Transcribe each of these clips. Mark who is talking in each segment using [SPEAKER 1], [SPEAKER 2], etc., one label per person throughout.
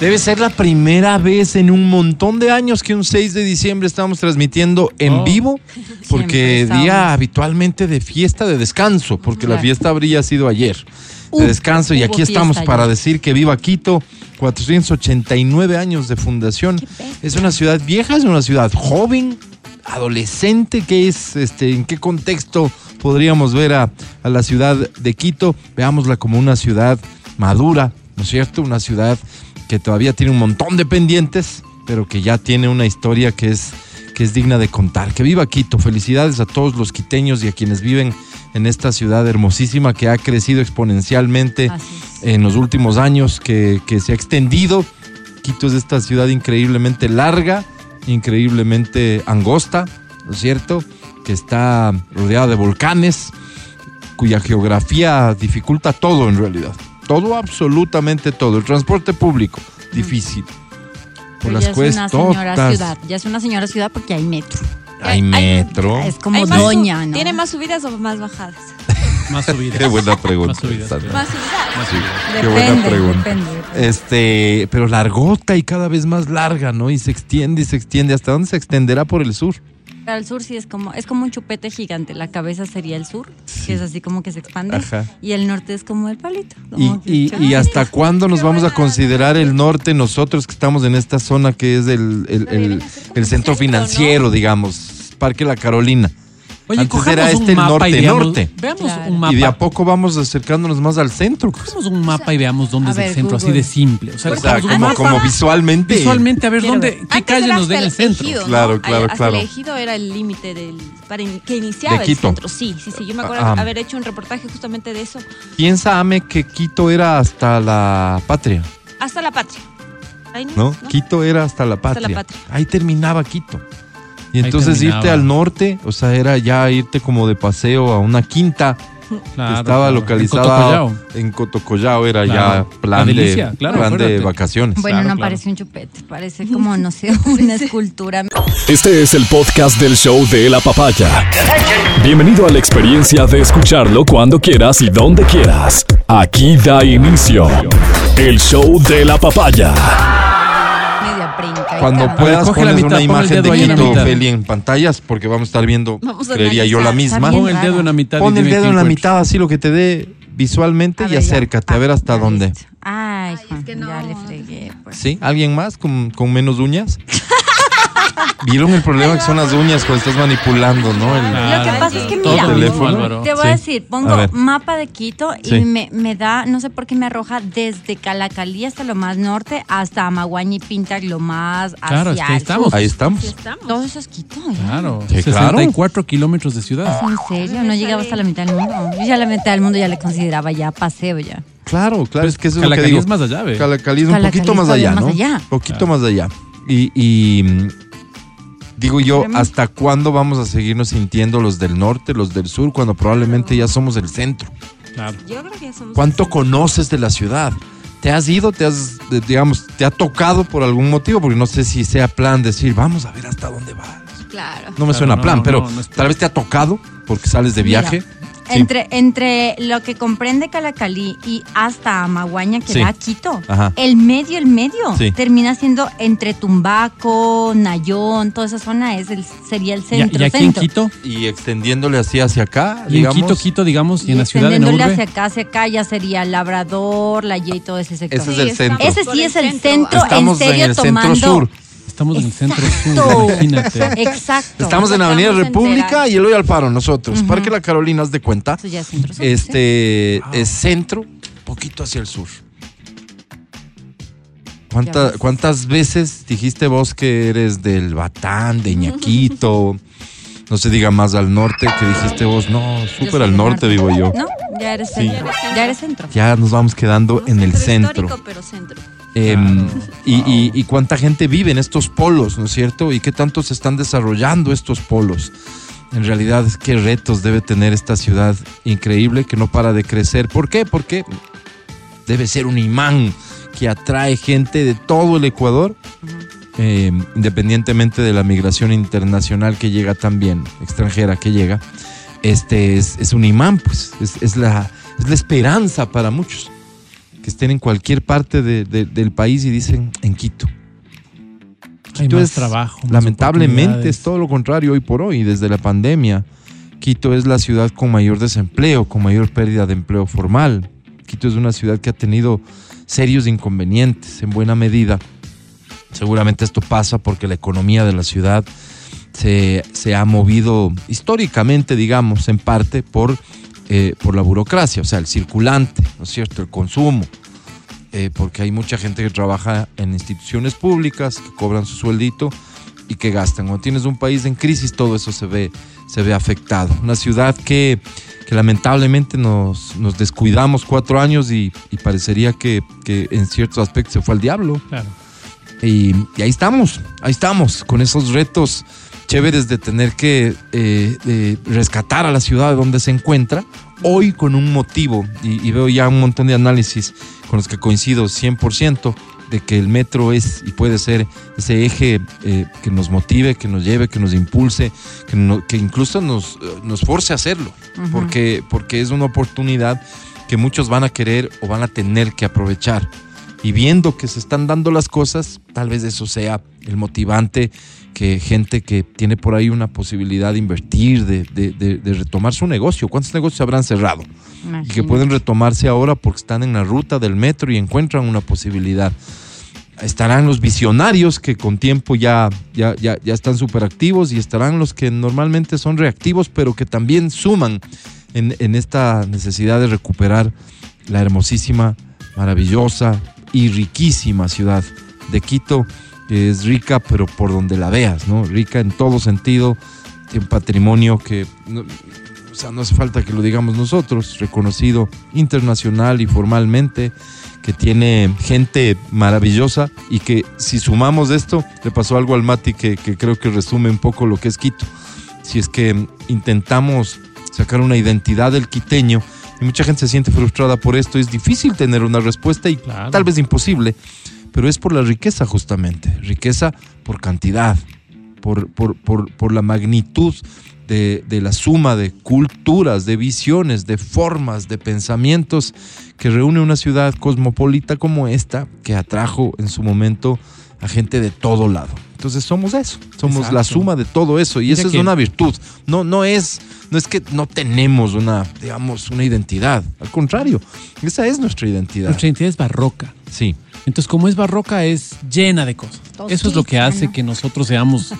[SPEAKER 1] Debe ser la primera vez en un montón de años que un 6 de diciembre estamos transmitiendo en
[SPEAKER 2] Oh.
[SPEAKER 1] vivo, porque
[SPEAKER 3] estábamos.
[SPEAKER 1] día habitualmente de fiesta de descanso, porque la
[SPEAKER 3] Claro.
[SPEAKER 1] fiesta habría sido ayer de
[SPEAKER 2] Hubo-
[SPEAKER 1] descanso y
[SPEAKER 2] hubo
[SPEAKER 1] aquí estamos
[SPEAKER 2] fiesta
[SPEAKER 1] para
[SPEAKER 2] ayer.
[SPEAKER 1] decir que viva Quito, 489 años de fundación. Es una ciudad vieja, es una ciudad joven, adolescente, que es este en qué contexto podríamos ver a, a la ciudad de Quito, veámosla como una ciudad madura, ¿no es cierto? Una ciudad que todavía tiene un montón de pendientes, pero que ya tiene una historia que es que es digna de contar. Que viva Quito. Felicidades a todos los quiteños y a quienes viven en esta ciudad hermosísima que ha crecido exponencialmente
[SPEAKER 3] Así es.
[SPEAKER 1] en los últimos años, que, que se ha extendido. Quito es esta ciudad increíblemente larga, increíblemente angosta, ¿no es cierto? Que está rodeada de volcanes, cuya geografía dificulta todo en realidad. Todo, absolutamente todo. El transporte público, difícil. Por
[SPEAKER 3] Pero
[SPEAKER 1] las
[SPEAKER 3] ya Mm. es una señora
[SPEAKER 1] cuestotas.
[SPEAKER 3] ciudad, ya es una señora ciudad porque hay metro.
[SPEAKER 1] Hay
[SPEAKER 2] Hay-
[SPEAKER 1] metro.
[SPEAKER 3] Es como
[SPEAKER 2] Hay más
[SPEAKER 3] doña,
[SPEAKER 2] sub-
[SPEAKER 3] ¿no?
[SPEAKER 2] ¿Tiene más subidas o más bajadas?
[SPEAKER 4] Más subidas.
[SPEAKER 1] Qué buena pregunta.
[SPEAKER 4] Más subidas.
[SPEAKER 1] Sandra.
[SPEAKER 2] Más subidas.
[SPEAKER 4] Más subidas.
[SPEAKER 1] Ah, Qué buena pregunta.
[SPEAKER 3] depende, depende.
[SPEAKER 1] Este, pero largota y cada vez más larga, ¿no? Y se extiende y se extiende. ¿Hasta dónde se extenderá por el sur?
[SPEAKER 3] Pero el sur sí es como, es como un chupete gigante. La cabeza sería el sur,
[SPEAKER 1] Sí.
[SPEAKER 3] que es así como que se expande.
[SPEAKER 1] Ajá.
[SPEAKER 3] Y el norte es como el palito.
[SPEAKER 1] ¿Y,
[SPEAKER 3] como que
[SPEAKER 1] y-
[SPEAKER 3] chao.
[SPEAKER 1] y
[SPEAKER 2] "Ah,
[SPEAKER 1] hasta cuándo nos vamos a considerar el norte nosotros que estamos en esta zona que es el, el- el- el centro financiero, digamos? Parque La Carolina.
[SPEAKER 4] Oye,
[SPEAKER 1] Antes
[SPEAKER 4] cojamos
[SPEAKER 1] era este
[SPEAKER 4] un mapa
[SPEAKER 1] norte,
[SPEAKER 4] y veamos,
[SPEAKER 1] norte.
[SPEAKER 4] Veamos
[SPEAKER 3] Claro.
[SPEAKER 4] un mapa.
[SPEAKER 1] Y de a poco vamos acercándonos más al centro. pues.
[SPEAKER 4] Cojamos un mapa y veamos dónde
[SPEAKER 3] A
[SPEAKER 4] es el
[SPEAKER 3] ver,
[SPEAKER 4] centro, así
[SPEAKER 3] Google.
[SPEAKER 4] de simple. O sea,
[SPEAKER 1] O sea,
[SPEAKER 4] cojamos un
[SPEAKER 1] como,
[SPEAKER 4] pues, mapa
[SPEAKER 1] como visualmente.
[SPEAKER 4] visualmente a ver
[SPEAKER 2] Quiero
[SPEAKER 4] dónde,
[SPEAKER 2] ver.
[SPEAKER 4] qué calle nos den el centro.
[SPEAKER 2] Ejido, ¿no?
[SPEAKER 1] Claro, claro,
[SPEAKER 2] hasta
[SPEAKER 1] claro.
[SPEAKER 2] El ejido era el límite del para in- que iniciaba
[SPEAKER 1] De
[SPEAKER 2] el
[SPEAKER 1] Quito.
[SPEAKER 2] centro. Sí, sí, sí. Yo me acuerdo
[SPEAKER 1] Ah.
[SPEAKER 2] haber hecho un reportaje justamente de eso
[SPEAKER 1] Piensa, Ame, que Quito era hasta la patria.
[SPEAKER 2] hasta la patria. Ahí no,
[SPEAKER 1] ¿no?
[SPEAKER 2] ¿no?
[SPEAKER 1] Quito era hasta la
[SPEAKER 2] Hasta
[SPEAKER 1] patria.
[SPEAKER 2] la patria.
[SPEAKER 1] Ahí terminaba Quito. Y
[SPEAKER 4] Ahí
[SPEAKER 1] entonces
[SPEAKER 4] terminaba.
[SPEAKER 1] irte al norte, o sea, era ya irte como de paseo a una quinta
[SPEAKER 4] Claro,
[SPEAKER 1] que estaba
[SPEAKER 4] claro. En
[SPEAKER 1] localizada
[SPEAKER 4] Cotocollao.
[SPEAKER 1] en Cotocollao, era
[SPEAKER 4] Claro.
[SPEAKER 1] ya plan,
[SPEAKER 4] La delicia,
[SPEAKER 1] de,
[SPEAKER 4] claro,
[SPEAKER 1] plan de
[SPEAKER 4] acuérdate.
[SPEAKER 1] vacaciones.
[SPEAKER 3] Bueno, no
[SPEAKER 4] Claro, claro.
[SPEAKER 3] parece un chupete, parece como, no sé, una escultura.
[SPEAKER 5] Este es el podcast del show de la papaya. Bienvenido a la experiencia de escucharlo cuando quieras y donde quieras. Aquí da inicio el show de la papaya.
[SPEAKER 3] media brinca. y
[SPEAKER 1] Cuando
[SPEAKER 3] tal.
[SPEAKER 1] puedas
[SPEAKER 4] coge la
[SPEAKER 1] pones
[SPEAKER 4] mitad,
[SPEAKER 1] una
[SPEAKER 4] pon el
[SPEAKER 1] imagen de
[SPEAKER 4] dedo ahí en la
[SPEAKER 1] Quito,
[SPEAKER 4] mitad.
[SPEAKER 1] Feli, en pantallas, porque vamos a estar viendo,
[SPEAKER 2] Vamos a
[SPEAKER 1] creería yo, la
[SPEAKER 2] analizar,
[SPEAKER 1] misma.
[SPEAKER 3] está bien
[SPEAKER 4] Pon el dedo en la mitad. y
[SPEAKER 1] Pon el
[SPEAKER 4] dime
[SPEAKER 1] dedo
[SPEAKER 4] qué
[SPEAKER 1] en la
[SPEAKER 4] encuentras.
[SPEAKER 1] mitad, así lo que te dé visualmente
[SPEAKER 3] A
[SPEAKER 1] y
[SPEAKER 3] ver, ya. Ah,
[SPEAKER 1] acércate, a ver hasta
[SPEAKER 3] ya
[SPEAKER 1] dónde.
[SPEAKER 3] listo. Ay, Juan, ya le fregué. pues.
[SPEAKER 1] ¿Sí? ¿Alguien más con, con menos uñas? ¿Vieron el problema que son las uñas cuando estás manipulando, no? El-
[SPEAKER 4] Claro,
[SPEAKER 3] Lo que pasa es que
[SPEAKER 4] Ah, todo
[SPEAKER 3] mira,
[SPEAKER 4] el mismo,
[SPEAKER 1] teléfono.
[SPEAKER 4] Álvaro.
[SPEAKER 3] Te voy
[SPEAKER 1] Sí.
[SPEAKER 3] a decir, pongo
[SPEAKER 1] A ver.
[SPEAKER 3] mapa de Quito y
[SPEAKER 1] Sí.
[SPEAKER 3] me, me da, no sé por qué me arroja desde Calacalí hasta lo más norte, hasta Amaguaña y Pinta, lo más
[SPEAKER 4] Claro, es que
[SPEAKER 3] hacia
[SPEAKER 4] ahí
[SPEAKER 3] el
[SPEAKER 4] estamos.
[SPEAKER 3] sur.
[SPEAKER 1] Ahí
[SPEAKER 2] Sí
[SPEAKER 1] estamos.
[SPEAKER 2] estamos.
[SPEAKER 3] Todo eso es Quito. ¿eh?
[SPEAKER 4] Claro,
[SPEAKER 1] Sí, claro.
[SPEAKER 4] 64 kilómetros de ciudad.
[SPEAKER 3] ¿En serio? No
[SPEAKER 2] Me sale-
[SPEAKER 3] llegaba hasta la mitad del mundo. Yo ya la mitad del mundo ya le consideraba ya paseo ya.
[SPEAKER 1] Claro, claro,
[SPEAKER 4] Pues
[SPEAKER 1] es que eso es lo que
[SPEAKER 4] Calacalí
[SPEAKER 1] digo.
[SPEAKER 4] es más allá, ve.
[SPEAKER 1] Calacalí es un
[SPEAKER 3] Calacalí
[SPEAKER 1] poquito
[SPEAKER 3] es
[SPEAKER 1] más
[SPEAKER 3] todavía
[SPEAKER 1] allá, ¿no?
[SPEAKER 3] más
[SPEAKER 1] Un
[SPEAKER 3] allá.
[SPEAKER 1] poquito
[SPEAKER 4] Claro.
[SPEAKER 1] más allá. Y, y, mm, digo yo,
[SPEAKER 3] Realmente.
[SPEAKER 1] ¿hasta cuándo vamos a seguirnos sintiendo los del norte, los del sur, cuando probablemente ya somos el centro?
[SPEAKER 4] Claro.
[SPEAKER 2] Yo creo que somos.
[SPEAKER 1] ¿Cuánto conoces de la ciudad? ¿Te has ido? ¿Te has, de- digamos, te ha tocado por algún motivo? Porque no sé si sea plan decir, vamos a ver hasta dónde vas. No
[SPEAKER 2] Claro.
[SPEAKER 1] me
[SPEAKER 4] Claro,
[SPEAKER 1] suena
[SPEAKER 4] no,
[SPEAKER 1] plan,
[SPEAKER 4] no,
[SPEAKER 1] pero
[SPEAKER 4] no, no es plan.
[SPEAKER 1] tal vez te ha tocado porque sales de
[SPEAKER 3] Mira,
[SPEAKER 1] viaje. Sí.
[SPEAKER 3] Entre, entre lo que comprende Calacalí y hasta Amaguaña, que
[SPEAKER 1] Sí.
[SPEAKER 3] da Quito,
[SPEAKER 1] Ajá.
[SPEAKER 3] el medio, el medio,
[SPEAKER 1] Sí.
[SPEAKER 3] termina siendo entre Tumbaco, Nayón, toda esa zona es el, sería el
[SPEAKER 4] Y,
[SPEAKER 3] centro.
[SPEAKER 4] y aquí en
[SPEAKER 3] centro.
[SPEAKER 4] Quito,
[SPEAKER 1] Y extendiéndole así hacia acá,
[SPEAKER 4] y en
[SPEAKER 1] digamos.
[SPEAKER 4] Quito, Quito, digamos, y en la ciudad, en la urbe.
[SPEAKER 3] extendiéndole hacia acá, hacia acá, ya sería Labrador, La Y, todo ese sector.
[SPEAKER 1] Ese es el
[SPEAKER 2] estamos
[SPEAKER 1] centro.
[SPEAKER 3] Ese
[SPEAKER 2] por
[SPEAKER 3] sí es el centro,
[SPEAKER 1] Estamos
[SPEAKER 3] en
[SPEAKER 1] en
[SPEAKER 3] serio,
[SPEAKER 1] el centro
[SPEAKER 3] tomando.
[SPEAKER 1] sur.
[SPEAKER 4] Estamos en el centro
[SPEAKER 3] Exacto.
[SPEAKER 4] sur, imagínate.
[SPEAKER 3] Exacto.
[SPEAKER 1] Estamos en la Avenida
[SPEAKER 2] Estamos
[SPEAKER 1] República
[SPEAKER 2] enterados.
[SPEAKER 1] y el Hoy al Paro, nosotros. Parque La Carolina, haz de cuenta.
[SPEAKER 3] Eso ya es centro sur. sí.
[SPEAKER 1] Este es centro, poquito hacia el sur. ¿Cuánta-
[SPEAKER 3] Ya ves.
[SPEAKER 1] ¿Cuántas veces dijiste vos que eres del Batán, de Ñaquito? No se diga más al norte, que dijiste vos, no,
[SPEAKER 3] Yo
[SPEAKER 1] súper
[SPEAKER 3] soy
[SPEAKER 1] al
[SPEAKER 3] del
[SPEAKER 1] norte, vivo yo.
[SPEAKER 3] No, ya eres
[SPEAKER 1] Sí.
[SPEAKER 3] centro. Ya eres centro.
[SPEAKER 1] Ya nos vamos quedando
[SPEAKER 2] No,
[SPEAKER 1] en el centro.
[SPEAKER 2] histórico, pero centro.
[SPEAKER 1] Em,
[SPEAKER 4] Claro,
[SPEAKER 1] y, y- y cuánta gente vive en estos polos, ¿no es cierto? Y qué tanto se están desarrollando estos polos. En realidad, qué retos debe tener esta ciudad increíble que no para de crecer. ¿Por qué? Porque debe ser un imán que atrae gente de todo el Ecuador, eh, independientemente de la migración internacional que llega también, extranjera que llega. Este es, es un imán, pues, es, es la, es la esperanza para muchos. que estén en cualquier parte de- de- del país y dicen en Quito.
[SPEAKER 4] Hay
[SPEAKER 1] Quito
[SPEAKER 4] más
[SPEAKER 1] es,
[SPEAKER 4] trabajo. más
[SPEAKER 1] Lamentablemente es
[SPEAKER 4] oportunidades.
[SPEAKER 1] todo lo contrario hoy por hoy, desde la pandemia. Quito es la ciudad con mayor desempleo, con mayor pérdida de empleo formal. Quito es una ciudad que ha tenido serios inconvenientes en buena medida. Seguramente esto pasa porque la economía de la ciudad se, se ha movido históricamente, digamos, en parte por, eh, por la burocracia, o sea, el circulante, ¿no es cierto?, el consumo eh, porque hay mucha gente que trabaja en instituciones públicas, que cobran su sueldito y que gastan. Cuando tienes un país en crisis, todo eso se ve, se ve afectado. Una ciudad que, que lamentablemente nos, nos descuidamos cuatro años y, y parecería que, que en ciertos aspectos se fue al diablo.
[SPEAKER 4] Claro.
[SPEAKER 1] Y, y ahí estamos, ahí estamos, con esos retos chéveres de tener que eh, eh, rescatar a la ciudad donde se encuentra, hoy con un motivo, y, y veo ya un montón de análisis con los que coincido 100%, de que el metro es y puede ser ese eje eh, que nos motive, que nos lleve, que nos impulse, que, no- que incluso nos, eh, nos force a hacerlo,
[SPEAKER 3] Ujú.
[SPEAKER 1] porque, porque es una oportunidad que muchos van a querer o van a tener que aprovechar y viendo que se están dando las cosas, tal vez eso sea el motivante que gente que tiene por ahí una posibilidad de invertir, de, de- de- de retomar su negocio. ¿Cuántos negocios habrán cerrado? Y que
[SPEAKER 3] Imagínate.
[SPEAKER 1] pueden retomarse ahora porque están en la ruta del metro y encuentran una posibilidad. Estarán los visionarios que con tiempo ya, ya, ya, ya están superactivos y estarán los que normalmente son reactivos, pero que también suman en, en esta necesidad de recuperar la hermosísima, maravillosa y riquísima ciudad de Quito, que es rica, pero por donde la veas, ¿no? Rica en todo sentido, tiene un patrimonio que, no- o sea, no hace falta que lo digamos nosotros, reconocido internacional y formalmente, que tiene gente maravillosa y que si sumamos esto, le pasó algo al Mati que, que creo que resume un poco lo que es Quito. Si es que mm, intentamos sacar una identidad del quiteño, y mucha gente se siente frustrada por esto, es difícil tener una respuesta y
[SPEAKER 4] Claro.
[SPEAKER 1] tal vez imposible, pero es por la riqueza justamente, riqueza por cantidad, por, por, por, por la magnitud de, de la suma de culturas, de visiones, de formas, de pensamientos que reúne una ciudad cosmopolita como esta, que atrajo en su momento a gente de todo lado. Entonces somos eso, somos la
[SPEAKER 4] Exacto.
[SPEAKER 1] suma de todo eso y
[SPEAKER 4] Mira
[SPEAKER 1] esa es
[SPEAKER 4] que-
[SPEAKER 1] una virtud. No, no es, no es que no tenemos una, digamos, una identidad. Al contrario, esa es nuestra identidad.
[SPEAKER 4] Nuestra identidad es barroca.
[SPEAKER 1] Sí.
[SPEAKER 4] Entonces, como es barroca, es llena de cosas. Eso es lo que
[SPEAKER 3] Tosquita,
[SPEAKER 4] hace
[SPEAKER 3] ¿no?
[SPEAKER 4] que nosotros seamos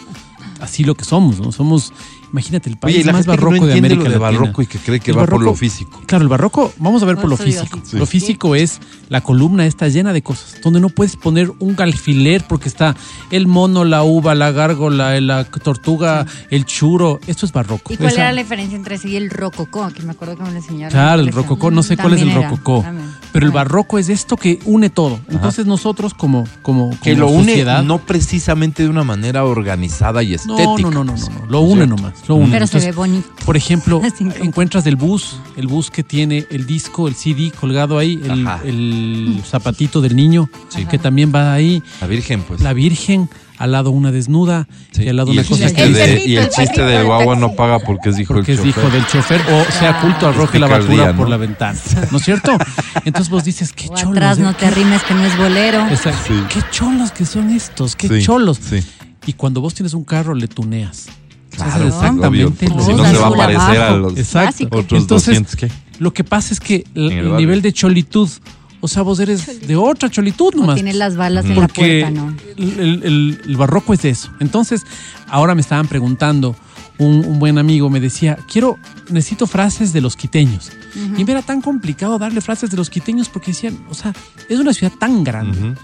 [SPEAKER 4] así lo que somos, ¿no? Somos, imagínate, el país
[SPEAKER 1] Oye, y la
[SPEAKER 4] más
[SPEAKER 1] gente que no
[SPEAKER 4] barroco de
[SPEAKER 1] entiende
[SPEAKER 4] América
[SPEAKER 1] lo de
[SPEAKER 4] Latina.
[SPEAKER 1] barroco y que cree que
[SPEAKER 4] El
[SPEAKER 1] va por
[SPEAKER 4] barroco-
[SPEAKER 1] lo físico.
[SPEAKER 4] Claro, el barroco, vamos a ver por
[SPEAKER 3] No,
[SPEAKER 4] lo
[SPEAKER 3] soy yo,
[SPEAKER 4] físico.
[SPEAKER 3] sí.
[SPEAKER 4] Lo físico es la columna está llena de cosas, donde no puedes poner un alfiler porque está el mono, la uva, la gárgola, la tortuga, el churo. Esto es barroco.
[SPEAKER 3] ¿Y cuál
[SPEAKER 4] Esa-
[SPEAKER 3] era la diferencia entre ese y el rococó? Que me acuerdo que me lo enseñaron.
[SPEAKER 4] Claro,
[SPEAKER 3] en
[SPEAKER 4] el
[SPEAKER 3] la colegio.
[SPEAKER 4] rococó, no sé cuál es el
[SPEAKER 3] También era,
[SPEAKER 4] rococó.
[SPEAKER 3] también.
[SPEAKER 4] Pero el
[SPEAKER 3] Bueno.
[SPEAKER 4] barroco es esto que une todo. Entonces nosotros como, como, como
[SPEAKER 1] que lo une
[SPEAKER 4] sociedad,
[SPEAKER 1] no precisamente de una manera organizada y
[SPEAKER 4] no,
[SPEAKER 1] estética.
[SPEAKER 4] no, no, no, no, no, lo une nomás, lo une.
[SPEAKER 3] Pero se
[SPEAKER 4] Entonces,
[SPEAKER 3] ve bonito.
[SPEAKER 4] Por ejemplo,
[SPEAKER 3] Sin ropa.
[SPEAKER 4] encuentras el bus, el bus que tiene el disco, el CD colgado ahí, el,
[SPEAKER 1] Ajá.
[SPEAKER 4] el zapatito del niño,
[SPEAKER 1] Sí.
[SPEAKER 4] que también va ahí,
[SPEAKER 1] La Virgen, pues.
[SPEAKER 4] la Virgen, al lado una desnuda,
[SPEAKER 1] Sí.
[SPEAKER 4] y al lado
[SPEAKER 1] Y
[SPEAKER 4] una
[SPEAKER 1] el
[SPEAKER 4] cosa
[SPEAKER 1] chiste,
[SPEAKER 3] El
[SPEAKER 4] escandalosa,
[SPEAKER 1] de-
[SPEAKER 3] perrito,
[SPEAKER 1] y el
[SPEAKER 3] el
[SPEAKER 1] chiste
[SPEAKER 3] perrito
[SPEAKER 1] del
[SPEAKER 3] del
[SPEAKER 1] guagua no
[SPEAKER 3] taxi.
[SPEAKER 1] paga porque es hijo
[SPEAKER 4] porque
[SPEAKER 1] del
[SPEAKER 4] es hijo
[SPEAKER 1] chofer.
[SPEAKER 4] del chofer, o sea culto, arroje la
[SPEAKER 1] picardía,
[SPEAKER 4] basura
[SPEAKER 1] ¿no?
[SPEAKER 4] por la ventana, ¿no es cierto? Entonces vos dices, qué
[SPEAKER 3] O
[SPEAKER 4] cholos.
[SPEAKER 3] atrás
[SPEAKER 4] ¿eh?
[SPEAKER 3] no te rimes que no es bolero.
[SPEAKER 4] Exacto.
[SPEAKER 1] Sí.
[SPEAKER 4] Qué cholos que son estos, qué
[SPEAKER 1] Sí,
[SPEAKER 4] cholos. Pues
[SPEAKER 1] sí.
[SPEAKER 4] Y cuando vos tienes un carro, le tuneas. O sea,
[SPEAKER 1] Claro,
[SPEAKER 4] es
[SPEAKER 1] obvio, porque
[SPEAKER 4] exactamente lo
[SPEAKER 1] si no
[SPEAKER 4] mismo.
[SPEAKER 1] se va a
[SPEAKER 3] Azul
[SPEAKER 1] parecer a
[SPEAKER 3] abajo.
[SPEAKER 1] los
[SPEAKER 4] Exacto.
[SPEAKER 3] Básico.
[SPEAKER 1] otros
[SPEAKER 4] Entonces,
[SPEAKER 1] 200 que
[SPEAKER 4] Lo que pasa es que el,
[SPEAKER 1] el
[SPEAKER 4] el
[SPEAKER 1] barrio.
[SPEAKER 4] nivel de cholitud, o sea, vos eres de otra cholitud
[SPEAKER 3] O
[SPEAKER 4] nomás.
[SPEAKER 3] tienes las balas en la
[SPEAKER 4] porque
[SPEAKER 3] puerta, ¿no?
[SPEAKER 4] el, el- el- el barroco es de eso. Entonces, ahora me estaban preguntando, un, un buen amigo me decía, quiero, necesito frases de los quiteños. Y me era tan complicado darle frases de los quiteños porque decían, o sea, es una ciudad tan grande.
[SPEAKER 1] Ujú.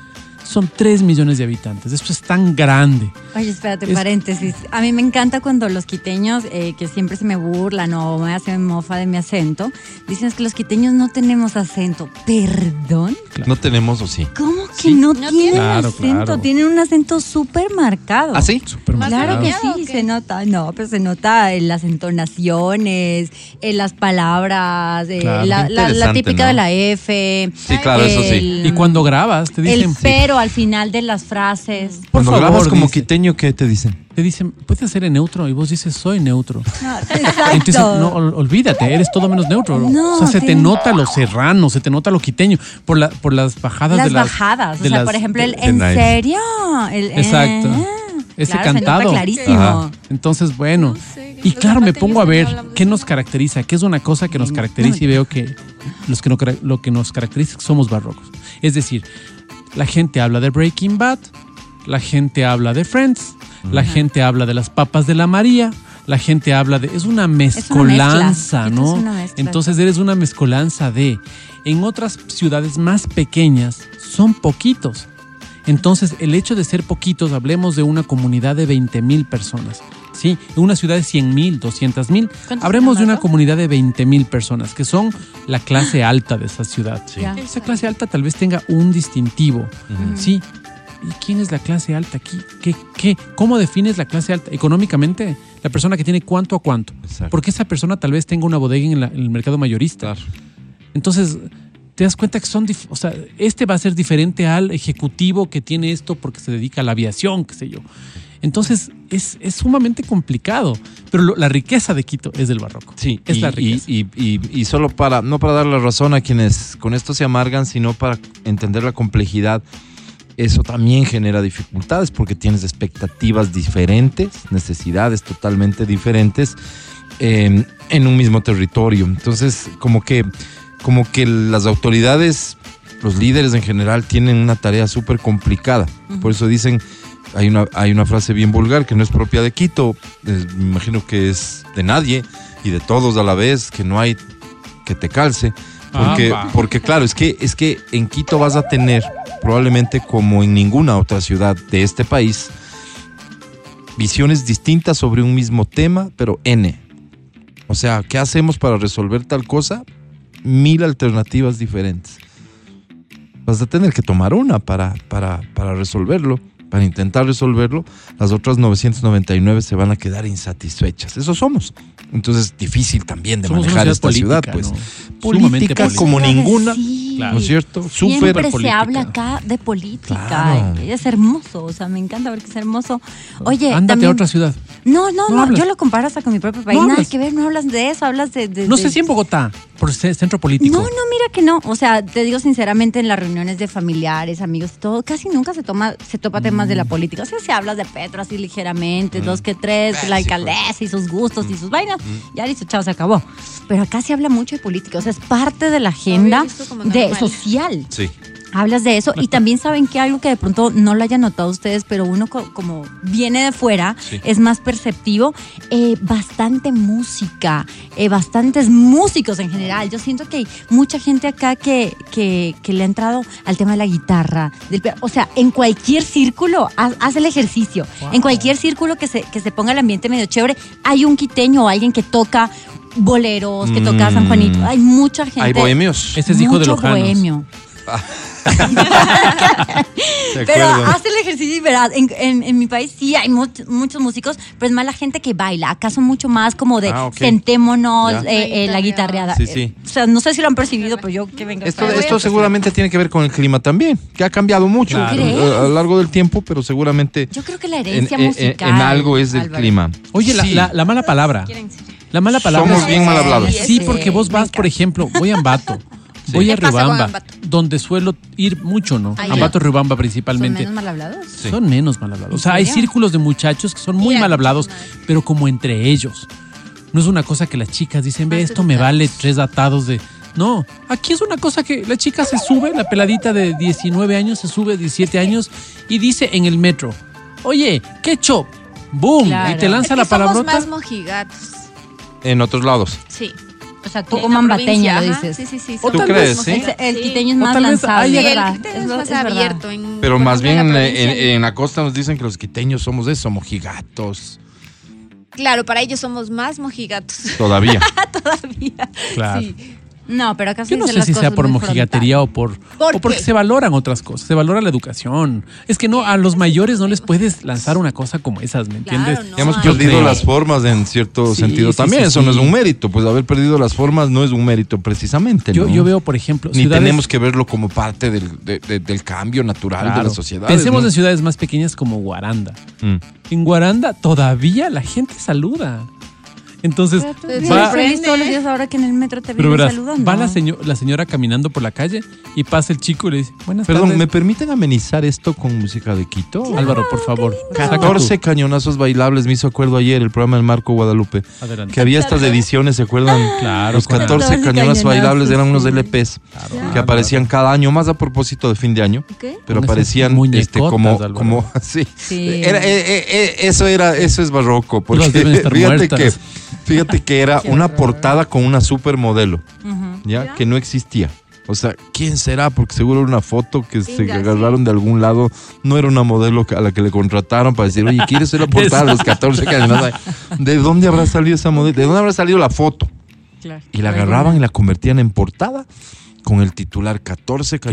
[SPEAKER 4] Son 3 millones de habitantes. Esto es tan grande.
[SPEAKER 3] Oye, espérate,
[SPEAKER 4] Es-
[SPEAKER 3] paréntesis. A mí me encanta cuando los quiteños, eh, que siempre se me burlan o me hacen mofa de mi acento, dicen es que los quiteños no tenemos acento. ¿Perdón?
[SPEAKER 1] no tenemos o sí.
[SPEAKER 3] ¿Cómo que no, tienen
[SPEAKER 4] Claro,
[SPEAKER 3] acento?
[SPEAKER 4] claro.
[SPEAKER 3] Tienen un acento súper marcado.
[SPEAKER 1] ¿Ah, sí?
[SPEAKER 3] Claro que
[SPEAKER 2] marcado.
[SPEAKER 3] sí,
[SPEAKER 2] ¿O qué?
[SPEAKER 3] se nota, no, pero se nota en las entonaciones, en las palabras, eh,
[SPEAKER 4] Claro.
[SPEAKER 3] la, la- la
[SPEAKER 1] Interesante,
[SPEAKER 3] típica
[SPEAKER 1] ¿no?
[SPEAKER 3] de la F.
[SPEAKER 1] Sí, claro, eso sí.
[SPEAKER 4] Y cuando grabas, te
[SPEAKER 3] El
[SPEAKER 4] dicen...
[SPEAKER 3] pero al final de las frases.
[SPEAKER 4] Por
[SPEAKER 1] Cuando
[SPEAKER 4] favor,
[SPEAKER 1] grabas como
[SPEAKER 4] dice.
[SPEAKER 1] quiteño, ¿qué te dicen?
[SPEAKER 4] te dicen, ¿puedes hacer en neutro? Y vos dices, soy neutro.
[SPEAKER 3] No, exacto.
[SPEAKER 4] Entonces, no, ol- olvídate, eres todo menos neutro. bro.
[SPEAKER 3] No,
[SPEAKER 4] o sea, se te
[SPEAKER 3] tienes-
[SPEAKER 4] nota lo serrano, se te nota lo quiteño por, la, por las bajadas
[SPEAKER 3] las
[SPEAKER 4] de las.
[SPEAKER 3] bajadas. O
[SPEAKER 4] de
[SPEAKER 3] sea,
[SPEAKER 4] las-
[SPEAKER 3] por ejemplo, el
[SPEAKER 1] de
[SPEAKER 3] ¿en
[SPEAKER 1] Niles.
[SPEAKER 3] serio? El, eh?
[SPEAKER 4] Exacto. Ese
[SPEAKER 3] claro, se nota
[SPEAKER 4] cantado.
[SPEAKER 3] clarísimo.
[SPEAKER 1] Ajá.
[SPEAKER 4] Entonces, bueno.
[SPEAKER 2] No sé,
[SPEAKER 4] y
[SPEAKER 2] los
[SPEAKER 4] claro, me
[SPEAKER 2] zapatillos
[SPEAKER 4] pongo a
[SPEAKER 2] también
[SPEAKER 4] ver
[SPEAKER 2] hablamos de
[SPEAKER 4] qué
[SPEAKER 2] eso.
[SPEAKER 4] nos caracteriza, qué es una cosa que nos
[SPEAKER 3] No,
[SPEAKER 4] caracteriza y
[SPEAKER 3] no.
[SPEAKER 4] veo que, los que no, cara- lo que nos caracteriza es que somos barrocos. Es decir, la gente habla de Breaking Bad, la gente habla de Friends, la gente habla de las papas de la María. La gente habla de. Es una mezcolanza,
[SPEAKER 3] Esto
[SPEAKER 4] ¿no?
[SPEAKER 3] es una mezcla.
[SPEAKER 4] Entonces eres una mezcolanza de. En otras ciudades más pequeñas son poquitos. Entonces, el hecho de ser poquitos, hablemos de una comunidad de 20 mil personas. Sí, en una ciudad de 100 mil, 200 mil,
[SPEAKER 2] ¿Cuántos
[SPEAKER 4] hablemos de
[SPEAKER 2] son,
[SPEAKER 4] una
[SPEAKER 2] Marco?
[SPEAKER 4] comunidad de 20 mil personas, que son la clase alta de esa ciudad.
[SPEAKER 3] Ya.
[SPEAKER 4] Esa clase alta tal vez tenga un distintivo. Sí. ¿Y quién es la clase alta aquí? ¿Qué, qué? ¿Cómo defines la clase alta? Económicamente, la persona que tiene cuánto a cuánto.
[SPEAKER 1] Exacto.
[SPEAKER 4] Porque esa persona tal vez tenga una bodega en, la- en el mercado mayorista.
[SPEAKER 1] Claro.
[SPEAKER 4] Entonces, te das cuenta que son, dif- o sea, este va a ser diferente al ejecutivo que tiene esto porque se dedica a la aviación, qué sé yo. Entonces, es, es sumamente complicado, pero lo- la riqueza de Quito es del barroco.
[SPEAKER 1] Sí,
[SPEAKER 4] es
[SPEAKER 1] y,
[SPEAKER 4] la
[SPEAKER 1] y-
[SPEAKER 4] riqueza.
[SPEAKER 1] Y, y- y solo para, no para dar la razón a quienes con esto se amargan, sino para entender la complejidad. Eso también genera dificultades porque tienes expectativas diferentes, necesidades totalmente diferentes eh, en un mismo territorio. Entonces, como que, como que las autoridades, los líderes en general, tienen una tarea súper complicada. Por eso dicen, hay una, hay una frase bien vulgar que no es propia de Quito, eh, me imagino que es de nadie y de todos a la vez, que no hay que te calce. Porque,
[SPEAKER 4] Amba.
[SPEAKER 1] porque claro, es que, es que en Quito vas a tener, probablemente como en ninguna otra ciudad de este país, visiones distintas sobre un mismo tema, pero N. O sea, ¿qué hacemos para resolver tal cosa? Mil alternativas diferentes. Vas a tener que tomar una para, para, para resolverlo, para intentar resolverlo. Las otras 999 se van a quedar insatisfechas. Eso somos. Entonces, difícil también de
[SPEAKER 4] Somos una
[SPEAKER 1] manejar esta ciudad,
[SPEAKER 4] política,
[SPEAKER 1] pues.
[SPEAKER 4] ¿no? Sumamente
[SPEAKER 1] Política como
[SPEAKER 3] Iba a
[SPEAKER 1] ninguna,
[SPEAKER 3] decir.
[SPEAKER 1] ¿no es cierto? Súper
[SPEAKER 3] Siempre se
[SPEAKER 4] política.
[SPEAKER 3] habla acá de política.
[SPEAKER 1] Claro.
[SPEAKER 3] Ay, Es hermoso, o sea, me encanta ver que es hermoso. Oye,
[SPEAKER 4] Ándate
[SPEAKER 3] también-
[SPEAKER 4] a otra ciudad.
[SPEAKER 3] No, no,
[SPEAKER 4] No
[SPEAKER 3] no,
[SPEAKER 4] hablas.
[SPEAKER 3] yo lo comparo hasta con mi propio país.
[SPEAKER 4] No
[SPEAKER 3] Nada
[SPEAKER 4] hablas.
[SPEAKER 3] que ver, no hablas de eso, hablas de... de-
[SPEAKER 4] No
[SPEAKER 3] de-
[SPEAKER 4] sé si en Bogotá, por ser centro político.
[SPEAKER 3] No, no, mira que no. O sea, te digo sinceramente, en las reuniones de familiares, amigos, todo, casi nunca se toma, se topa temas de la política. O sea, se habla de Petro así ligeramente, dos que tres, la alcaldesa y sus gustos y sus vainas. Ya listo, chao, se acabó. Pero acá se habla mucho de política. O sea, es parte de la agenda
[SPEAKER 2] visto como
[SPEAKER 3] de
[SPEAKER 2] normal.
[SPEAKER 3] social.
[SPEAKER 1] Sí.
[SPEAKER 3] Hablas de eso y también saben que algo que de pronto no lo hayan notado ustedes, pero uno co- como viene de fuera,
[SPEAKER 1] Sí.
[SPEAKER 3] es más perceptivo, eh, bastante música, eh, bastantes músicos en general. Yo siento que hay mucha gente acá que, que, que le ha entrado al tema de la guitarra, del pia- o sea, en cualquier círculo, haz, haz el ejercicio, en cualquier círculo que se, que se ponga el ambiente medio chévere, hay un quiteño o alguien que toca boleros, que toca San Juanito,
[SPEAKER 1] Mm.
[SPEAKER 3] hay mucha gente.
[SPEAKER 1] Hay bohemios.
[SPEAKER 4] Ese es hijo de
[SPEAKER 3] mucho
[SPEAKER 4] Lojanos.
[SPEAKER 3] bohemio.
[SPEAKER 1] De
[SPEAKER 3] Pero
[SPEAKER 1] acuerdo.
[SPEAKER 3] haz el ejercicio y verás, en, en- en mi país sí hay much- muchos músicos, pero es más la gente que baila. Acá son mucho más como de
[SPEAKER 1] Ah, ok.
[SPEAKER 3] sentémonos,
[SPEAKER 1] Ya.
[SPEAKER 3] eh, eh, la
[SPEAKER 2] La guitarreada.
[SPEAKER 3] guitarreada.
[SPEAKER 1] Sí, sí.
[SPEAKER 3] O sea, no sé si lo han percibido, pero yo que venga.
[SPEAKER 1] Esto,
[SPEAKER 2] Pero
[SPEAKER 1] esto
[SPEAKER 2] voy a-
[SPEAKER 1] seguramente tiene que ver con el clima también, que ha cambiado mucho
[SPEAKER 4] Claro.
[SPEAKER 1] eh, a, a lo largo del tiempo, pero seguramente
[SPEAKER 3] Yo creo que la
[SPEAKER 1] en,
[SPEAKER 3] herencia
[SPEAKER 1] en-
[SPEAKER 3] musical.
[SPEAKER 1] en algo es del
[SPEAKER 3] Álvaro.
[SPEAKER 1] clima.
[SPEAKER 4] Oye, la,
[SPEAKER 1] Sí.
[SPEAKER 4] la- la mala palabra.
[SPEAKER 2] Quieren ser-
[SPEAKER 4] La mala palabra.
[SPEAKER 1] Somos bien mal hablados.
[SPEAKER 4] Sí, porque vos vas, por ejemplo, voy a Ambato, voy a
[SPEAKER 2] ¿Qué pasa con
[SPEAKER 4] Riobamba,
[SPEAKER 2] Ambato?
[SPEAKER 4] donde suelo ir mucho, ¿no?
[SPEAKER 3] Ahí.
[SPEAKER 4] Ambato, Riobamba
[SPEAKER 3] ¿Son
[SPEAKER 4] principalmente.
[SPEAKER 3] menos mal hablados?
[SPEAKER 1] Sí.
[SPEAKER 4] Son menos mal hablados. O sea, hay
[SPEAKER 3] serio?
[SPEAKER 4] círculos de muchachos que son muy mal hablados, pero como entre ellos. No es una cosa que las chicas dicen, ve, esto me vale tres atados de... No, aquí es una cosa que la chica se sube, la peladita de 19 años se sube, 17 años, y dice en el metro, oye, qué chop, boom,
[SPEAKER 3] Claro.
[SPEAKER 4] y te lanza
[SPEAKER 6] Es
[SPEAKER 4] la
[SPEAKER 6] que somos
[SPEAKER 4] palabrota.
[SPEAKER 6] más mojigatos.
[SPEAKER 1] En otros lados.
[SPEAKER 6] Sí.
[SPEAKER 3] O sea,
[SPEAKER 6] Sí,
[SPEAKER 3] poco
[SPEAKER 6] en la
[SPEAKER 3] mambateño,
[SPEAKER 6] provincia,
[SPEAKER 3] lo
[SPEAKER 6] ajá.
[SPEAKER 3] dices.
[SPEAKER 6] Sí, sí, sí.
[SPEAKER 1] ¿Tú
[SPEAKER 6] somos
[SPEAKER 1] crees,
[SPEAKER 6] más
[SPEAKER 1] sí?
[SPEAKER 3] O sea,
[SPEAKER 6] mojigatos.
[SPEAKER 3] el
[SPEAKER 6] Sí.
[SPEAKER 3] quiteño es
[SPEAKER 4] O
[SPEAKER 3] más
[SPEAKER 4] tal vez
[SPEAKER 3] lanzado.
[SPEAKER 4] haya-
[SPEAKER 6] Sí,
[SPEAKER 3] es
[SPEAKER 6] el
[SPEAKER 3] verdad,
[SPEAKER 6] criterio
[SPEAKER 3] es
[SPEAKER 6] es
[SPEAKER 3] lo-
[SPEAKER 6] más
[SPEAKER 3] es verdad.
[SPEAKER 6] abierto. En,
[SPEAKER 1] Pero
[SPEAKER 6] por
[SPEAKER 1] más bien
[SPEAKER 6] ejemplo,
[SPEAKER 1] en,
[SPEAKER 6] en la
[SPEAKER 1] en-
[SPEAKER 6] provincia.
[SPEAKER 1] en la costa nos dicen que los quiteños somos eso, mojigatos.
[SPEAKER 6] Claro, para ellos somos más mojigatos
[SPEAKER 1] Todavía.
[SPEAKER 6] todavía.
[SPEAKER 4] Claro.
[SPEAKER 6] Sí.
[SPEAKER 3] No, pero acá se
[SPEAKER 4] Yo no
[SPEAKER 3] dicen
[SPEAKER 4] sé
[SPEAKER 3] las
[SPEAKER 4] si sea
[SPEAKER 3] cosas
[SPEAKER 4] por
[SPEAKER 3] muy
[SPEAKER 4] mojigatería o por,
[SPEAKER 3] ¿Por
[SPEAKER 4] o porque
[SPEAKER 3] qué?
[SPEAKER 4] se valoran otras cosas, se valora la educación. Es que no, a los mayores no les puedes lanzar una cosa como esas, ¿me
[SPEAKER 3] Claro,
[SPEAKER 4] entiendes?
[SPEAKER 3] no.
[SPEAKER 1] Ya hemos
[SPEAKER 3] Ay.
[SPEAKER 1] perdido
[SPEAKER 4] Yo creo.
[SPEAKER 1] las formas en cierto
[SPEAKER 4] Sí,
[SPEAKER 1] sentido
[SPEAKER 4] sí,
[SPEAKER 1] también.
[SPEAKER 4] sí,
[SPEAKER 1] eso
[SPEAKER 4] sí.
[SPEAKER 1] no es un mérito. Pues haber perdido las formas no es un mérito precisamente.
[SPEAKER 4] Yo,
[SPEAKER 1] Este ¿no?
[SPEAKER 4] yo veo, por ejemplo,
[SPEAKER 1] Ni
[SPEAKER 4] ciudades-
[SPEAKER 1] tenemos que verlo como parte del, de- de- del cambio natural de
[SPEAKER 4] Claro.
[SPEAKER 1] la sociedad.
[SPEAKER 4] Pensemos en ciudades más pequeñas como Guaranda.
[SPEAKER 1] Mm.
[SPEAKER 4] En Guaranda todavía la gente saluda. Entonces,
[SPEAKER 3] Pero tú
[SPEAKER 4] va-
[SPEAKER 3] vives
[SPEAKER 2] Va-
[SPEAKER 3] feliz todos los días ahora que en el metro te
[SPEAKER 4] pero
[SPEAKER 3] vienen
[SPEAKER 4] verás,
[SPEAKER 3] saludando.
[SPEAKER 4] va la, seño- la señora caminando por la calle y pasa el chico y le dice, buenas
[SPEAKER 1] Perdón, ¿me
[SPEAKER 4] tardes,
[SPEAKER 1] permiten amenizar esto con música de Quito?
[SPEAKER 4] Álvaro, por favor. saca tú".
[SPEAKER 1] 14 cañonazos bailables, me hizo acuerdo ayer el programa del Marco Guadalupe.
[SPEAKER 4] Adelante.
[SPEAKER 1] Que había estas ediciones, ¿se acuerdan?
[SPEAKER 4] Claro,
[SPEAKER 1] Los
[SPEAKER 4] claro.
[SPEAKER 1] 14
[SPEAKER 3] 14
[SPEAKER 1] cañonazos,
[SPEAKER 3] cañonazos,
[SPEAKER 1] bailables eran unos
[SPEAKER 3] sí.
[SPEAKER 1] LPs que
[SPEAKER 4] Claro.
[SPEAKER 1] aparecían cada año, más a propósito de fin de año.
[SPEAKER 2] ¿Qué?
[SPEAKER 1] Pero
[SPEAKER 4] Con esas
[SPEAKER 1] aparecían este,
[SPEAKER 4] muñecotas,
[SPEAKER 1] como,
[SPEAKER 4] Álvaro.
[SPEAKER 1] como así.
[SPEAKER 3] Sí.
[SPEAKER 1] Era- eh, eh, eh, eso era, eso es barroco. Porque
[SPEAKER 4] Todas deben estar
[SPEAKER 1] fíjate
[SPEAKER 4] muertas.
[SPEAKER 1] que, fíjate que era una portada con una supermodelo, ¿ya? que no existía. O sea, ¿quién será? Porque seguro era una foto que se
[SPEAKER 2] Venga, sí.
[SPEAKER 1] agarraron de algún lado. No era una modelo a la que le contrataron para decir, oye, ¿quieres ser la portada de los 14 que además hay?" ¿De dónde habrá salido esa modelo? ¿De dónde habrá salido la foto?
[SPEAKER 3] Claro.
[SPEAKER 1] Y la agarraban y la convertían en portada con el titular 14
[SPEAKER 4] Qué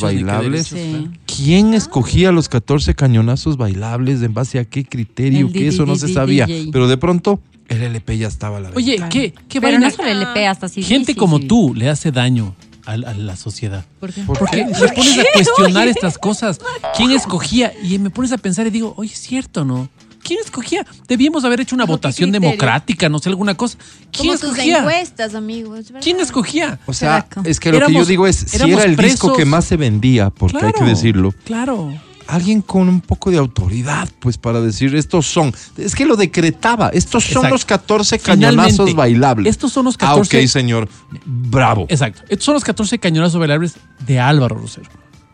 [SPEAKER 1] cañonazos
[SPEAKER 4] ni qué Ah.
[SPEAKER 1] bailables.
[SPEAKER 4] derechos,
[SPEAKER 3] Sí.
[SPEAKER 4] claro.
[SPEAKER 1] ¿Quién escogía los 14 cañonazos bailables? ¿En base a qué criterio?
[SPEAKER 3] El
[SPEAKER 1] Que eso no se sabía.
[SPEAKER 3] DDDJ.
[SPEAKER 1] Pero de pronto, el LP ya estaba a la venta.
[SPEAKER 4] Oye, ¿qué, qué
[SPEAKER 3] Pero
[SPEAKER 4] vaina?
[SPEAKER 3] no solo el LP, hasta sí.
[SPEAKER 4] Gente
[SPEAKER 3] sí,
[SPEAKER 4] como
[SPEAKER 3] sí.
[SPEAKER 4] tú le hace daño a, la- a la sociedad.
[SPEAKER 3] ¿Por qué?
[SPEAKER 4] Porque me pones a cuestionar estas cosas. ¿Quién escogía? Y me pones a pensar y digo, oye, es cierto, ¿no? ¿Quién escogía? Debíamos haber hecho una
[SPEAKER 2] ¿Bajo qué
[SPEAKER 4] votación
[SPEAKER 2] criterio?
[SPEAKER 4] democrática, no sé, alguna cosa. ¿Quién
[SPEAKER 2] Como tus
[SPEAKER 4] escogía?
[SPEAKER 2] encuestas, amigos. ¿verdad?
[SPEAKER 4] ¿Quién escogía?
[SPEAKER 1] o sea,
[SPEAKER 3] Caraca.
[SPEAKER 1] es que lo que yo
[SPEAKER 4] Éramos-
[SPEAKER 1] digo es, si
[SPEAKER 4] éramos
[SPEAKER 1] era el disco
[SPEAKER 4] presos.
[SPEAKER 1] que más se vendía, porque hay que decirlo,
[SPEAKER 4] Claro.
[SPEAKER 1] alguien con un poco de autoridad, pues para decir, estos son, es que lo decretaba, estos son
[SPEAKER 4] Exacto.
[SPEAKER 1] los 14
[SPEAKER 4] Finalmente,
[SPEAKER 1] cañonazos bailables.
[SPEAKER 4] Estos son los
[SPEAKER 1] Ah,
[SPEAKER 4] 14.
[SPEAKER 1] ok, señor, bravo.
[SPEAKER 4] Exacto. Estos son los 14 cañonazos bailables de Álvaro Rosero.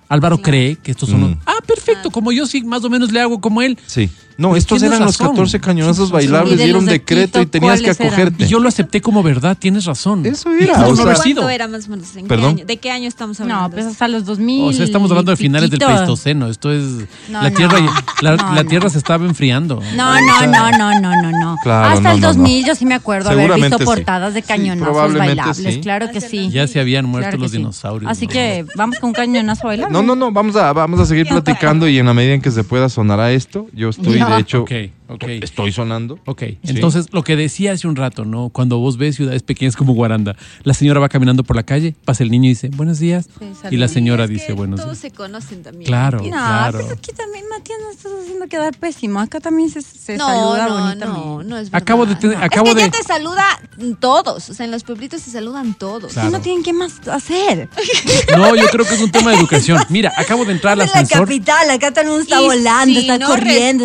[SPEAKER 4] Álvaro cree que estos son
[SPEAKER 1] Mm.
[SPEAKER 4] los- Ah, perfecto. Como yo sí más o menos le hago como él.
[SPEAKER 1] Sí. No,
[SPEAKER 3] Pues
[SPEAKER 4] Pero
[SPEAKER 1] estos
[SPEAKER 4] tienes
[SPEAKER 1] eran los
[SPEAKER 4] razón.
[SPEAKER 1] 14 cañonazos
[SPEAKER 4] Sí,
[SPEAKER 1] bailables,
[SPEAKER 3] Y de
[SPEAKER 1] dieron
[SPEAKER 3] los de
[SPEAKER 1] decreto y
[SPEAKER 3] Quito,
[SPEAKER 1] tenías que
[SPEAKER 3] ¿cuáles eran?
[SPEAKER 1] acogerte.
[SPEAKER 4] Y yo lo acepté como verdad, tienes razón.
[SPEAKER 1] Eso era,
[SPEAKER 4] Pudo
[SPEAKER 1] o
[SPEAKER 4] no
[SPEAKER 1] sea-
[SPEAKER 4] haber sido.
[SPEAKER 2] ¿Cuánto era más o menos? ¿En qué
[SPEAKER 1] Perdón.
[SPEAKER 2] año? ¿De qué año estamos hablando?
[SPEAKER 3] No, pues hasta los 2000.
[SPEAKER 4] O sea, estamos hablando de finales del
[SPEAKER 3] piquito.
[SPEAKER 4] Pleistoceno. Esto es.
[SPEAKER 3] No,
[SPEAKER 4] la
[SPEAKER 3] no.
[SPEAKER 4] tierra, la,
[SPEAKER 3] No,
[SPEAKER 4] la
[SPEAKER 3] no.
[SPEAKER 4] tierra se estaba enfriando.
[SPEAKER 3] No, no, no, no, no, no, no.
[SPEAKER 1] Claro,
[SPEAKER 3] Hasta
[SPEAKER 1] no,
[SPEAKER 3] el
[SPEAKER 1] no, no.
[SPEAKER 3] 2000 yo sí me acuerdo haber visto
[SPEAKER 1] Seguramente sí.
[SPEAKER 3] portadas de
[SPEAKER 1] Sí,
[SPEAKER 3] cañonazos
[SPEAKER 1] probablemente
[SPEAKER 3] bailables,
[SPEAKER 1] sí.
[SPEAKER 3] claro que sí.
[SPEAKER 4] Ya se habían muerto
[SPEAKER 3] Claro que
[SPEAKER 4] los
[SPEAKER 3] sí.
[SPEAKER 4] dinosaurios.
[SPEAKER 3] Así
[SPEAKER 4] ¿no?
[SPEAKER 3] que vamos con un cañonazo bailable.
[SPEAKER 1] No, no, no, vamos a, vamos a seguir platicando y en la medida en que se pueda sonar a esto, yo estoy,
[SPEAKER 3] Ya.
[SPEAKER 1] de hecho,
[SPEAKER 4] Ok, ok.
[SPEAKER 1] estoy sonando.
[SPEAKER 4] Ok, entonces lo que decía hace un rato, ¿no? Cuando vos ves ciudades pequeñas como Guaranda, la señora va caminando por la calle, pasa el niño y dice, buenos días. y la
[SPEAKER 3] saludos.
[SPEAKER 4] señora
[SPEAKER 2] Es que
[SPEAKER 4] dice, buenos
[SPEAKER 2] Todos
[SPEAKER 4] días.
[SPEAKER 2] se conocen también.
[SPEAKER 4] Claro,
[SPEAKER 3] No,
[SPEAKER 4] claro.
[SPEAKER 3] pues aquí también, Matías, nos estás haciendo quedar pésimo. Acá también se, se
[SPEAKER 2] No,
[SPEAKER 3] saluda
[SPEAKER 2] no,
[SPEAKER 3] bonitamente.
[SPEAKER 2] no, no es verdad.
[SPEAKER 4] Acabo de tener-
[SPEAKER 2] No.
[SPEAKER 4] acabo
[SPEAKER 2] es que
[SPEAKER 4] de-
[SPEAKER 2] ya te saluda todos, o sea, en los pueblitos se saludan todos.
[SPEAKER 3] Es que no tienen qué más hacer.
[SPEAKER 4] No, yo creo que es un tema de educación. Mira, acabo de entrar al
[SPEAKER 3] Es la
[SPEAKER 4] ascensor.
[SPEAKER 3] capital, acá todo el mundo está
[SPEAKER 2] Y
[SPEAKER 3] volando,
[SPEAKER 2] si
[SPEAKER 3] está
[SPEAKER 2] no
[SPEAKER 3] corriendo,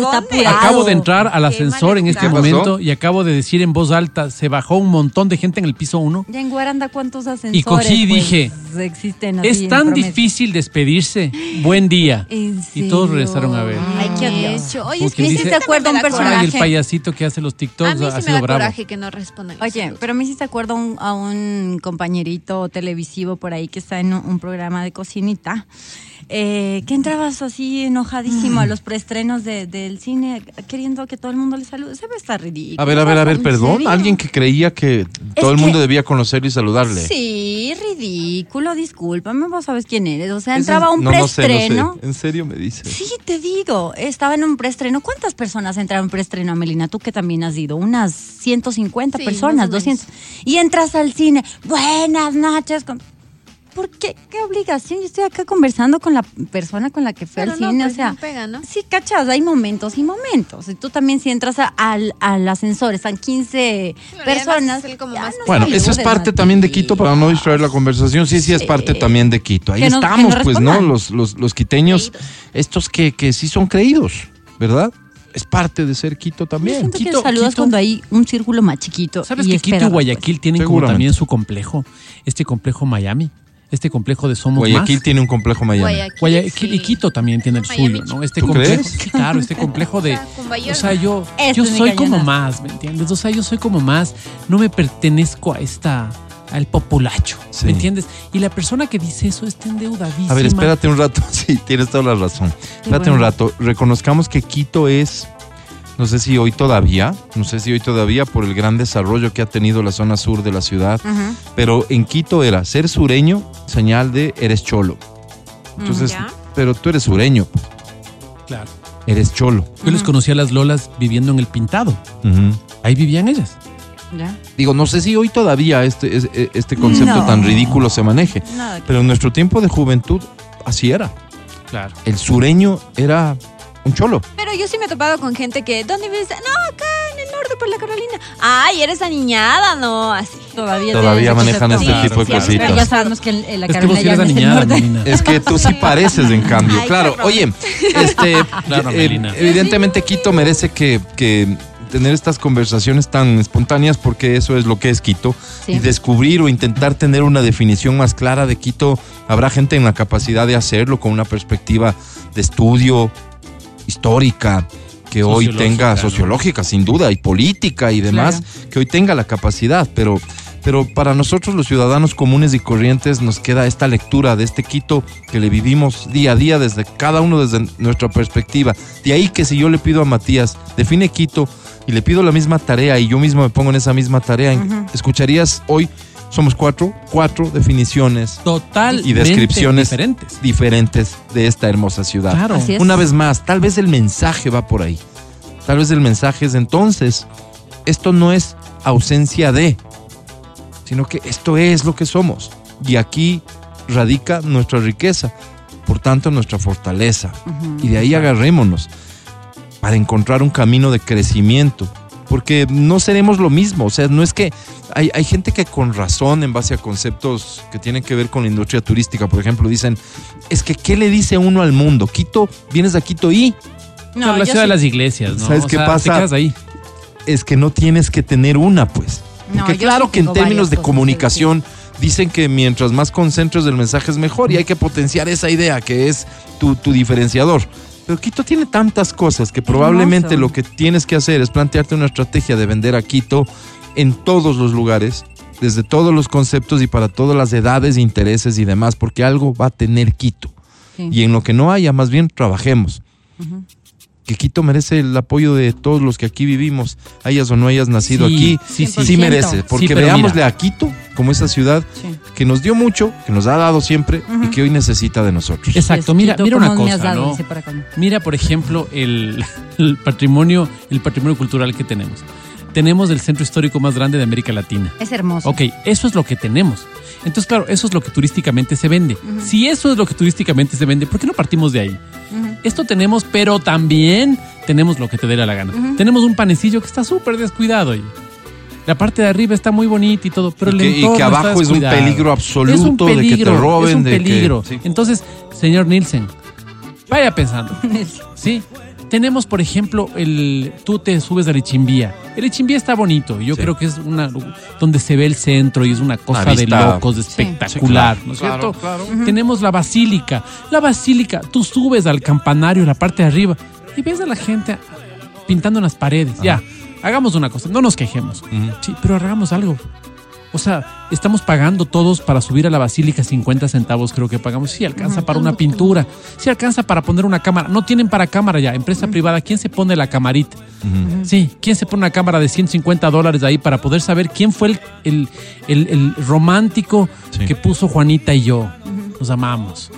[SPEAKER 2] responde.
[SPEAKER 3] está apurado.
[SPEAKER 4] Acabo de entrar al
[SPEAKER 2] Qué
[SPEAKER 4] ascensor en este
[SPEAKER 2] maleducado.
[SPEAKER 1] ¿Qué pasó?
[SPEAKER 4] momento y acabo de decir en voz alta, se bajó un montón de gente en el piso 1.
[SPEAKER 3] Ya en Guaranda, ¿cuántos ascensores?
[SPEAKER 4] cogí y
[SPEAKER 3] pues,
[SPEAKER 4] dije,
[SPEAKER 3] Existen así
[SPEAKER 4] Es
[SPEAKER 3] en
[SPEAKER 4] tan
[SPEAKER 3] promedio?
[SPEAKER 4] difícil despedirse. Buen día.
[SPEAKER 3] ¿En
[SPEAKER 4] Y todos
[SPEAKER 3] serio?
[SPEAKER 4] regresaron a ver.
[SPEAKER 2] Ay, qué
[SPEAKER 3] odioso.
[SPEAKER 2] odioso. Oye, es
[SPEAKER 4] Porque
[SPEAKER 2] que
[SPEAKER 4] dice-
[SPEAKER 2] sí se acuerda un
[SPEAKER 4] Ay,
[SPEAKER 2] personaje.
[SPEAKER 4] el payasito que hace los
[SPEAKER 2] A
[SPEAKER 4] TikToks
[SPEAKER 2] mí
[SPEAKER 4] ha
[SPEAKER 2] sí me
[SPEAKER 4] sido
[SPEAKER 2] da
[SPEAKER 4] bravo.
[SPEAKER 2] coraje que no respondan. los
[SPEAKER 3] Oye,
[SPEAKER 2] saludos.
[SPEAKER 3] pero me hiciste acuerdo a un, a un compañerito televisivo por ahí que está en un, un programa de cocinita, eh, que entrabas así enojadísimo
[SPEAKER 1] Mm.
[SPEAKER 3] a los preestrenos de- del cine, queriendo que todo el mundo le salude. Se ve estar ridículo.
[SPEAKER 1] A ver, a ver, a ver,
[SPEAKER 3] ¿En
[SPEAKER 1] perdón,
[SPEAKER 3] serio?
[SPEAKER 1] alguien que creía que todo el
[SPEAKER 3] que-
[SPEAKER 1] mundo debía conocerlo y saludarle.
[SPEAKER 3] Sí, ridículo, discúlpame, vos sabes quién eres. O sea,
[SPEAKER 1] Ese es-
[SPEAKER 3] entraba a un
[SPEAKER 1] no, no sé, no sé.
[SPEAKER 3] preestreno.
[SPEAKER 1] En serio me dice.
[SPEAKER 3] Sí, te digo, estaba en un preestreno. ¿Cuántas personas entraron en preestreno, Melina? Tú que también has ido, unas 150
[SPEAKER 2] Sí, más
[SPEAKER 3] personas,
[SPEAKER 2] o menos.
[SPEAKER 3] 200. Y entras al cine, buenas noches. con- ¿Por qué? ¿Qué obligación? Yo estoy acá conversando con la persona con la que fue
[SPEAKER 2] Pero
[SPEAKER 3] al
[SPEAKER 2] no,
[SPEAKER 3] cine,
[SPEAKER 2] pues,
[SPEAKER 3] o sea.
[SPEAKER 2] no pega, ¿no?
[SPEAKER 3] Sí, cachas, hay momentos y momentos. Y tú también si entras a- al, al ascensor, están 15
[SPEAKER 2] Claro, y además
[SPEAKER 3] personas.
[SPEAKER 2] es el como
[SPEAKER 3] ya
[SPEAKER 2] más-
[SPEAKER 3] no
[SPEAKER 1] Bueno,
[SPEAKER 3] saludes,
[SPEAKER 1] eso es parte también de Quito para no distraer la conversación. Sí, sí, es parte también de Quito. Ahí
[SPEAKER 3] Que no- que
[SPEAKER 1] estamos,
[SPEAKER 3] no
[SPEAKER 1] pues, ¿no?
[SPEAKER 3] respondan.
[SPEAKER 1] Los, los, los quiteños, estos que, que sí son creídos, ¿verdad? Es parte de ser Quito
[SPEAKER 3] Yo
[SPEAKER 1] también.
[SPEAKER 3] siento
[SPEAKER 4] Quito-
[SPEAKER 3] que saludas
[SPEAKER 4] Quito-
[SPEAKER 3] cuando hay un círculo más chiquito.
[SPEAKER 4] ¿Sabes
[SPEAKER 3] y pues.
[SPEAKER 4] que Quito y
[SPEAKER 3] esperas,
[SPEAKER 2] pues.
[SPEAKER 4] Guayaquil tienen como
[SPEAKER 1] Seguramente.
[SPEAKER 4] también su complejo? Este complejo Miami, este complejo de Somos
[SPEAKER 1] Guayaquil
[SPEAKER 4] Más.
[SPEAKER 1] tiene un complejo Miami.
[SPEAKER 2] Guayaquil,
[SPEAKER 4] Guayaquil
[SPEAKER 2] sí.
[SPEAKER 4] y Quito también tiene el
[SPEAKER 2] Miami,
[SPEAKER 4] suyo, ¿no? Este
[SPEAKER 1] ¿Tú
[SPEAKER 4] complejo,
[SPEAKER 1] crees?
[SPEAKER 4] Sí, claro, este complejo de
[SPEAKER 2] sea, con Vallarta.
[SPEAKER 4] O sea, yo
[SPEAKER 3] Este
[SPEAKER 4] yo
[SPEAKER 3] es mi
[SPEAKER 4] soy como
[SPEAKER 3] cañonazo.
[SPEAKER 4] más, ¿me entiendes? O sea, yo soy como más, no me pertenezco a esta al populacho,
[SPEAKER 1] Sí.
[SPEAKER 4] ¿me entiendes? Y la persona que dice eso está endeudadísima.
[SPEAKER 1] A ver, espérate un rato. Sí, tienes toda la razón. Espérate un
[SPEAKER 3] bueno.
[SPEAKER 1] rato. Reconozcamos que Quito es No sé si hoy todavía, no sé si hoy todavía por el gran desarrollo que ha tenido la zona sur de la ciudad,
[SPEAKER 3] Ajá.
[SPEAKER 1] pero en Quito era ser sureño, señal de eres cholo. Entonces,
[SPEAKER 2] Mm, Ya.
[SPEAKER 1] pero tú eres sureño,
[SPEAKER 4] Claro.
[SPEAKER 1] eres cholo.
[SPEAKER 4] Yo les conocí a las Lolas viviendo en el pintado.
[SPEAKER 1] Ujú.
[SPEAKER 4] Ahí vivían ellas.
[SPEAKER 3] ¿Ya?
[SPEAKER 1] Digo, no sé si hoy todavía este, es- e- este concepto
[SPEAKER 3] No.
[SPEAKER 1] tan ridículo se maneje,
[SPEAKER 3] Mm.
[SPEAKER 1] pero en nuestro tiempo de juventud así era.
[SPEAKER 4] Claro.
[SPEAKER 1] El sureño era un cholo.
[SPEAKER 2] Pero yo sí me he topado con gente que, ¿dónde vives? No, acá en el norte, por la Carolina. Ay, eres aniñada, no, así.
[SPEAKER 3] Todavía,
[SPEAKER 1] Todavía
[SPEAKER 3] tienen ese
[SPEAKER 1] manejan
[SPEAKER 3] concepto.
[SPEAKER 1] este
[SPEAKER 4] Sí, tipo de sí,
[SPEAKER 1] cositas.
[SPEAKER 3] Pero ya sabemos que el- el- la
[SPEAKER 4] Es que vos
[SPEAKER 3] Carolina
[SPEAKER 4] sí eres
[SPEAKER 3] ya es
[SPEAKER 4] aniñada,
[SPEAKER 3] el norte.
[SPEAKER 4] Melina.
[SPEAKER 1] Es que tú sí pareces, en cambio.
[SPEAKER 2] Ay,
[SPEAKER 1] claro,
[SPEAKER 2] qué
[SPEAKER 1] oye, este,
[SPEAKER 4] Claro,
[SPEAKER 1] eh,
[SPEAKER 4] Melina.
[SPEAKER 1] evidentemente Quito merece que, que tener estas conversaciones tan espontáneas porque eso es lo que es Quito.
[SPEAKER 3] Sí.
[SPEAKER 1] Y descubrir o intentar tener una definición más clara de Quito, habrá gente en la capacidad de hacerlo con una perspectiva de estudio histórica que hoy
[SPEAKER 4] Sociológica,
[SPEAKER 1] tenga
[SPEAKER 4] ¿no?
[SPEAKER 1] sociológica sin duda y política y demás que hoy tenga la capacidad pero pero para nosotros los ciudadanos comunes y corrientes nos queda esta lectura de este Quito que le vivimos día a día desde cada uno desde nuestra perspectiva. De ahí que si yo le pido a Matías, define Quito y le pido la misma tarea y yo mismo me pongo en esa misma tarea, escucharías hoy, somos cuatro, cuatro definiciones
[SPEAKER 4] Total.
[SPEAKER 1] y descripciones
[SPEAKER 4] diferentes.
[SPEAKER 1] diferentes de esta hermosa ciudad.
[SPEAKER 4] Claro.
[SPEAKER 3] Así es.
[SPEAKER 1] Una vez más, tal vez el mensaje va por ahí. Tal vez el mensaje es entonces, esto no es ausencia de, sino que esto es lo que somos. Y aquí radica nuestra riqueza, por tanto nuestra fortaleza. Y de ahí agarrémonos para encontrar un camino de crecimiento. Porque no seremos lo mismo. O sea, no es que hay, hay gente que con razón, en base a conceptos que tienen que ver con la industria turística, por ejemplo, dicen, es que ¿qué le dice uno al mundo? Quito, vienes a Quito y
[SPEAKER 4] Claro, la
[SPEAKER 3] yo
[SPEAKER 4] ciudad de
[SPEAKER 3] sí-
[SPEAKER 4] las iglesias, ¿no?
[SPEAKER 1] ¿Sabes qué pasa?
[SPEAKER 4] Te quedas ahí.
[SPEAKER 1] es que no tienes que tener una, pues.
[SPEAKER 3] No,
[SPEAKER 1] Porque
[SPEAKER 3] yo
[SPEAKER 1] claro
[SPEAKER 3] sí
[SPEAKER 1] que en
[SPEAKER 3] tengo
[SPEAKER 1] términos
[SPEAKER 3] varias
[SPEAKER 1] de
[SPEAKER 3] cosas que
[SPEAKER 1] comunicación dicen que mientras más concentres el mensaje es mejor y hay que potenciar esa idea que es tu, tu diferenciador. Pero Quito tiene tantas cosas que probablemente
[SPEAKER 3] Hermoso.
[SPEAKER 1] lo que tienes que hacer es plantearte una estrategia de vender a Quito en todos los lugares, desde todos los conceptos y para todas las edades, intereses y demás, porque algo va a tener Quito.
[SPEAKER 3] Sí.
[SPEAKER 1] Y en lo que no haya, más bien trabajemos. Que Quito merece el apoyo de todos los que aquí vivimos, hayas o no hayas nacido
[SPEAKER 4] Sí,
[SPEAKER 1] aquí,
[SPEAKER 4] sí, sí.
[SPEAKER 1] sí merece, porque
[SPEAKER 4] pero
[SPEAKER 1] veámosle
[SPEAKER 4] mira.
[SPEAKER 1] a Quito como esa ciudad
[SPEAKER 3] Sí.
[SPEAKER 1] que nos dio mucho, que nos ha dado siempre y que hoy necesita de nosotros.
[SPEAKER 4] Exacto,
[SPEAKER 3] Dios,
[SPEAKER 4] mira,
[SPEAKER 3] Quito,
[SPEAKER 4] mira una
[SPEAKER 3] ¿cómo me has
[SPEAKER 4] cosa,
[SPEAKER 3] dado?
[SPEAKER 4] ¿no?
[SPEAKER 3] Dice por acá, ¿no?
[SPEAKER 4] Mira, por ejemplo, el, el patrimonio, el patrimonio cultural que tenemos. Tenemos el centro histórico más grande de América Latina.
[SPEAKER 3] Es hermoso.
[SPEAKER 4] Ok, eso es lo que tenemos. Entonces, claro, eso es lo que turísticamente se vende. Si eso es lo que turísticamente se vende, ¿por qué no partimos de ahí? Esto tenemos, pero también tenemos lo que te dé la gana. Tenemos un panecillo que está súper descuidado. oye. La parte de arriba está muy bonita y todo, pero
[SPEAKER 1] Y
[SPEAKER 4] el
[SPEAKER 1] que- y que
[SPEAKER 4] entorno está
[SPEAKER 1] abajo es un
[SPEAKER 4] descuidado.
[SPEAKER 1] peligro absoluto de que te roben,
[SPEAKER 4] Es un
[SPEAKER 1] de que-
[SPEAKER 4] peligro.
[SPEAKER 1] sí.
[SPEAKER 4] Entonces, señor Nielsen, vaya pensando. Sí. Tenemos, por ejemplo, el. Tú te subes al Echimbía. El Echimbía está bonito. Yo
[SPEAKER 1] Sí.
[SPEAKER 4] creo que es una. donde se ve el centro y es una cosa de
[SPEAKER 1] vista-
[SPEAKER 4] locos, espectacular.
[SPEAKER 1] Sí,
[SPEAKER 4] ¿No es
[SPEAKER 1] claro,
[SPEAKER 4] cierto? Tenemos la basílica. La basílica, tú subes al campanario, la parte de arriba, y ves a la gente pintando en las paredes. Ya, hagamos una cosa, no nos quejemos. Sí, pero hagamos algo. O sea, estamos pagando todos para subir a la basílica 50 centavos, creo que pagamos. Si alcanza para una pintura, si alcanza para poner una cámara. No tienen para cámara ya, empresa privada. ¿Quién se pone la camarita? Sí, ¿quién se pone una cámara de 150 dólares ahí para poder saber quién fue el, el, el- el romántico
[SPEAKER 1] Sí.
[SPEAKER 4] que puso Juanita y yo? Nos amamos.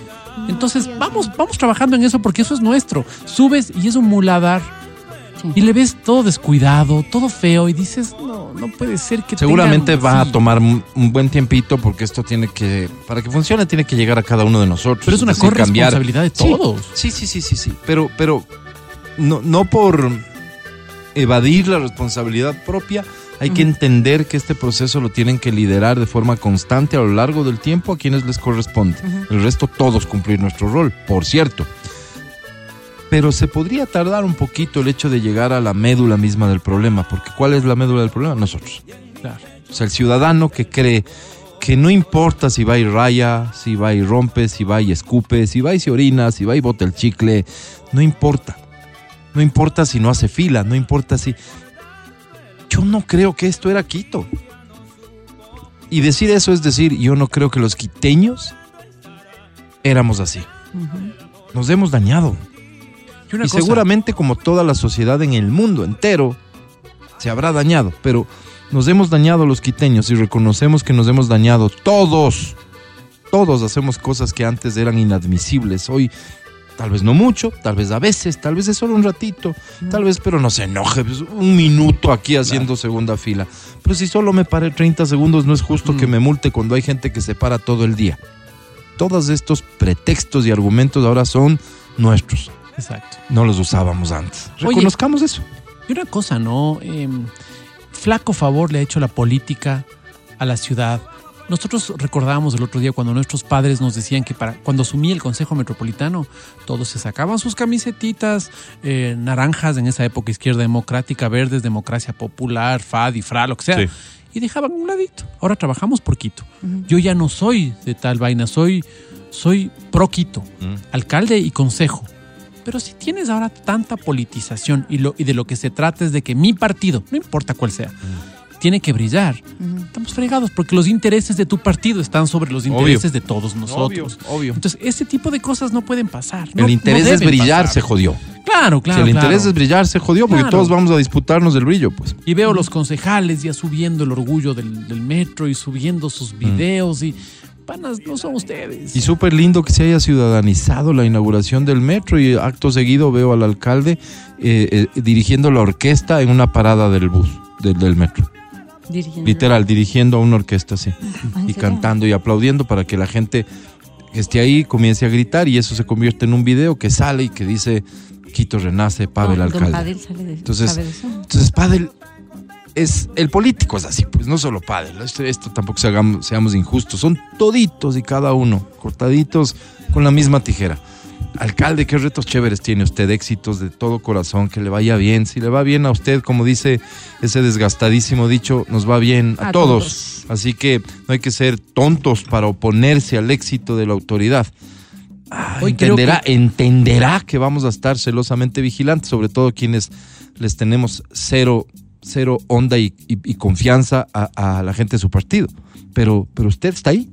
[SPEAKER 4] Entonces, vamos, vamos trabajando en eso porque eso es nuestro. Subes y es un muladar.
[SPEAKER 3] Sí.
[SPEAKER 4] Y le ves todo descuidado, todo feo, y dices, no, no puede ser que
[SPEAKER 1] Seguramente
[SPEAKER 4] tengan-
[SPEAKER 1] va
[SPEAKER 4] sí".
[SPEAKER 1] a tomar un un buen tiempito porque esto tiene que, para que funcione, tiene que llegar a cada uno de nosotros.
[SPEAKER 4] Pero es una
[SPEAKER 1] decir, cambiar.
[SPEAKER 4] corresponsabilidad de
[SPEAKER 1] Sí,
[SPEAKER 4] todos.
[SPEAKER 1] Sí, sí, sí, sí, sí. Pero, pero no, no por evadir la responsabilidad propia, hay que entender que este proceso lo tienen que liderar de forma constante a lo largo del tiempo a quienes les corresponde. El resto todos cumplir nuestro rol, por cierto. Pero se podría tardar un poquito el hecho de llegar a la médula misma del problema, porque ¿cuál es la médula del problema? Nosotros.
[SPEAKER 4] Claro.
[SPEAKER 1] O sea, el ciudadano que cree que no importa si va y raya, si va y rompe, si va y escupe, si va y se orina, si va y bota el chicle, no importa. No importa si no hace fila, no importa si... Yo no creo que esto era Quito. Y decir eso es decir, yo no creo que los quiteños éramos así. Nos hemos dañado.
[SPEAKER 4] Y una
[SPEAKER 1] y
[SPEAKER 4] cosa-
[SPEAKER 1] seguramente como toda la sociedad en el mundo entero se habrá dañado, pero nos hemos dañado los quiteños y reconocemos que nos hemos dañado todos. Todos hacemos cosas que antes eran inadmisibles. Hoy tal vez no mucho, tal vez a veces, tal vez es solo un ratito,
[SPEAKER 4] Mm.
[SPEAKER 1] tal vez pero no se enoje, pues, un minuto aquí haciendo segunda fila. Pero si solo me paré 30 segundos no es justo que me multe cuando hay gente que se para todo el día. Todos estos pretextos y argumentos ahora son nuestros
[SPEAKER 4] Exacto.
[SPEAKER 1] no los usábamos antes.
[SPEAKER 4] Oye.
[SPEAKER 1] Reconozcamos eso.
[SPEAKER 4] Y una cosa, ¿no? Eh, flaco favor le ha hecho la política a la ciudad. Nosotros recordábamos el otro día cuando nuestros padres nos decían que para cuando asumía el Consejo Metropolitano, todos se sacaban sus camisetitas eh, naranjas en esa época izquierda democrática, verdes, democracia popular, FAD y FRA, lo que sea,
[SPEAKER 6] Sí.
[SPEAKER 4] y dejaban un ladito. Ahora trabajamos por Quito. Yo ya no soy de tal vaina, soy, soy pro Quito, alcalde y consejo. Pero si tienes ahora tanta politización y, lo, y de lo que se trata es de que mi partido, no importa cuál sea, tiene que brillar, estamos fregados porque los intereses de tu partido están sobre los
[SPEAKER 1] Obvio.
[SPEAKER 4] intereses de todos nosotros.
[SPEAKER 1] obvio.
[SPEAKER 4] Entonces, este tipo de cosas no pueden pasar. no-
[SPEAKER 1] el
[SPEAKER 4] no
[SPEAKER 1] interés es
[SPEAKER 4] deben
[SPEAKER 1] brillar,
[SPEAKER 4] pasar.
[SPEAKER 1] se jodió.
[SPEAKER 4] Claro, claro.
[SPEAKER 1] si el
[SPEAKER 4] claro.
[SPEAKER 1] interés es brillar, se jodió porque
[SPEAKER 4] Claro.
[SPEAKER 1] todos vamos a disputarnos el brillo, pues.
[SPEAKER 4] Y veo los concejales ya subiendo el orgullo del, del metro y subiendo sus videos y panas, no son ustedes.
[SPEAKER 1] Y súper lindo que se haya ciudadanizado la inauguración del metro y acto seguido veo al alcalde eh, eh, dirigiendo la orquesta en una parada del bus, del, del metro.
[SPEAKER 3] Dirigiendo.
[SPEAKER 1] Literal, dirigiendo a una orquesta así.
[SPEAKER 3] Ah, ¿en
[SPEAKER 1] y
[SPEAKER 3] serio?
[SPEAKER 1] cantando y aplaudiendo para que la gente que esté ahí comience a gritar y eso se convierte en un video que sale y que dice Quito renace, Pavel
[SPEAKER 3] Don- don
[SPEAKER 1] alcalde.
[SPEAKER 3] Pavel sale de-
[SPEAKER 1] Entonces,
[SPEAKER 3] sabe de eso.
[SPEAKER 1] Entonces, Padel es. El político es así, pues no solo Padel. Esto, esto tampoco se hagamos- seamos injustos. Son toditos y cada uno, cortaditos con la misma tijera. Alcalde, qué retos chéveres tiene usted, éxitos de todo corazón, que le vaya bien. Si le va bien a usted, como dice ese desgastadísimo dicho, nos va bien a,
[SPEAKER 3] A
[SPEAKER 1] todos. Así que no hay que ser tontos para oponerse al éxito de la autoridad. Ah,
[SPEAKER 4] Hoy creo
[SPEAKER 1] entenderá, entenderá que vamos a estar celosamente vigilantes, sobre todo quienes les tenemos cero, cero onda y, y- y confianza a, a la gente de su partido. Pero, pero usted está ahí.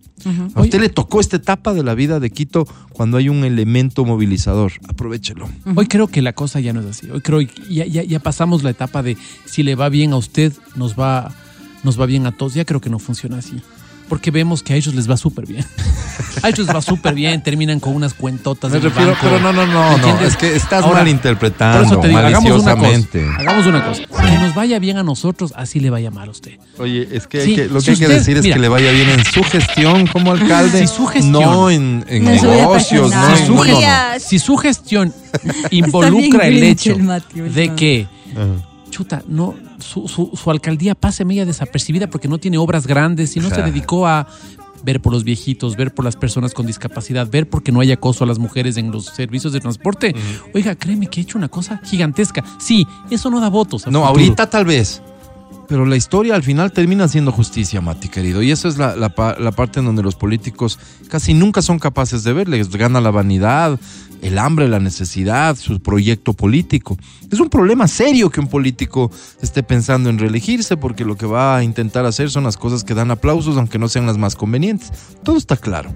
[SPEAKER 1] A usted le tocó esta etapa de la vida de Quito cuando hay un elemento movilizador. Aprovechelo.
[SPEAKER 4] Hoy creo que la cosa ya no es así. Hoy creo que ya, ya- ya pasamos la etapa de si le va bien a usted, nos va, nos va bien a todos. Ya creo que no funciona así. Porque vemos que a ellos les va súper bien. A ellos les va súper bien, terminan con unas cuentotas.
[SPEAKER 1] Me
[SPEAKER 4] del
[SPEAKER 1] refiero,
[SPEAKER 4] banco.
[SPEAKER 1] pero no, no, no, no.
[SPEAKER 4] ¿Entiendes?
[SPEAKER 1] Es que estás
[SPEAKER 4] Ahora,
[SPEAKER 1] malinterpretando
[SPEAKER 4] Por eso te digo, hagamos una cosa.
[SPEAKER 1] maliciosamente.
[SPEAKER 4] Hagamos una cosa. Que nos vaya bien a nosotros, así le vaya mal a usted.
[SPEAKER 1] Oye, es que, hay
[SPEAKER 4] Sí,
[SPEAKER 1] que- lo que
[SPEAKER 4] si
[SPEAKER 1] hay que
[SPEAKER 4] usted-
[SPEAKER 1] decir es
[SPEAKER 4] mira.
[SPEAKER 1] que le vaya bien en su gestión como alcalde,
[SPEAKER 4] Si su gestión-
[SPEAKER 1] no en, en
[SPEAKER 3] No en su vida
[SPEAKER 1] negocios,
[SPEAKER 3] personal.
[SPEAKER 1] no
[SPEAKER 4] Si
[SPEAKER 1] en
[SPEAKER 4] su
[SPEAKER 1] no, no, no.
[SPEAKER 2] gestión-
[SPEAKER 4] Si su gestión involucra el
[SPEAKER 3] bien grinch
[SPEAKER 4] hecho
[SPEAKER 3] el Matthew,
[SPEAKER 4] de
[SPEAKER 3] ¿no?
[SPEAKER 4] que, chuta, no, su, su- su alcaldía pase media desapercibida porque no tiene obras grandes y no se
[SPEAKER 1] Ajá.
[SPEAKER 4] dedicó a ver por los viejitos, ver por las personas con discapacidad, ver porque no hay acoso a las mujeres en los servicios de transporte. Oiga, créeme que he hecho una cosa gigantesca. Sí, eso no da votos. a
[SPEAKER 1] No,
[SPEAKER 4] futuro.
[SPEAKER 1] ahorita tal vez. Pero la historia al final termina siendo justicia, Mati, querido. Y esa es la, la pa- la parte en donde los políticos casi nunca son capaces de ver. Les gana la vanidad, el hambre, la necesidad, su proyecto político. Es un problema serio que un político esté pensando en reelegirse porque lo que va a intentar hacer son las cosas que dan aplausos, aunque no sean las más convenientes. Todo está claro.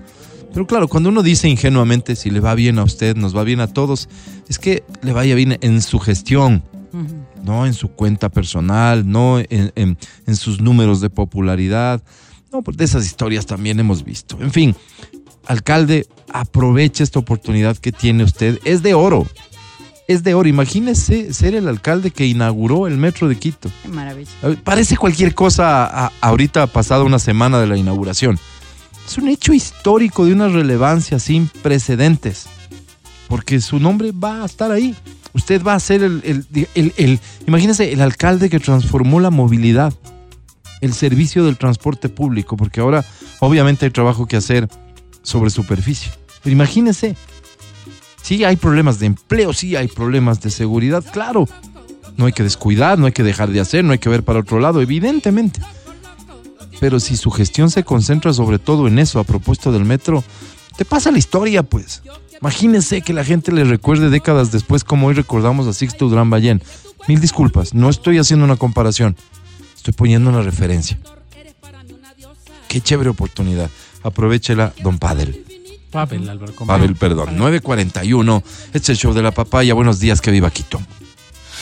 [SPEAKER 1] Pero claro, cuando uno dice ingenuamente, si le va bien a usted, nos va bien a todos, es que le vaya bien en su gestión no en su cuenta personal, no en, en- en sus números de popularidad. No, pues de esas historias también hemos visto. En fin, alcalde, aproveche esta oportunidad que tiene usted. Es de oro. Es de oro. Imagínese ser el alcalde que inauguró el metro de Quito.
[SPEAKER 3] Qué maravilla.
[SPEAKER 1] A ver, Parece cualquier cosa a- a- ahorita pasada una semana de la inauguración. Es un hecho histórico de una relevancia sin precedentes. Porque su nombre va a estar ahí. Usted va a ser el, el- el- el- imagínese, el alcalde que transformó la movilidad, el servicio del transporte público, porque ahora obviamente hay trabajo que hacer sobre superficie. Pero imagínese, sí hay problemas de empleo, sí hay problemas de seguridad, claro, no hay que descuidar, no hay que dejar de hacer, no hay que ver para otro lado, evidentemente. Pero si su gestión se concentra sobre todo en eso a propósito del metro, te pasa la historia, pues. Imagínense que la gente le recuerde décadas después como hoy recordamos a Sixto Durán Ballén. Mil disculpas, no estoy haciendo una comparación, estoy poniendo una referencia. Qué chévere oportunidad. Aprovechela, don Padel.
[SPEAKER 4] Pavel Albercón.
[SPEAKER 1] Pavel, perdón, 941. Este es el show de la papaya. Buenos días, que viva Quito.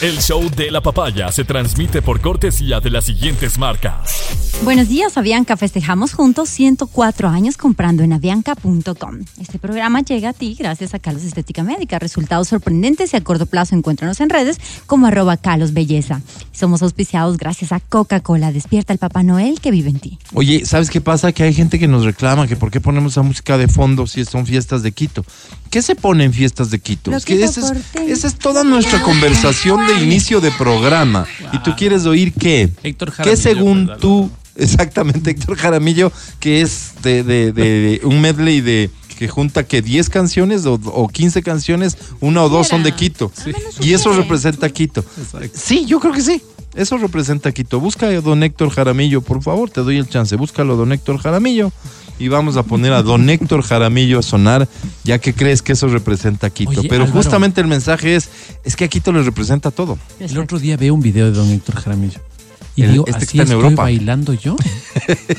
[SPEAKER 5] El show de la papaya se transmite por cortesía de las siguientes marcas.
[SPEAKER 3] Buenos días, Avianca. Festejamos juntos 104 años comprando en avianca.com. Este programa llega a ti gracias a Carlos Estética Médica. Resultados sorprendentes y a corto plazo encuéntranos en redes como arroba Carlos Belleza. Somos auspiciados gracias a Coca-Cola. Despierta el Papá Noel que vive en ti.
[SPEAKER 1] Oye, ¿sabes qué pasa? Que hay gente que nos reclama que por qué ponemos esa música de fondo si son fiestas de Quito. ¿Qué se pone en fiestas de Quito?
[SPEAKER 3] Lo
[SPEAKER 1] Es
[SPEAKER 3] que
[SPEAKER 1] que esa es,
[SPEAKER 3] soporte.
[SPEAKER 1] esa es toda nuestra conversación de inicio de programa. ¿Y tú quieres oír qué?
[SPEAKER 4] Héctor
[SPEAKER 1] ¿Qué
[SPEAKER 4] Jaramillo,
[SPEAKER 1] según
[SPEAKER 4] pues,
[SPEAKER 1] tú, exactamente, Héctor Jaramillo, que es de, de- de- de un medley de que junta que 10 canciones o, o 15 canciones, una o dos son de Quito? Y eso representa Quito. Sí, yo creo que sí. Eso representa Quito. Busca a don Héctor Jaramillo, por favor, te doy el chance. Búscalo, don Héctor Jaramillo. Y vamos a poner a don Héctor Jaramillo a sonar, ya que crees que eso representa Quito.
[SPEAKER 4] Oye,
[SPEAKER 1] Pero
[SPEAKER 4] Álvaro.
[SPEAKER 1] justamente el mensaje es, es que a Quito le representa todo.
[SPEAKER 4] El otro día veo un video de don Héctor Jaramillo. Y
[SPEAKER 1] El-
[SPEAKER 4] digo,
[SPEAKER 1] este que
[SPEAKER 4] ¿así
[SPEAKER 1] está en
[SPEAKER 4] estoy
[SPEAKER 1] Europa.
[SPEAKER 4] bailando yo?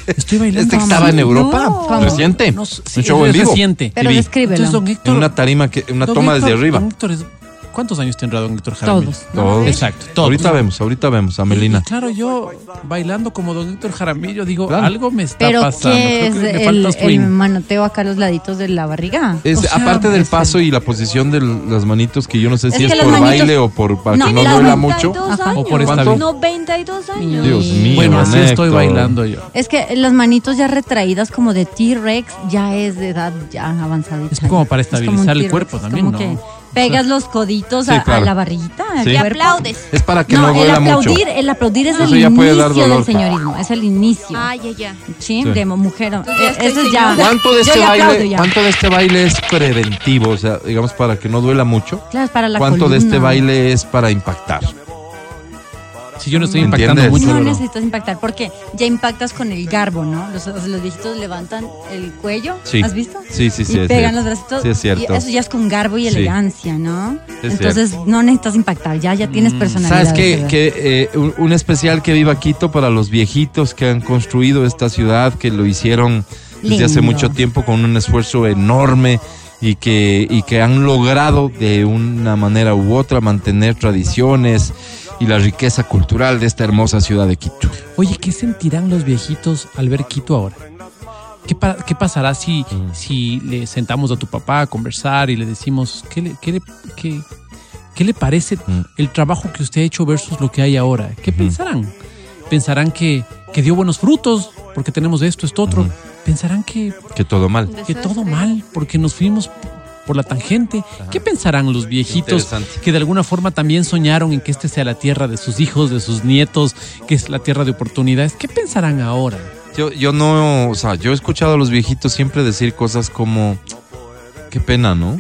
[SPEAKER 4] Estoy bailando
[SPEAKER 1] Este que
[SPEAKER 4] así.
[SPEAKER 1] estaba en Europa,
[SPEAKER 3] No.
[SPEAKER 1] reciente.
[SPEAKER 4] No sé, sí,
[SPEAKER 1] un show
[SPEAKER 4] es
[SPEAKER 1] en vivo.
[SPEAKER 4] reciente.
[SPEAKER 3] Pero
[SPEAKER 1] vi.
[SPEAKER 3] descríbelo.
[SPEAKER 4] Entonces, don Héctor...
[SPEAKER 1] En una tarima, que, una
[SPEAKER 4] don
[SPEAKER 1] toma desde
[SPEAKER 4] Héctor-
[SPEAKER 1] arriba.
[SPEAKER 4] don Héctor es- ¿Cuántos años tendrá don Héctor Jaramillo?
[SPEAKER 3] Todos.
[SPEAKER 1] Todos.
[SPEAKER 4] Exacto, todos.
[SPEAKER 1] Ahorita vemos, ahorita vemos, a Melina.
[SPEAKER 4] Y claro, yo bailando como don Héctor Jaramillo, digo,
[SPEAKER 1] Claro.
[SPEAKER 4] algo me está
[SPEAKER 3] Pero
[SPEAKER 4] pasando. Creo
[SPEAKER 3] ¿qué es
[SPEAKER 4] que le
[SPEAKER 3] el,
[SPEAKER 4] falta swing.
[SPEAKER 3] el manoteo acá a los laditos de la barriga?
[SPEAKER 1] Es,
[SPEAKER 4] O sea,
[SPEAKER 1] aparte del
[SPEAKER 4] es el-
[SPEAKER 1] paso y la posición de las manitos, que yo no sé si
[SPEAKER 3] pues, eh, Es
[SPEAKER 1] es,
[SPEAKER 3] que las
[SPEAKER 1] por
[SPEAKER 3] manitos-
[SPEAKER 1] baile o por para
[SPEAKER 3] No,
[SPEAKER 1] que no
[SPEAKER 3] las
[SPEAKER 1] duela mucho.
[SPEAKER 2] 92
[SPEAKER 3] Ajá.
[SPEAKER 2] años.
[SPEAKER 4] O por esta
[SPEAKER 1] ¿Cuánto?
[SPEAKER 4] vida.
[SPEAKER 2] 92 años.
[SPEAKER 1] Dios mío.
[SPEAKER 4] Bueno, así estoy
[SPEAKER 1] Héctor.
[SPEAKER 4] bailando yo.
[SPEAKER 3] Es que las manitos ya retraídas como de T-Rex ya es de edad ya avanzadita.
[SPEAKER 4] Es como para
[SPEAKER 3] Es como un
[SPEAKER 4] estabilizar el
[SPEAKER 3] T-Rex,
[SPEAKER 4] cuerpo
[SPEAKER 3] es
[SPEAKER 4] también,
[SPEAKER 3] como
[SPEAKER 4] ¿no?
[SPEAKER 3] que pegas los coditos
[SPEAKER 1] Sí,
[SPEAKER 3] a, a
[SPEAKER 1] claro.
[SPEAKER 3] la barriguita. al
[SPEAKER 1] Sí.
[SPEAKER 2] Y
[SPEAKER 3] cuerpo.
[SPEAKER 2] aplaudes.
[SPEAKER 1] Es para que no,
[SPEAKER 3] el
[SPEAKER 1] duela mucho.
[SPEAKER 3] aplaudir, el aplaudir es
[SPEAKER 1] Eso
[SPEAKER 3] el
[SPEAKER 1] ya puede dar
[SPEAKER 3] inicio del
[SPEAKER 1] dolor.
[SPEAKER 3] señorismo, es el inicio.
[SPEAKER 2] Ay, ay, ay.
[SPEAKER 3] sí,
[SPEAKER 1] Sí.
[SPEAKER 3] de mujer. eh,
[SPEAKER 2] Ah, ya estoy
[SPEAKER 3] Eso es ya.
[SPEAKER 2] señora.
[SPEAKER 1] ¿Cuánto de,
[SPEAKER 3] Yo
[SPEAKER 1] este
[SPEAKER 3] le aplaudo
[SPEAKER 1] baile,
[SPEAKER 3] ya.
[SPEAKER 1] ¿Cuánto de este baile es preventivo? O sea, digamos, para que no duela mucho.
[SPEAKER 3] Claro, es para la
[SPEAKER 1] ¿Cuánto de
[SPEAKER 3] columna.
[SPEAKER 1] este baile es para impactar?
[SPEAKER 4] Si yo no estoy impactando
[SPEAKER 1] ¿Entiendes?
[SPEAKER 4] mucho.
[SPEAKER 3] No
[SPEAKER 1] Claro.
[SPEAKER 3] necesitas impactar porque ya impactas con el garbo, ¿no? Los, los viejitos levantan el cuello,
[SPEAKER 1] Sí.
[SPEAKER 3] ¿has visto?
[SPEAKER 1] Sí, sí, sí.
[SPEAKER 3] y
[SPEAKER 1] es
[SPEAKER 3] pegan
[SPEAKER 1] cierto.
[SPEAKER 3] los bracitos.
[SPEAKER 1] Sí, es cierto.
[SPEAKER 3] Y eso ya es con garbo y
[SPEAKER 1] Sí.
[SPEAKER 3] elegancia, ¿no?
[SPEAKER 1] Es Mm.
[SPEAKER 3] Entonces no necesitas impactar, ya, ya tienes personalidad.
[SPEAKER 1] ¿Sabes qué?
[SPEAKER 3] ¿verdad?
[SPEAKER 1] Que, eh, un, un especial que viva Quito para los viejitos que han construido esta ciudad, que lo hicieron desde hace
[SPEAKER 3] Lindo.
[SPEAKER 1] mucho tiempo con un esfuerzo enorme y que, y que han logrado de una manera u otra mantener tradiciones y la riqueza cultural de esta hermosa ciudad de Quito.
[SPEAKER 4] Oye, ¿qué sentirán los viejitos al ver Quito ahora? ¿Qué, pa- qué pasará si,
[SPEAKER 1] Mm.
[SPEAKER 4] si le sentamos a tu papá a conversar y le decimos, ¿qué le, qué le- qué- qué le parece
[SPEAKER 1] Mm.
[SPEAKER 4] el trabajo que usted ha hecho versus lo que hay ahora? ¿Qué pensarán? ¿Pensarán que, que dio buenos frutos porque tenemos esto, esto, otro?
[SPEAKER 1] Ujú.
[SPEAKER 4] ¿Pensarán que,
[SPEAKER 1] Que todo mal.
[SPEAKER 4] que todo mal porque nos fuimos por la tangente? ¿Qué pensarán los viejitos
[SPEAKER 1] Interesante.
[SPEAKER 4] que de alguna forma también soñaron en que este sea la tierra de sus hijos, de sus nietos, que es la tierra de oportunidades. ¿Qué pensarán ahora?
[SPEAKER 1] Yo, yo no, o sea, yo he escuchado a los viejitos siempre decir cosas como, qué pena, ¿no?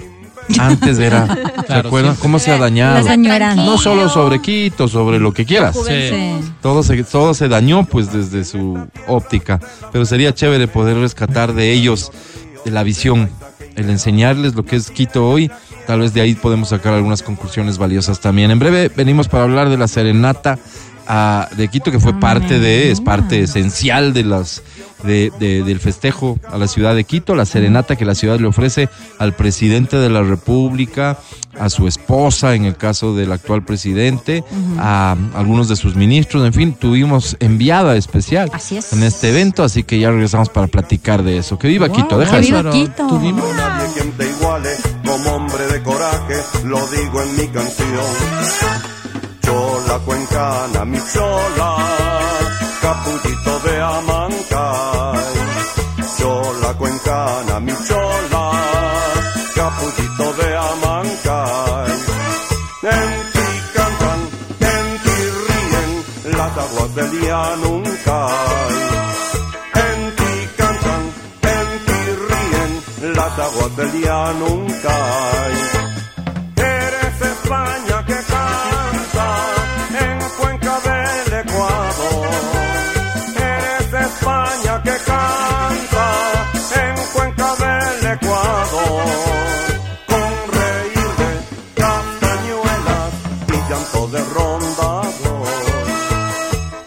[SPEAKER 1] Antes era, ¿se
[SPEAKER 4] Claro,
[SPEAKER 1] acuerdan?
[SPEAKER 4] sí.
[SPEAKER 1] ¿Cómo se ha
[SPEAKER 3] La
[SPEAKER 1] dañado?
[SPEAKER 3] señora.
[SPEAKER 1] No solo sobre Quito, sobre lo que quieras.
[SPEAKER 3] Sí.
[SPEAKER 1] Todo se, todo se dañó pues desde su óptica, pero sería chévere poder rescatar de ellos de la visión, el enseñarles lo que es Quito hoy, tal vez de ahí podemos sacar algunas conclusiones valiosas también. En breve venimos para hablar de la serenata ah, de Quito, que fue
[SPEAKER 3] Ah,
[SPEAKER 1] parte de, es
[SPEAKER 3] mira.
[SPEAKER 1] parte esencial de las... de- de- del festejo a la ciudad de Quito, la serenata que la ciudad le ofrece al presidente de la República, a su esposa, en el caso del actual presidente, a algunos de sus ministros, en fin, tuvimos enviada especial
[SPEAKER 3] Así es.
[SPEAKER 1] en este evento, así que ya regresamos para platicar de eso. Que viva Quito, deja
[SPEAKER 3] que
[SPEAKER 1] eso.
[SPEAKER 3] viva Quito.
[SPEAKER 4] Tuvimos-
[SPEAKER 6] nadie quien te iguale, como hombre de coraje, lo digo en mi canción. Chola cuencana, mi chola, capullito de Amancay. Chola cuencana, mi chola, capullito de Amancay. En ti cantan, en ti ríen las aguas del Yanuncay. En ti cantan, en ti ríen, las aguas del día nunca hay. Eres España que canta en Cuenca del Ecuador. Eres España que canta en Cuenca del Ecuador. Con reír de castañuelas y llanto de rondador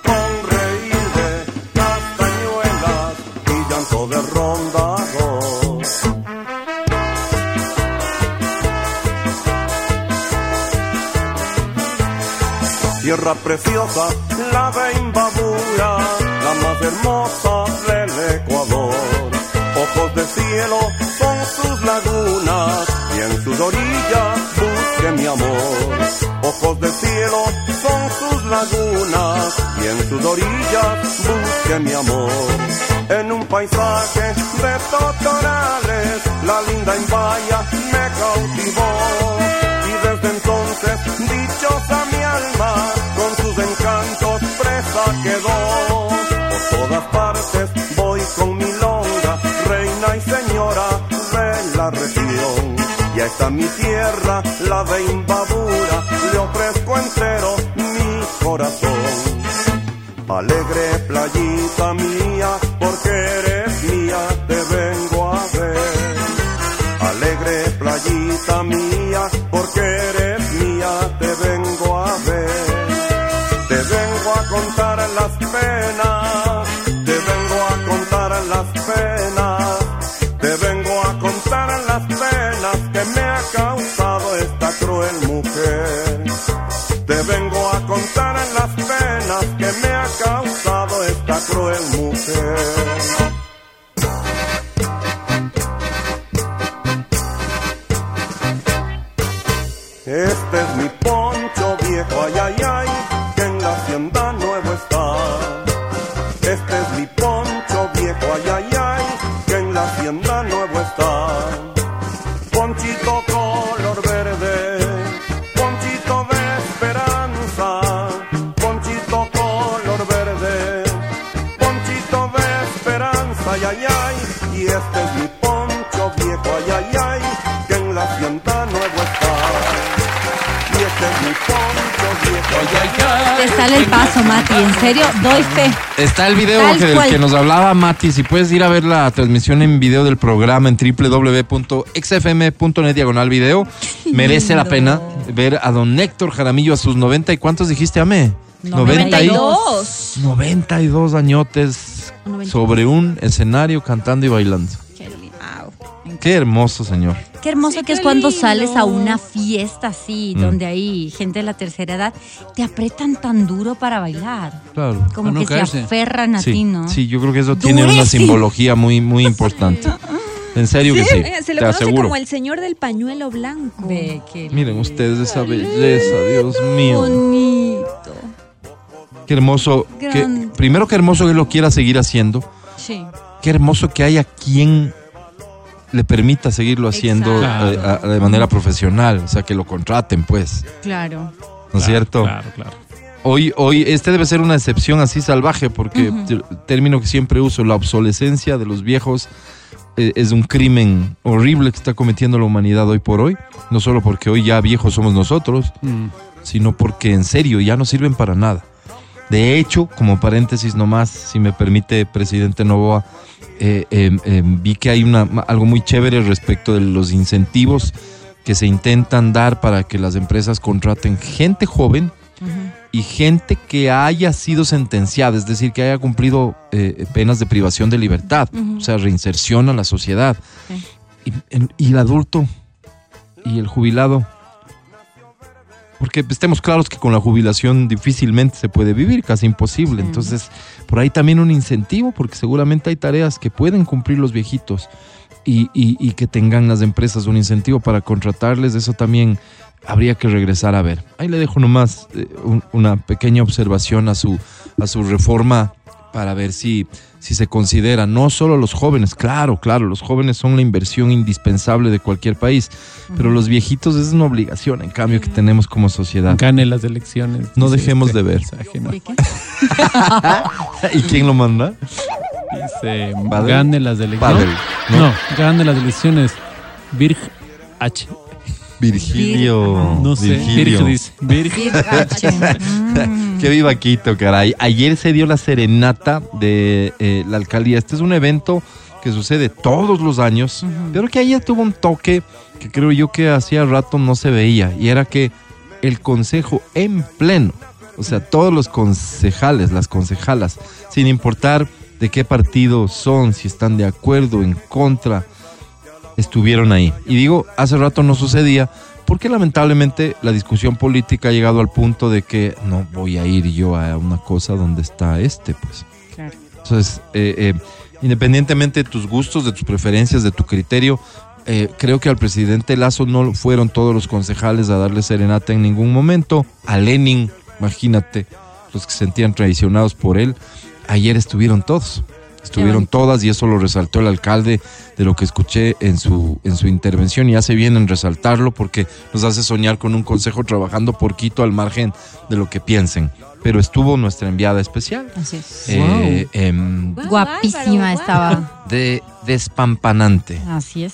[SPEAKER 6] con reír de castañuelas y llanto de rondador. tierra preciosa, la de Imbabura, la más hermosa del Ecuador. Ojos de cielo son sus lagunas y en sus orillas busque mi amor. Ojos de cielo son sus lagunas y en sus orillas busque mi amor en un paisaje de totorales, la linda Imbaya me cautivó. Y desde entonces, dichosa mi alma, con sus encantos presa quedó. Por todas partes voy con mi longa, reina y señora de la región. Y a esta mi tierra, la de Imbabura, le ofrezco entero mi corazón. Alegre playita mía, porque eres mía, te vengo a ver. Alegre playita mía, porque eres mía, te vengo a ver. Te vengo a contar las penas, te vengo a contar las penas, te vengo a contar las penas que me ha causado esta cruel mujer. Te vengo a contar las penas que me ha causado esta cruel mujer. Este es mi poncho viejo, ay, ay, ay, que en la hacienda nuevo está. Este es mi poncho viejo, ay, ay, ay, que en la hacienda nuevo está. Ponchito color verde, ponchito de esperanza, ponchito color verde, ponchito de esperanza, ay ay ay, y este es mi poncho viejo, ay ay ay, que en la hacienda nuevo está. Y este es mi poncho viejo, ay ay ay.
[SPEAKER 3] Te sale el paso, Mati. En serio, doy fe.
[SPEAKER 1] Está el video
[SPEAKER 3] Tal
[SPEAKER 1] que, del
[SPEAKER 3] cual.
[SPEAKER 1] que nos hablaba Mati. Si puedes ir a ver la transmisión en video del programa en www.xfm.net diagonal video, merece la pena ver a don Héctor Jaramillo a sus 90 y cuántos dijiste, Ame? 90 y-
[SPEAKER 2] 92.
[SPEAKER 1] 92 añotes sobre un escenario cantando y bailando.
[SPEAKER 2] Qué lindo.
[SPEAKER 1] Qué hermoso, señor.
[SPEAKER 3] Qué hermoso
[SPEAKER 2] Sí,
[SPEAKER 3] que es
[SPEAKER 2] qué
[SPEAKER 3] cuando
[SPEAKER 2] lindo.
[SPEAKER 3] sales a una fiesta así,
[SPEAKER 1] Mm.
[SPEAKER 3] donde hay gente de la tercera edad, te apretan tan duro para bailar.
[SPEAKER 1] Claro.
[SPEAKER 3] Como
[SPEAKER 4] A no
[SPEAKER 3] que
[SPEAKER 4] caerse.
[SPEAKER 3] se aferran a ti,
[SPEAKER 1] Sí,
[SPEAKER 3] ¿no?
[SPEAKER 1] sí, yo creo que eso tiene una
[SPEAKER 3] Durísimo.
[SPEAKER 1] simbología muy, muy importante. En serio que sí.
[SPEAKER 2] Eh, Se le
[SPEAKER 1] Te
[SPEAKER 2] conoce
[SPEAKER 1] aseguro.
[SPEAKER 2] como el señor del pañuelo blanco.
[SPEAKER 3] Ve que
[SPEAKER 1] Miren ustedes esa belleza, Dios mío.
[SPEAKER 2] Bonito.
[SPEAKER 1] Qué hermoso. que-
[SPEAKER 3] Grande.
[SPEAKER 1] primero, qué hermoso que él lo quiera seguir haciendo.
[SPEAKER 3] sí.
[SPEAKER 1] Qué hermoso que haya quien le permita seguirlo haciendo
[SPEAKER 4] Exacto.
[SPEAKER 1] eh, a- a- de manera profesional. O sea, que lo contraten, pues.
[SPEAKER 3] Claro.
[SPEAKER 1] ¿No es cierto?
[SPEAKER 4] Claro, claro.
[SPEAKER 1] Hoy, hoy, este debe ser una excepción así salvaje, porque ter- término que siempre uso, la obsolescencia de los viejos eh, es un crimen horrible que está cometiendo la humanidad hoy por hoy. No solo porque hoy ya viejos somos nosotros,
[SPEAKER 4] Mm.
[SPEAKER 1] sino porque en serio ya no sirven para nada. De hecho, como paréntesis nomás, si me permite, presidente Novoa, eh, eh, eh, vi que hay una, algo muy chévere respecto de los incentivos que se intentan dar para que las empresas contraten gente joven y gente que haya sido sentenciada, es decir, que haya cumplido eh, penas de privación de libertad, o sea, reinserción a la sociedad. Y, en- y el adulto y el jubilado. Porque estemos claros que con la jubilación difícilmente se puede vivir, casi imposible. Entonces, por ahí también un incentivo, porque seguramente hay tareas que pueden cumplir los viejitos y, y- y que tengan las empresas un incentivo para contratarles. Eso también habría que regresar a ver. Ahí le dejo nomás eh, un- una pequeña observación a su, a su reforma para ver si, si se considera no solo los jóvenes, claro, claro, los jóvenes son la inversión indispensable de cualquier país, pero los viejitos es una obligación, en cambio, que tenemos como sociedad.
[SPEAKER 4] Gane las elecciones.
[SPEAKER 1] No
[SPEAKER 4] dice
[SPEAKER 1] dejemos
[SPEAKER 4] este
[SPEAKER 1] de ver.
[SPEAKER 4] mensaje, ¿no?
[SPEAKER 3] ¿De qué?
[SPEAKER 1] ¿Y quién lo manda?
[SPEAKER 4] Dice,
[SPEAKER 1] Padre.
[SPEAKER 4] gane las elecciones.
[SPEAKER 1] Padre.
[SPEAKER 4] No, no, gane las elecciones. Virg H.
[SPEAKER 1] Virgilio.
[SPEAKER 4] No sé. Virg dice. Virg.
[SPEAKER 3] Qué gacho. Mm.
[SPEAKER 1] Qué viva Quito, caray. Ayer se dio la serenata de eh, la alcaldía. Este es un evento que sucede todos los años, pero que ayer tuvo un toque que creo yo que hacía rato no se veía, y era que el consejo en pleno, o sea, todos los concejales, las concejalas, sin importar de qué partido son, si están de acuerdo, en contra, estuvieron ahí. Y digo, hace rato no sucedía porque lamentablemente la discusión política ha llegado al punto de que no voy a ir yo a una cosa donde está este, pues.
[SPEAKER 3] Claro.
[SPEAKER 1] Entonces, eh, eh, independientemente de tus gustos, de tus preferencias, de tu criterio, eh, creo que al presidente Lazo no fueron todos los concejales a darle serenata en ningún momento. A Lenin, imagínate, los que se sentían traicionados por él, ayer estuvieron todos. Estuvieron todas y eso lo resaltó el alcalde de lo que escuché en su, en su intervención y hace bien en resaltarlo porque nos hace soñar con un consejo trabajando por Quito al margen de lo que piensen. Pero estuvo nuestra enviada especial.
[SPEAKER 3] Así es.
[SPEAKER 1] eh, em,
[SPEAKER 2] Guau,
[SPEAKER 3] Guapísima
[SPEAKER 2] Álvaro, guau.
[SPEAKER 3] estaba.
[SPEAKER 1] de despampanante.
[SPEAKER 3] Así es.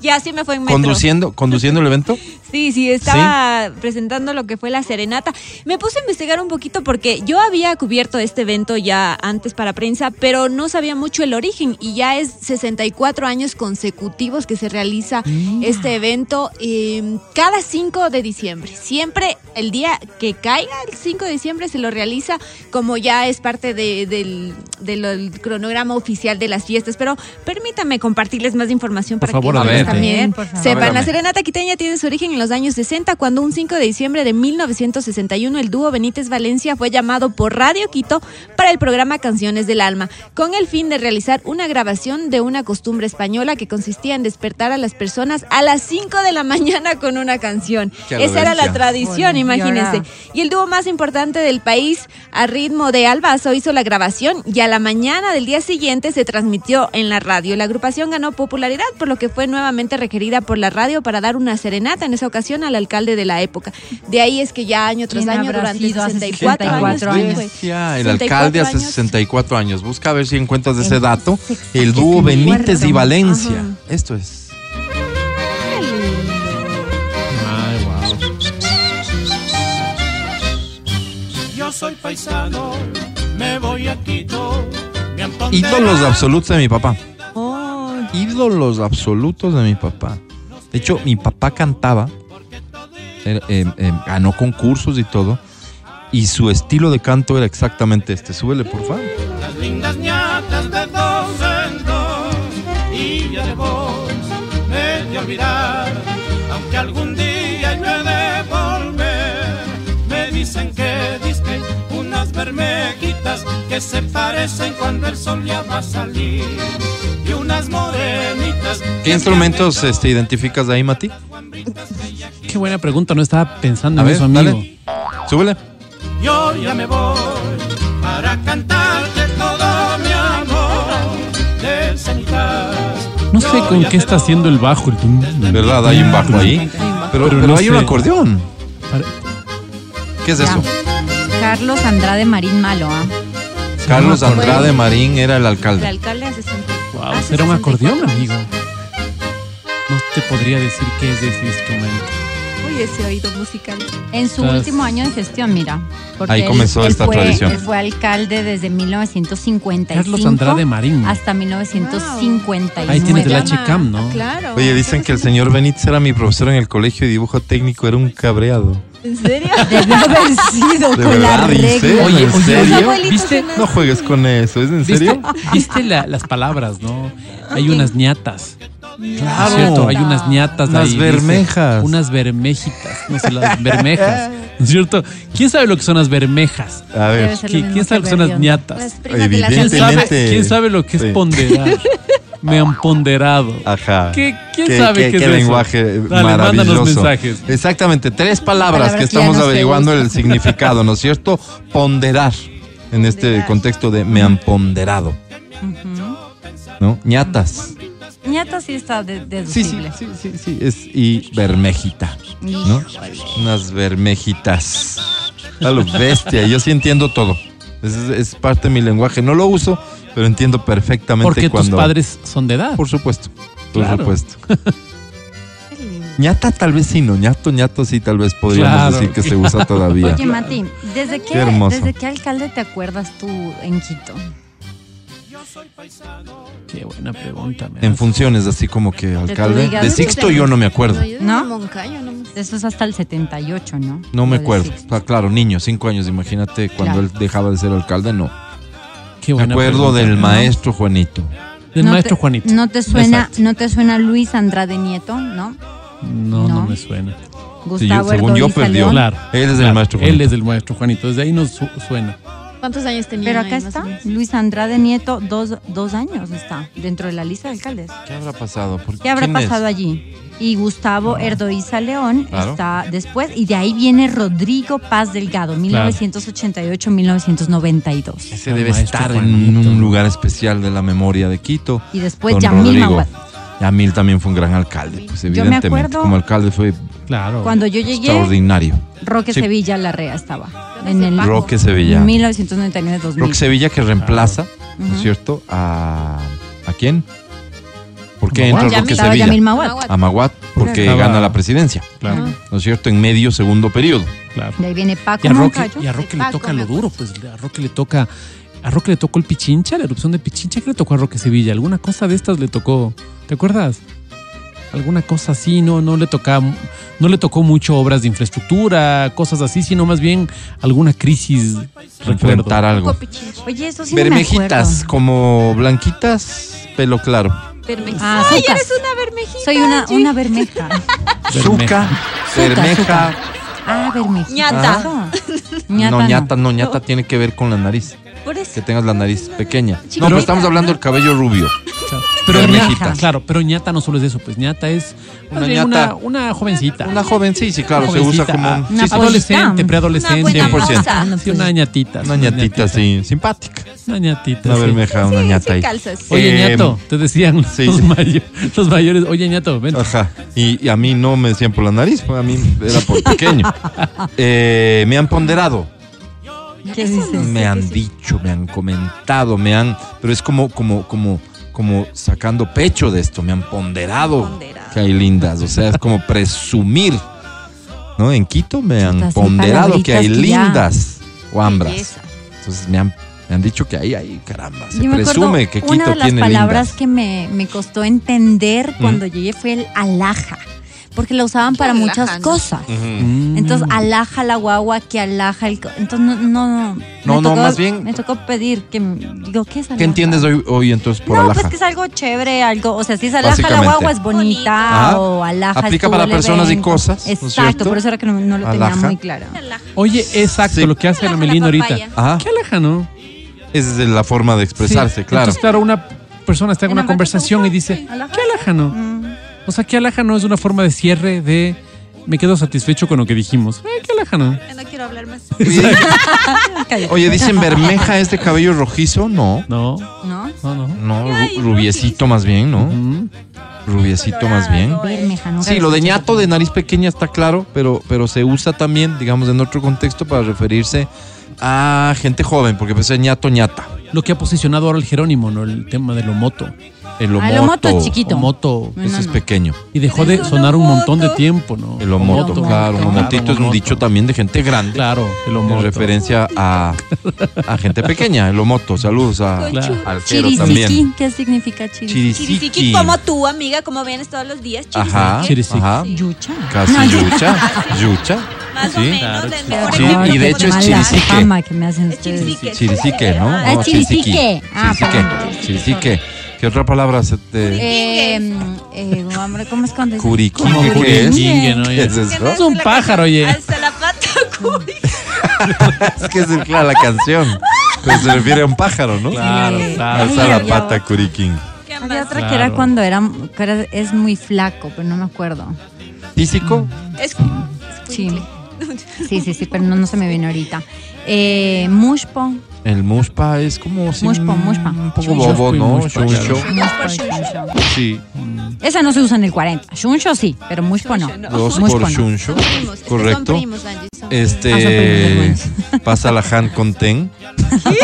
[SPEAKER 2] Ya sí me fue en metro.
[SPEAKER 1] Conduciendo, conduciendo el evento.
[SPEAKER 2] Sí, sí, estaba presentando lo que fue la serenata. Me puse a investigar un poquito porque yo había cubierto este evento ya antes para prensa, pero no sabía mucho el origen y ya es 64 años consecutivos que se realiza este evento eh, cada 5 de diciembre. Siempre el día que caiga el 5 de diciembre se lo realiza como ya es parte de- del, del- del cronograma oficial de las fiestas, pero permítame compartirles más información
[SPEAKER 4] Por
[SPEAKER 2] para
[SPEAKER 4] favor,
[SPEAKER 2] que ustedes
[SPEAKER 1] adelante.
[SPEAKER 2] también
[SPEAKER 3] Por favor.
[SPEAKER 2] sepan. La
[SPEAKER 1] Adelante.
[SPEAKER 2] serenata quiteña tiene su origen en los años 60, cuando un 5 de diciembre de 1961 el dúo Benítez Valencia fue llamado por Radio Quito para el programa Canciones del Alma, con el fin de realizar una grabación de una costumbre española que consistía en despertar a las personas a las 5 de la mañana con una canción.
[SPEAKER 1] Qué
[SPEAKER 2] Esa era la
[SPEAKER 1] violencia.
[SPEAKER 2] tradición,
[SPEAKER 3] Bueno, y
[SPEAKER 2] imagínense.
[SPEAKER 3] ahora-
[SPEAKER 2] Y el dúo más importante del país, a ritmo de Albazo, hizo la grabación y a la mañana del día siguiente se transmitió en la radio. La agrupación ganó popularidad, por lo que fue nuevamente requerida por la radio para dar una serenata en esa ocasión al alcalde de la época. De ahí es que ya año tras
[SPEAKER 3] ¿Quién
[SPEAKER 2] año,
[SPEAKER 3] habrá
[SPEAKER 2] durante
[SPEAKER 3] sido hace
[SPEAKER 2] 64 años, pues,
[SPEAKER 3] 64 años?
[SPEAKER 2] fue-
[SPEAKER 1] Decía El
[SPEAKER 2] 64
[SPEAKER 1] alcalde hace
[SPEAKER 2] años.
[SPEAKER 1] 64 años. Busca a ver si encuentras ese
[SPEAKER 3] El-
[SPEAKER 1] dato.
[SPEAKER 3] Sexto,
[SPEAKER 1] El
[SPEAKER 3] que
[SPEAKER 1] dúo
[SPEAKER 3] sí me
[SPEAKER 1] Benítez y
[SPEAKER 3] acuerdo.
[SPEAKER 1] Valencia.
[SPEAKER 2] Ajá.
[SPEAKER 1] Esto es.
[SPEAKER 4] Ay, wow.
[SPEAKER 7] Yo soy paisano, me voy a Quito. me han
[SPEAKER 1] Ídolos
[SPEAKER 7] ponderado.
[SPEAKER 1] absolutos de mi papá.
[SPEAKER 2] Oh,
[SPEAKER 1] Ídolos absolutos de mi papá. De hecho, mi papá cantaba. era- eh, eh, ganó concursos y todo. Y su estilo de canto era exactamente este. Súbele, por favor.
[SPEAKER 7] Las lindas ñatas de dos en dos. Y ya de vos me he de olvidar. Aunque algún día yo he de volver. Me dicen que diste unas bermejitas que se parecen cuando el sol ya va a salir. Y unas morenitas.
[SPEAKER 1] ¿Qué instrumentos este, identificas de ahí, Mati?
[SPEAKER 4] Qué buena pregunta, no estaba
[SPEAKER 1] A
[SPEAKER 4] pensando en
[SPEAKER 1] ver,
[SPEAKER 4] eso, amigo.
[SPEAKER 1] dale. Súbele.
[SPEAKER 7] Yo ya me voy para cantarte todo mi amor del cenital.
[SPEAKER 4] No sé
[SPEAKER 7] Yo
[SPEAKER 4] con
[SPEAKER 7] ya
[SPEAKER 4] qué
[SPEAKER 7] te
[SPEAKER 4] está
[SPEAKER 7] doy.
[SPEAKER 4] haciendo el bajo. el tum,
[SPEAKER 1] De verdad, hay un bajo ahí. Pero,
[SPEAKER 4] Ah, Pero
[SPEAKER 1] pero
[SPEAKER 4] no
[SPEAKER 1] hay un
[SPEAKER 4] sé.
[SPEAKER 1] acordeón.
[SPEAKER 4] Para-
[SPEAKER 1] ¿Qué es
[SPEAKER 3] Ya.
[SPEAKER 1] eso?
[SPEAKER 3] Carlos Andrade Marín Malo, ¿ah?
[SPEAKER 1] Carlos
[SPEAKER 4] un acordeón.
[SPEAKER 1] Andrade Marín era el
[SPEAKER 2] el
[SPEAKER 1] alcalde.
[SPEAKER 2] alcalde hace 64
[SPEAKER 4] Wow,
[SPEAKER 2] hace
[SPEAKER 4] era un
[SPEAKER 2] 64
[SPEAKER 4] acordeón,
[SPEAKER 2] años.
[SPEAKER 4] amigo. No te podría decir qué es ese instrumento.
[SPEAKER 2] Uy, ese oído musical.
[SPEAKER 3] En su
[SPEAKER 4] Estás-
[SPEAKER 3] último año de gestión, mira. porque
[SPEAKER 1] Ahí comenzó esta
[SPEAKER 3] fue,
[SPEAKER 1] tradición.
[SPEAKER 3] Él fue alcalde desde 1955
[SPEAKER 4] Carlos Andrade Marín.
[SPEAKER 3] hasta 1959.
[SPEAKER 4] Ahí tienes el
[SPEAKER 2] Llama-
[SPEAKER 4] Chicam, ¿no?
[SPEAKER 2] Claro.
[SPEAKER 1] Oye, dicen que el señor Benítez era mi profesor en el colegio y dibujo técnico, era un cabreado.
[SPEAKER 2] ¿En serio?
[SPEAKER 3] Debe haber sido
[SPEAKER 1] ¿De
[SPEAKER 3] con la
[SPEAKER 1] verdad dice?
[SPEAKER 3] regla.
[SPEAKER 4] Oye,
[SPEAKER 1] ¿En
[SPEAKER 4] oye,
[SPEAKER 1] serio?
[SPEAKER 4] oye,
[SPEAKER 2] Abuelitos
[SPEAKER 4] ¿viste?
[SPEAKER 2] en
[SPEAKER 1] No juegues con eso, ¿es en
[SPEAKER 4] ¿Viste,
[SPEAKER 1] serio?
[SPEAKER 4] viste la- las palabras, no? Hay
[SPEAKER 2] Ok.
[SPEAKER 4] unas ñatas. ¿no es
[SPEAKER 1] Claro.
[SPEAKER 4] cierto? Hay unas ñatas
[SPEAKER 1] Unas
[SPEAKER 4] ahí. dice,
[SPEAKER 1] bermejas.
[SPEAKER 4] unas bermejitas. No sé, las bermejas. ¿No es cierto? ¿Quién sabe lo que son las bermejas?
[SPEAKER 1] A
[SPEAKER 3] Debe
[SPEAKER 1] ver,
[SPEAKER 3] ser lo
[SPEAKER 4] ¿Qui-
[SPEAKER 3] mismo
[SPEAKER 4] ¿Quién
[SPEAKER 3] que
[SPEAKER 4] sabe lo que son las
[SPEAKER 3] Berrión.
[SPEAKER 2] Las
[SPEAKER 4] ñatas?
[SPEAKER 2] primas de la
[SPEAKER 4] ¿Quién
[SPEAKER 1] Evidentemente.
[SPEAKER 4] sabe,
[SPEAKER 1] Evidentemente.
[SPEAKER 4] quién sabe lo que es
[SPEAKER 1] Sí.
[SPEAKER 4] ponderar? Me han ponderado.
[SPEAKER 1] ajá.
[SPEAKER 4] ¿Qué- quién sabe qué es eso?
[SPEAKER 1] lenguaje
[SPEAKER 4] Dale,
[SPEAKER 1] maravilloso.
[SPEAKER 4] mándanos mensajes.
[SPEAKER 1] Exactamente, tres palabras,
[SPEAKER 3] Palabras
[SPEAKER 1] que
[SPEAKER 3] que
[SPEAKER 1] estamos
[SPEAKER 3] ya no se
[SPEAKER 1] averiguando
[SPEAKER 3] usan.
[SPEAKER 1] el significado, ¿no es cierto? Ponderar, en este
[SPEAKER 2] Ponderar.
[SPEAKER 1] contexto de me han ponderado, ¿no? Ñatas.
[SPEAKER 3] Ñata sí está de-
[SPEAKER 1] Sí, sí,
[SPEAKER 3] deducible.
[SPEAKER 1] sí, sí, sí, es y bermejita, ¿no? Unas bermejitas. A lo bestia, yo sí entiendo todo. Es, es parte de mi lenguaje, no lo uso, pero entiendo perfectamente
[SPEAKER 4] Porque tus
[SPEAKER 1] cuando
[SPEAKER 4] padres son de edad.
[SPEAKER 1] Por supuesto. Por
[SPEAKER 4] Claro.
[SPEAKER 1] supuesto. ñata tal vez sí, no. ñato, ñato sí tal vez podríamos
[SPEAKER 4] Claro.
[SPEAKER 1] decir que se usa todavía.
[SPEAKER 3] Oye, Mati, ¿desde qué,
[SPEAKER 1] Qué hermoso.
[SPEAKER 3] ¿desde qué alcalde te acuerdas tú en Quito?
[SPEAKER 4] Qué buena pregunta. me
[SPEAKER 1] en
[SPEAKER 4] haces.
[SPEAKER 1] funciones, así como que alcalde.
[SPEAKER 3] digas,
[SPEAKER 1] De
[SPEAKER 3] yo
[SPEAKER 1] Sixto yo no me acuerdo.
[SPEAKER 2] No, yo de
[SPEAKER 3] ¿No?
[SPEAKER 2] Moncayo no me
[SPEAKER 3] Eso es hasta el 78, ¿no?
[SPEAKER 1] No me
[SPEAKER 3] Lo
[SPEAKER 1] acuerdo.
[SPEAKER 3] decís.
[SPEAKER 1] Ah, claro, niño, cinco años, imagínate cuando
[SPEAKER 3] Claro.
[SPEAKER 1] él dejaba de ser alcalde, no.
[SPEAKER 4] Qué
[SPEAKER 1] Me
[SPEAKER 4] buena
[SPEAKER 1] acuerdo
[SPEAKER 4] pregunta.
[SPEAKER 1] del maestro Juanito.
[SPEAKER 4] Del
[SPEAKER 3] No
[SPEAKER 4] maestro
[SPEAKER 3] te-
[SPEAKER 4] Juanito.
[SPEAKER 3] ¿No te suena,
[SPEAKER 4] Exacto.
[SPEAKER 3] no te suena Luis Andrade Nieto, no?
[SPEAKER 4] No, no,
[SPEAKER 3] No.
[SPEAKER 4] me suena.
[SPEAKER 3] Gustavo
[SPEAKER 1] Sí, según yo,
[SPEAKER 3] Erdóñez
[SPEAKER 1] perdió.
[SPEAKER 3] Salón.
[SPEAKER 4] Claro.
[SPEAKER 1] Él es el
[SPEAKER 4] claro,
[SPEAKER 1] maestro.
[SPEAKER 4] Él
[SPEAKER 1] Juanito.
[SPEAKER 4] es el maestro Juanito. Desde ahí nos su- suena.
[SPEAKER 8] ¿Cuántos años tenía?
[SPEAKER 3] Pero
[SPEAKER 8] ahí,
[SPEAKER 3] acá
[SPEAKER 8] más o
[SPEAKER 3] está,
[SPEAKER 8] menos?
[SPEAKER 3] Luis Andrade Nieto, dos, dos años está dentro de la lista de alcaldes.
[SPEAKER 1] ¿Qué habrá pasado? ¿Por
[SPEAKER 3] ¿Qué habrá
[SPEAKER 1] quién es?
[SPEAKER 3] pasado allí? Y Gustavo Erdoiza León
[SPEAKER 1] Claro.
[SPEAKER 3] está después, y de ahí viene Rodrigo Paz Delgado, 1988-1992.
[SPEAKER 1] Ese
[SPEAKER 4] El
[SPEAKER 1] debe
[SPEAKER 4] maestro
[SPEAKER 1] estar en
[SPEAKER 4] Juanito.
[SPEAKER 1] un lugar especial de la memoria de Quito.
[SPEAKER 3] Y después
[SPEAKER 1] Don
[SPEAKER 3] Pues Yamil
[SPEAKER 1] Rodrigo.
[SPEAKER 3] Maguad.
[SPEAKER 1] Yamil también fue un gran alcalde, pues
[SPEAKER 3] me
[SPEAKER 1] evidentemente.
[SPEAKER 3] acuerdo-
[SPEAKER 1] Como alcalde fue
[SPEAKER 4] Claro.
[SPEAKER 3] Cuando yo llegué,
[SPEAKER 1] extraordinario.
[SPEAKER 3] Roque
[SPEAKER 1] Sí.
[SPEAKER 3] Sevilla Larrea estaba en el
[SPEAKER 1] Roque Sevilla.
[SPEAKER 3] 1999-2000.
[SPEAKER 1] Roque Sevilla que reemplaza, ¿no es
[SPEAKER 3] Ujú.
[SPEAKER 1] cierto? ¿A, ¿a quién? ¿Por qué
[SPEAKER 4] Maguad.
[SPEAKER 1] entra Roque
[SPEAKER 3] Estaba
[SPEAKER 1] Sevilla?
[SPEAKER 3] Ah, Yamil Maguad.
[SPEAKER 8] Maguad.
[SPEAKER 1] A Maguat, porque
[SPEAKER 4] Estaba-
[SPEAKER 1] gana la presidencia,
[SPEAKER 4] Claro,
[SPEAKER 1] ¿no es cierto? En medio segundo periodo.
[SPEAKER 4] claro.
[SPEAKER 3] De ahí viene Paco
[SPEAKER 4] Y a Roque,
[SPEAKER 3] Moncayo.
[SPEAKER 4] y a Roque le
[SPEAKER 8] Paco,
[SPEAKER 4] toca
[SPEAKER 8] me
[SPEAKER 4] lo
[SPEAKER 8] acuerdo.
[SPEAKER 4] duro, pues a Roque le toca. A Roque le tocó el Pichincha, la erupción de Pichincha que le tocó a Roque Sevilla. Alguna cosa de estas le tocó. ¿Te acuerdas? Alguna cosa así, no, no le tocaba, no le tocó mucho obras de infraestructura, cosas así, sino más bien alguna crisis. Recuerdo.
[SPEAKER 1] Enfrentar algo.
[SPEAKER 8] Copichincha.
[SPEAKER 3] Oye, eso sí no me
[SPEAKER 1] Bermejitas,
[SPEAKER 3] acuerdo.
[SPEAKER 1] como blanquitas, pelo claro.
[SPEAKER 3] Ah,
[SPEAKER 2] Ay,
[SPEAKER 3] azúcar.
[SPEAKER 2] eres una bermejita.
[SPEAKER 3] Soy una,
[SPEAKER 2] G.
[SPEAKER 3] una bermeja.
[SPEAKER 1] Zuca, bermeja.
[SPEAKER 3] Ah, bermejita.
[SPEAKER 2] Ñata.
[SPEAKER 3] Ñata
[SPEAKER 1] no, ñata, no, ñata tiene que ver con la nariz.
[SPEAKER 2] Por eso.
[SPEAKER 1] Que tengas la nariz pequeña. No,
[SPEAKER 8] Chiquitita,
[SPEAKER 1] pero estamos hablando
[SPEAKER 8] ¿no?
[SPEAKER 1] del cabello rubio.
[SPEAKER 4] Pero ñata,
[SPEAKER 1] Bermejitas.
[SPEAKER 4] claro, pero ñata no solo es eso, pues ñata es
[SPEAKER 1] Una
[SPEAKER 4] más bien
[SPEAKER 1] ñata-
[SPEAKER 4] una, una jovencita.
[SPEAKER 1] Una joven, sí, sí, claro, se
[SPEAKER 4] jovencita,
[SPEAKER 1] usa como un-
[SPEAKER 4] ah,
[SPEAKER 1] sí, sí,
[SPEAKER 3] Una
[SPEAKER 4] adolescente,
[SPEAKER 3] pollita.
[SPEAKER 2] Una
[SPEAKER 4] preadolescente.
[SPEAKER 2] buena
[SPEAKER 1] 100%.
[SPEAKER 3] Ah,
[SPEAKER 2] moza.
[SPEAKER 4] Sí, una ñatita.
[SPEAKER 1] una ñatita así, simpática.
[SPEAKER 4] Una ñatita.
[SPEAKER 1] Una
[SPEAKER 4] sí.
[SPEAKER 1] bermeja, una
[SPEAKER 2] Sí,
[SPEAKER 1] ñata
[SPEAKER 2] sí
[SPEAKER 1] ahí.
[SPEAKER 2] calzas.
[SPEAKER 4] Oye,
[SPEAKER 1] Eh,
[SPEAKER 4] ñato, te decían
[SPEAKER 1] sí, Ah.
[SPEAKER 4] los,
[SPEAKER 1] sí.
[SPEAKER 4] mayo- los mayores. Oye, ñato, ven.
[SPEAKER 1] Ajá. Y, y a mí no me decían por la nariz, pues, a mí era por pequeño. Eh, me han ponderado,
[SPEAKER 3] ¿Qué dices?
[SPEAKER 1] me han dicho, me han comentado, me han. Pero es como, como, como, como sacando pecho de esto, me han ponderado.
[SPEAKER 2] Ponderado.
[SPEAKER 1] Que hay lindas, o sea, es como presumir. ¿No? En Quito me han
[SPEAKER 3] Estas
[SPEAKER 1] ponderado que hay
[SPEAKER 3] palabritas que ya-
[SPEAKER 1] lindas o hambras.
[SPEAKER 8] Belleza.
[SPEAKER 1] Entonces me han, me han dicho que ahí, ahí, caramba. Se
[SPEAKER 3] Yo me acuerdo,
[SPEAKER 1] presume que Quito
[SPEAKER 3] una de las
[SPEAKER 1] tiene
[SPEAKER 3] palabras
[SPEAKER 1] lindas. Mm.
[SPEAKER 3] que me, me costó entender cuando llegué fue el alhaja, porque la usaban para
[SPEAKER 8] alhaja,
[SPEAKER 3] muchas
[SPEAKER 8] no?
[SPEAKER 3] cosas.
[SPEAKER 1] Ujú.
[SPEAKER 4] Mm.
[SPEAKER 3] Entonces, alaja la guagua, que alaja el... co- Entonces, no, no, no. Me
[SPEAKER 1] No, no, más bien-
[SPEAKER 3] Me tocó pedir que... m- Digo, ¿qué es alaja?
[SPEAKER 1] ¿Qué entiendes hoy, hoy entonces por
[SPEAKER 3] no,
[SPEAKER 1] alhaja?
[SPEAKER 3] pues que es algo chévere, algo... O sea, si es alaja la
[SPEAKER 1] Básicamente.
[SPEAKER 3] guagua es bonita
[SPEAKER 1] Ajá.
[SPEAKER 3] o alaja
[SPEAKER 1] Aplica
[SPEAKER 3] estuvo
[SPEAKER 1] para
[SPEAKER 3] el
[SPEAKER 1] personas y
[SPEAKER 3] evento.
[SPEAKER 1] cosas, ¿no es
[SPEAKER 3] Exacto,
[SPEAKER 1] cierto?
[SPEAKER 3] por eso era que no, no lo
[SPEAKER 1] Alaja.
[SPEAKER 3] tenía muy claro.
[SPEAKER 4] Oye, exacto,
[SPEAKER 1] Sí.
[SPEAKER 4] lo que hace la
[SPEAKER 2] Alaja la
[SPEAKER 4] Melinda ahorita.
[SPEAKER 2] papaya.
[SPEAKER 1] Ajá.
[SPEAKER 4] ¿Qué alaja, no?
[SPEAKER 1] Esa es la forma de expresarse,
[SPEAKER 4] Sí.
[SPEAKER 1] claro.
[SPEAKER 4] Entonces, claro, una persona está en una
[SPEAKER 3] Enamorada,
[SPEAKER 4] conversación y dice,
[SPEAKER 3] alaja.
[SPEAKER 4] ¿qué alaja, no? O sea, ¿qué alaja, no? Es una forma de cierre de... Me quedo satisfecho con lo que dijimos. Eh, ¿Qué alaja, no?
[SPEAKER 2] No quiero hablar más.
[SPEAKER 3] Cállate.
[SPEAKER 1] Oye, dicen bermeja este cabello rojizo, no.
[SPEAKER 4] No,
[SPEAKER 3] ¿No?
[SPEAKER 4] no, no.
[SPEAKER 1] No, ru- rubiecito más bien, ¿no?
[SPEAKER 4] Mm.
[SPEAKER 1] Rubiecito más bien.
[SPEAKER 3] Bermeja, nunca
[SPEAKER 1] Sí, lo de
[SPEAKER 3] escuché.
[SPEAKER 1] ñato de nariz pequeña está claro, pero, pero se usa también, digamos, en otro contexto para referirse a gente joven, porque pues es ñato, ñata.
[SPEAKER 4] Lo que ha posicionado ahora el Jerónimo, ¿no? El tema de lo moto.
[SPEAKER 1] El
[SPEAKER 3] Ah, el
[SPEAKER 1] omoto.
[SPEAKER 3] omoto es chiquito.
[SPEAKER 4] O moto.
[SPEAKER 3] No,
[SPEAKER 1] Ese
[SPEAKER 3] no,
[SPEAKER 1] es
[SPEAKER 3] no.
[SPEAKER 1] pequeño.
[SPEAKER 4] Y dejó
[SPEAKER 2] Es
[SPEAKER 4] de
[SPEAKER 2] un
[SPEAKER 4] sonar un
[SPEAKER 2] omoto.
[SPEAKER 4] montón de tiempo, ¿no?
[SPEAKER 1] El omoto,
[SPEAKER 3] Omoto.
[SPEAKER 1] claro. Un
[SPEAKER 4] Claro,
[SPEAKER 1] omotito es un
[SPEAKER 4] omoto.
[SPEAKER 1] dicho también de gente grande.
[SPEAKER 4] Claro, el
[SPEAKER 1] En
[SPEAKER 4] omoto.
[SPEAKER 1] referencia a, a gente pequeña, el omoto. Saludos a,
[SPEAKER 4] Claro.
[SPEAKER 1] al Jero también.
[SPEAKER 3] Chirisiki, ¿qué significa chirisiki?
[SPEAKER 1] Chirisiki.
[SPEAKER 2] Chiriquí como tú, amiga, como vienes todos los días.
[SPEAKER 1] Ajá,
[SPEAKER 2] chiriquí.
[SPEAKER 4] Chirisiki.
[SPEAKER 1] ajá.
[SPEAKER 3] Yucha.
[SPEAKER 1] Casi
[SPEAKER 3] No,
[SPEAKER 1] yucha, yucha.
[SPEAKER 2] Más
[SPEAKER 1] Sí.
[SPEAKER 2] o menos. de mejor
[SPEAKER 1] Sí,
[SPEAKER 2] ejemplo
[SPEAKER 1] y de
[SPEAKER 2] que
[SPEAKER 1] hecho es
[SPEAKER 2] podemos
[SPEAKER 3] mala
[SPEAKER 2] dar.
[SPEAKER 1] chirisique.
[SPEAKER 3] fama que me hacen
[SPEAKER 2] Es
[SPEAKER 3] ustedes.
[SPEAKER 2] chirisique.
[SPEAKER 1] Chirisique, ¿no?
[SPEAKER 2] Ah,
[SPEAKER 1] No,
[SPEAKER 3] chirisique.
[SPEAKER 1] chirisique.
[SPEAKER 3] Ah,
[SPEAKER 1] Chirisique.
[SPEAKER 3] perdón.
[SPEAKER 1] Chirisique. ¿Qué otra palabra se te...
[SPEAKER 3] Eh, eh, hombre, ¿cómo es cuando dice?
[SPEAKER 1] Curiquingue, ¿qué es?
[SPEAKER 3] Curiquingue.
[SPEAKER 4] Chingue, ¿no?
[SPEAKER 1] ¿Qué es eso?
[SPEAKER 4] Es un pájaro, oye.
[SPEAKER 2] Hasta la pata curi.
[SPEAKER 1] Es que es el- claro, la canción. Pero se refiere a un pájaro, ¿no?
[SPEAKER 4] Claro, claro.
[SPEAKER 1] Alza
[SPEAKER 3] Ay,
[SPEAKER 1] la
[SPEAKER 3] ay, ay.
[SPEAKER 1] pata, curiquín.
[SPEAKER 2] ¿Qué
[SPEAKER 3] Había
[SPEAKER 2] más?
[SPEAKER 3] otra que
[SPEAKER 4] Claro.
[SPEAKER 3] era cuando era, que era- es muy flaco, pero no me acuerdo.
[SPEAKER 1] ¿Tísico?
[SPEAKER 2] Es
[SPEAKER 3] Sí. Sí, sí, sí, pero no, no se me viene ahorita. Eh, mushpo.
[SPEAKER 1] El muspa es como... si
[SPEAKER 3] Mushpa,
[SPEAKER 1] un-
[SPEAKER 3] mushpa.
[SPEAKER 1] Un poco
[SPEAKER 4] Chucho.
[SPEAKER 1] bobo, ¿no?
[SPEAKER 4] Mushpa, claro.
[SPEAKER 1] Chucho.
[SPEAKER 3] Mushpo, shuncho.
[SPEAKER 1] Sí.
[SPEAKER 3] Esa no se usa en el 40. Shuncho sí, pero mushpo no.
[SPEAKER 1] Dos
[SPEAKER 3] Mushpo
[SPEAKER 1] por
[SPEAKER 3] no.
[SPEAKER 8] Son
[SPEAKER 1] chuncho.
[SPEAKER 8] primos, es que
[SPEAKER 1] Correcto.
[SPEAKER 8] Son primos, Angie, son
[SPEAKER 3] Ah, son
[SPEAKER 1] Este...
[SPEAKER 3] primos
[SPEAKER 1] Pasa la Han con Ten,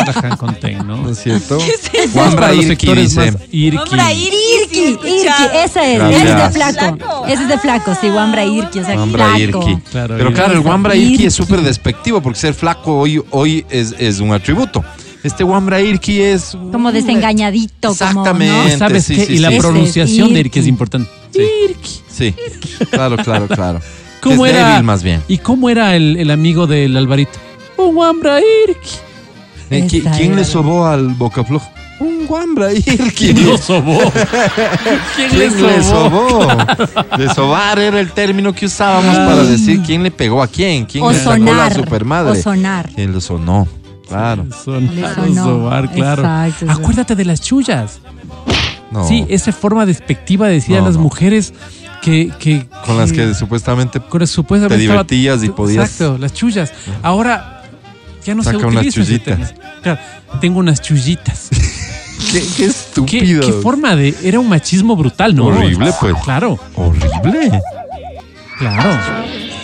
[SPEAKER 4] Tajan con ten,
[SPEAKER 1] ¿no
[SPEAKER 4] ¿no?
[SPEAKER 1] es cierto?
[SPEAKER 4] Vamos
[SPEAKER 1] Juan
[SPEAKER 4] para los
[SPEAKER 1] Brairki
[SPEAKER 4] sectores
[SPEAKER 1] dice...
[SPEAKER 4] más irki.
[SPEAKER 2] Hombre, Irki.
[SPEAKER 3] Irki, Irki, ese es,
[SPEAKER 1] Gracias.
[SPEAKER 3] ese es de flaco.
[SPEAKER 2] Flaco.
[SPEAKER 3] Ese es de flaco, sí, Wambra Irki, o sea,
[SPEAKER 1] Wambra
[SPEAKER 3] flaco.
[SPEAKER 1] Irki.
[SPEAKER 4] Claro,
[SPEAKER 1] Pero
[SPEAKER 4] Irki.
[SPEAKER 1] claro, el Wambra Irki es
[SPEAKER 3] Irki.
[SPEAKER 1] súper despectivo porque ser flaco hoy, hoy es, es un atributo. Este Wambra Irki es. un-
[SPEAKER 3] Como desengañadito, como, ¿no?
[SPEAKER 1] Exactamente.
[SPEAKER 4] ¿Sabes
[SPEAKER 1] sí,
[SPEAKER 4] qué?
[SPEAKER 1] sí,
[SPEAKER 4] y la
[SPEAKER 1] sí.
[SPEAKER 4] pronunciación de
[SPEAKER 3] Irki.
[SPEAKER 4] irki es importante.
[SPEAKER 1] Sí.
[SPEAKER 4] Irki.
[SPEAKER 1] Sí. Claro, claro, claro.
[SPEAKER 4] ¿Cómo
[SPEAKER 1] es
[SPEAKER 4] era?
[SPEAKER 1] débil más bien.
[SPEAKER 4] ¿Y cómo era el, el amigo del Alvarito? Un Wambra Irki.
[SPEAKER 1] Eh, ¿qui-
[SPEAKER 3] Esa
[SPEAKER 1] ¿Quién
[SPEAKER 3] era
[SPEAKER 1] le
[SPEAKER 3] la-
[SPEAKER 1] sobó al Bocafloj?
[SPEAKER 4] Un
[SPEAKER 1] guambra ir.
[SPEAKER 4] ¿Quién lo sobó? ¿Quién,
[SPEAKER 1] ¿Quién
[SPEAKER 4] le
[SPEAKER 1] le
[SPEAKER 4] sobó?
[SPEAKER 1] sobó? De sobar era el término que usábamos para decir quién le pegó a quién, quién
[SPEAKER 3] O
[SPEAKER 1] le sacó la
[SPEAKER 3] sonar,
[SPEAKER 1] supermadre.
[SPEAKER 3] o sonar.
[SPEAKER 1] Quién lo sonó, claro.
[SPEAKER 4] Sonar,
[SPEAKER 3] Le sonó.
[SPEAKER 4] sobar, claro.
[SPEAKER 3] Exacto, exacto.
[SPEAKER 4] Acuérdate de las chullas.
[SPEAKER 1] No,
[SPEAKER 4] Sí, esa forma despectiva de decir
[SPEAKER 1] Oh. No,
[SPEAKER 4] a las
[SPEAKER 1] no.
[SPEAKER 4] mujeres que, que-
[SPEAKER 1] con las que supuestamente
[SPEAKER 4] con las supuestamente
[SPEAKER 1] Te
[SPEAKER 4] estaba-
[SPEAKER 1] divertías y podías-
[SPEAKER 4] Exacto, las chullas. Ahora ya no se
[SPEAKER 1] Saca una
[SPEAKER 4] utiliza ese
[SPEAKER 1] chullita.
[SPEAKER 4] término. Claro, tengo unas chullitas.
[SPEAKER 1] Qué, qué
[SPEAKER 4] ¿Qué,
[SPEAKER 1] estúpido.
[SPEAKER 4] qué forma de era un machismo brutal, ¿no? Ah,
[SPEAKER 1] Horrible, pues.
[SPEAKER 4] Claro,
[SPEAKER 1] Horrible.
[SPEAKER 4] claro.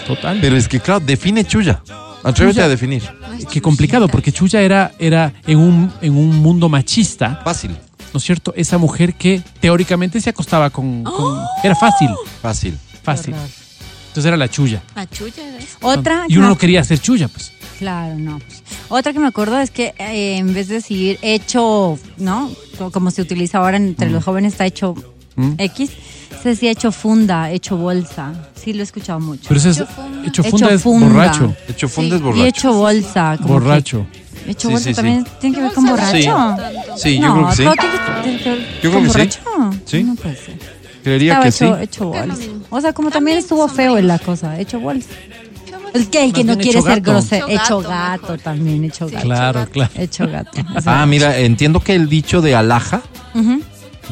[SPEAKER 4] Total.
[SPEAKER 1] Pero es que, claro, define chulla. Atrévete
[SPEAKER 4] Chulla.
[SPEAKER 1] a definir.
[SPEAKER 4] Qué complicado, porque Chuya era, era en, un, en un mundo machista,
[SPEAKER 1] Fácil,
[SPEAKER 4] ¿no es cierto? Esa mujer que teóricamente se acostaba con. con- era fácil,
[SPEAKER 1] fácil.
[SPEAKER 4] fácil. Entonces era la Chuya.
[SPEAKER 8] Machulla era eso.
[SPEAKER 3] Otra.
[SPEAKER 4] Y uno no quería hacer Chuya, pues.
[SPEAKER 3] Claro, no. pues, Otra que me acuerdo es que eh, en vez de decir hecho, ¿no? Co- Como se utiliza ahora
[SPEAKER 1] Mm.
[SPEAKER 3] entre los jóvenes, está hecho X. Se decía hecho funda, hecho bolsa. Sí, lo he escuchado mucho.
[SPEAKER 4] Pero eso es.
[SPEAKER 8] Hecho funda.
[SPEAKER 4] Hecho
[SPEAKER 3] Hecho
[SPEAKER 4] funda es
[SPEAKER 3] funda.
[SPEAKER 4] borracho.
[SPEAKER 1] Hecho fundes
[SPEAKER 8] Sí,
[SPEAKER 1] borracho.
[SPEAKER 3] Y hecho bolsa. como
[SPEAKER 4] Borracho.
[SPEAKER 3] que- hecho
[SPEAKER 1] Sí,
[SPEAKER 3] bolsa
[SPEAKER 1] sí, sí.
[SPEAKER 3] también tiene que ver con borracho.
[SPEAKER 1] Sí, yo
[SPEAKER 3] no,
[SPEAKER 1] creo que sí.
[SPEAKER 3] todo tiene que- tiene que ver
[SPEAKER 1] Yo creo
[SPEAKER 3] con
[SPEAKER 1] que sí.
[SPEAKER 3] borracho.
[SPEAKER 1] Sí.
[SPEAKER 3] No puede ser.
[SPEAKER 1] Creería
[SPEAKER 3] Estaba
[SPEAKER 1] que sí.
[SPEAKER 3] hecho, hecho bolsa. O sea, como también
[SPEAKER 8] También
[SPEAKER 3] estuvo
[SPEAKER 8] son
[SPEAKER 3] feo en la
[SPEAKER 8] varios.
[SPEAKER 3] cosa, hecho bolsa. El que, el que
[SPEAKER 4] Más
[SPEAKER 3] no
[SPEAKER 4] bien
[SPEAKER 3] quiere
[SPEAKER 4] hecho
[SPEAKER 3] ser
[SPEAKER 4] gato.
[SPEAKER 3] grosero.
[SPEAKER 8] Hecho
[SPEAKER 3] Hecho
[SPEAKER 8] gato,
[SPEAKER 3] gato
[SPEAKER 8] mejor.
[SPEAKER 3] también, hecho gato.
[SPEAKER 4] Claro, claro.
[SPEAKER 3] Hecho gato.
[SPEAKER 1] Ah, mira, entiendo que el dicho de alhaja
[SPEAKER 3] Ujú.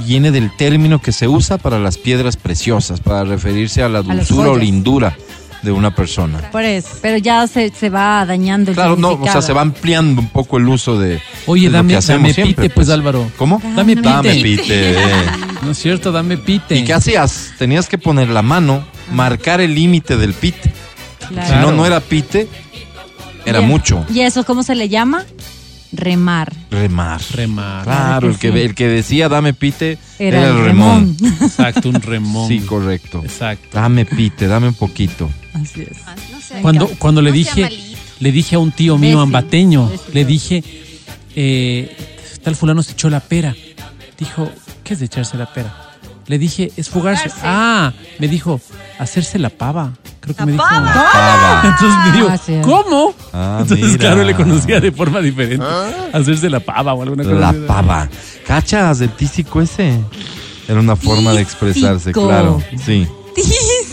[SPEAKER 1] viene del término que se usa para las piedras preciosas, para referirse a la
[SPEAKER 3] las
[SPEAKER 1] dulzura o
[SPEAKER 3] joyas.
[SPEAKER 1] lindura de una persona.
[SPEAKER 3] Por eso. Pero ya se, se va dañando el
[SPEAKER 1] Ah. Claro, no, o sea,
[SPEAKER 3] significado.
[SPEAKER 1] se va ampliando un poco el uso de.
[SPEAKER 4] Oye,
[SPEAKER 1] de lo
[SPEAKER 4] dame-
[SPEAKER 1] que hacemos
[SPEAKER 4] dame
[SPEAKER 1] siempre,
[SPEAKER 4] pite, pues, Álvaro.
[SPEAKER 1] ¿Cómo?
[SPEAKER 4] Dame pite.
[SPEAKER 1] Dame pite.
[SPEAKER 4] No es cierto, dame pite.
[SPEAKER 1] ¿Y qué hacías? Tenías que poner la mano,
[SPEAKER 3] Ah.
[SPEAKER 1] marcar el límite del pite.
[SPEAKER 3] Claro.
[SPEAKER 1] Si no, no era pite, era
[SPEAKER 3] Ya.
[SPEAKER 1] mucho.
[SPEAKER 3] ¿Y eso cómo se le llama? Remar.
[SPEAKER 1] Remar.
[SPEAKER 4] Remar.
[SPEAKER 1] Claro, el que,
[SPEAKER 3] sí.
[SPEAKER 1] el que decía dame pite
[SPEAKER 3] Era,
[SPEAKER 1] era,
[SPEAKER 3] el
[SPEAKER 1] remón.
[SPEAKER 3] remón.
[SPEAKER 4] Exacto, un remón.
[SPEAKER 1] Sí, correcto.
[SPEAKER 4] Exacto.
[SPEAKER 1] Dame pite, dame un poquito.
[SPEAKER 3] Así es.
[SPEAKER 8] Ah, No sé.
[SPEAKER 4] Cuando, cuando le
[SPEAKER 8] No sea
[SPEAKER 4] dije,
[SPEAKER 8] malito.
[SPEAKER 4] le dije a un tío mío
[SPEAKER 3] Imbécil.
[SPEAKER 4] ambateño,
[SPEAKER 3] Imbécil.
[SPEAKER 4] le dije, eh, tal fulano se echó la pera. Dijo, ¿qué es de echarse la pera? Le dije, es fugarse.
[SPEAKER 8] Fugarse.
[SPEAKER 4] Ah, me dijo, hacerse la pava. Creo que
[SPEAKER 8] La
[SPEAKER 4] me dijo.
[SPEAKER 8] pava.
[SPEAKER 1] Pava.
[SPEAKER 4] Entonces me dijo,
[SPEAKER 3] Ah, sí.
[SPEAKER 4] ¿cómo?
[SPEAKER 1] Ah,
[SPEAKER 4] Entonces,
[SPEAKER 1] mira. Ah.
[SPEAKER 4] claro, le conocía de forma diferente. Hacerse la pava o alguna cosa.
[SPEAKER 1] La
[SPEAKER 4] así.
[SPEAKER 1] pava. ¿Cachas? El tísico ese. Era una forma de expresarse,
[SPEAKER 3] Tísico.
[SPEAKER 1] claro. Sí.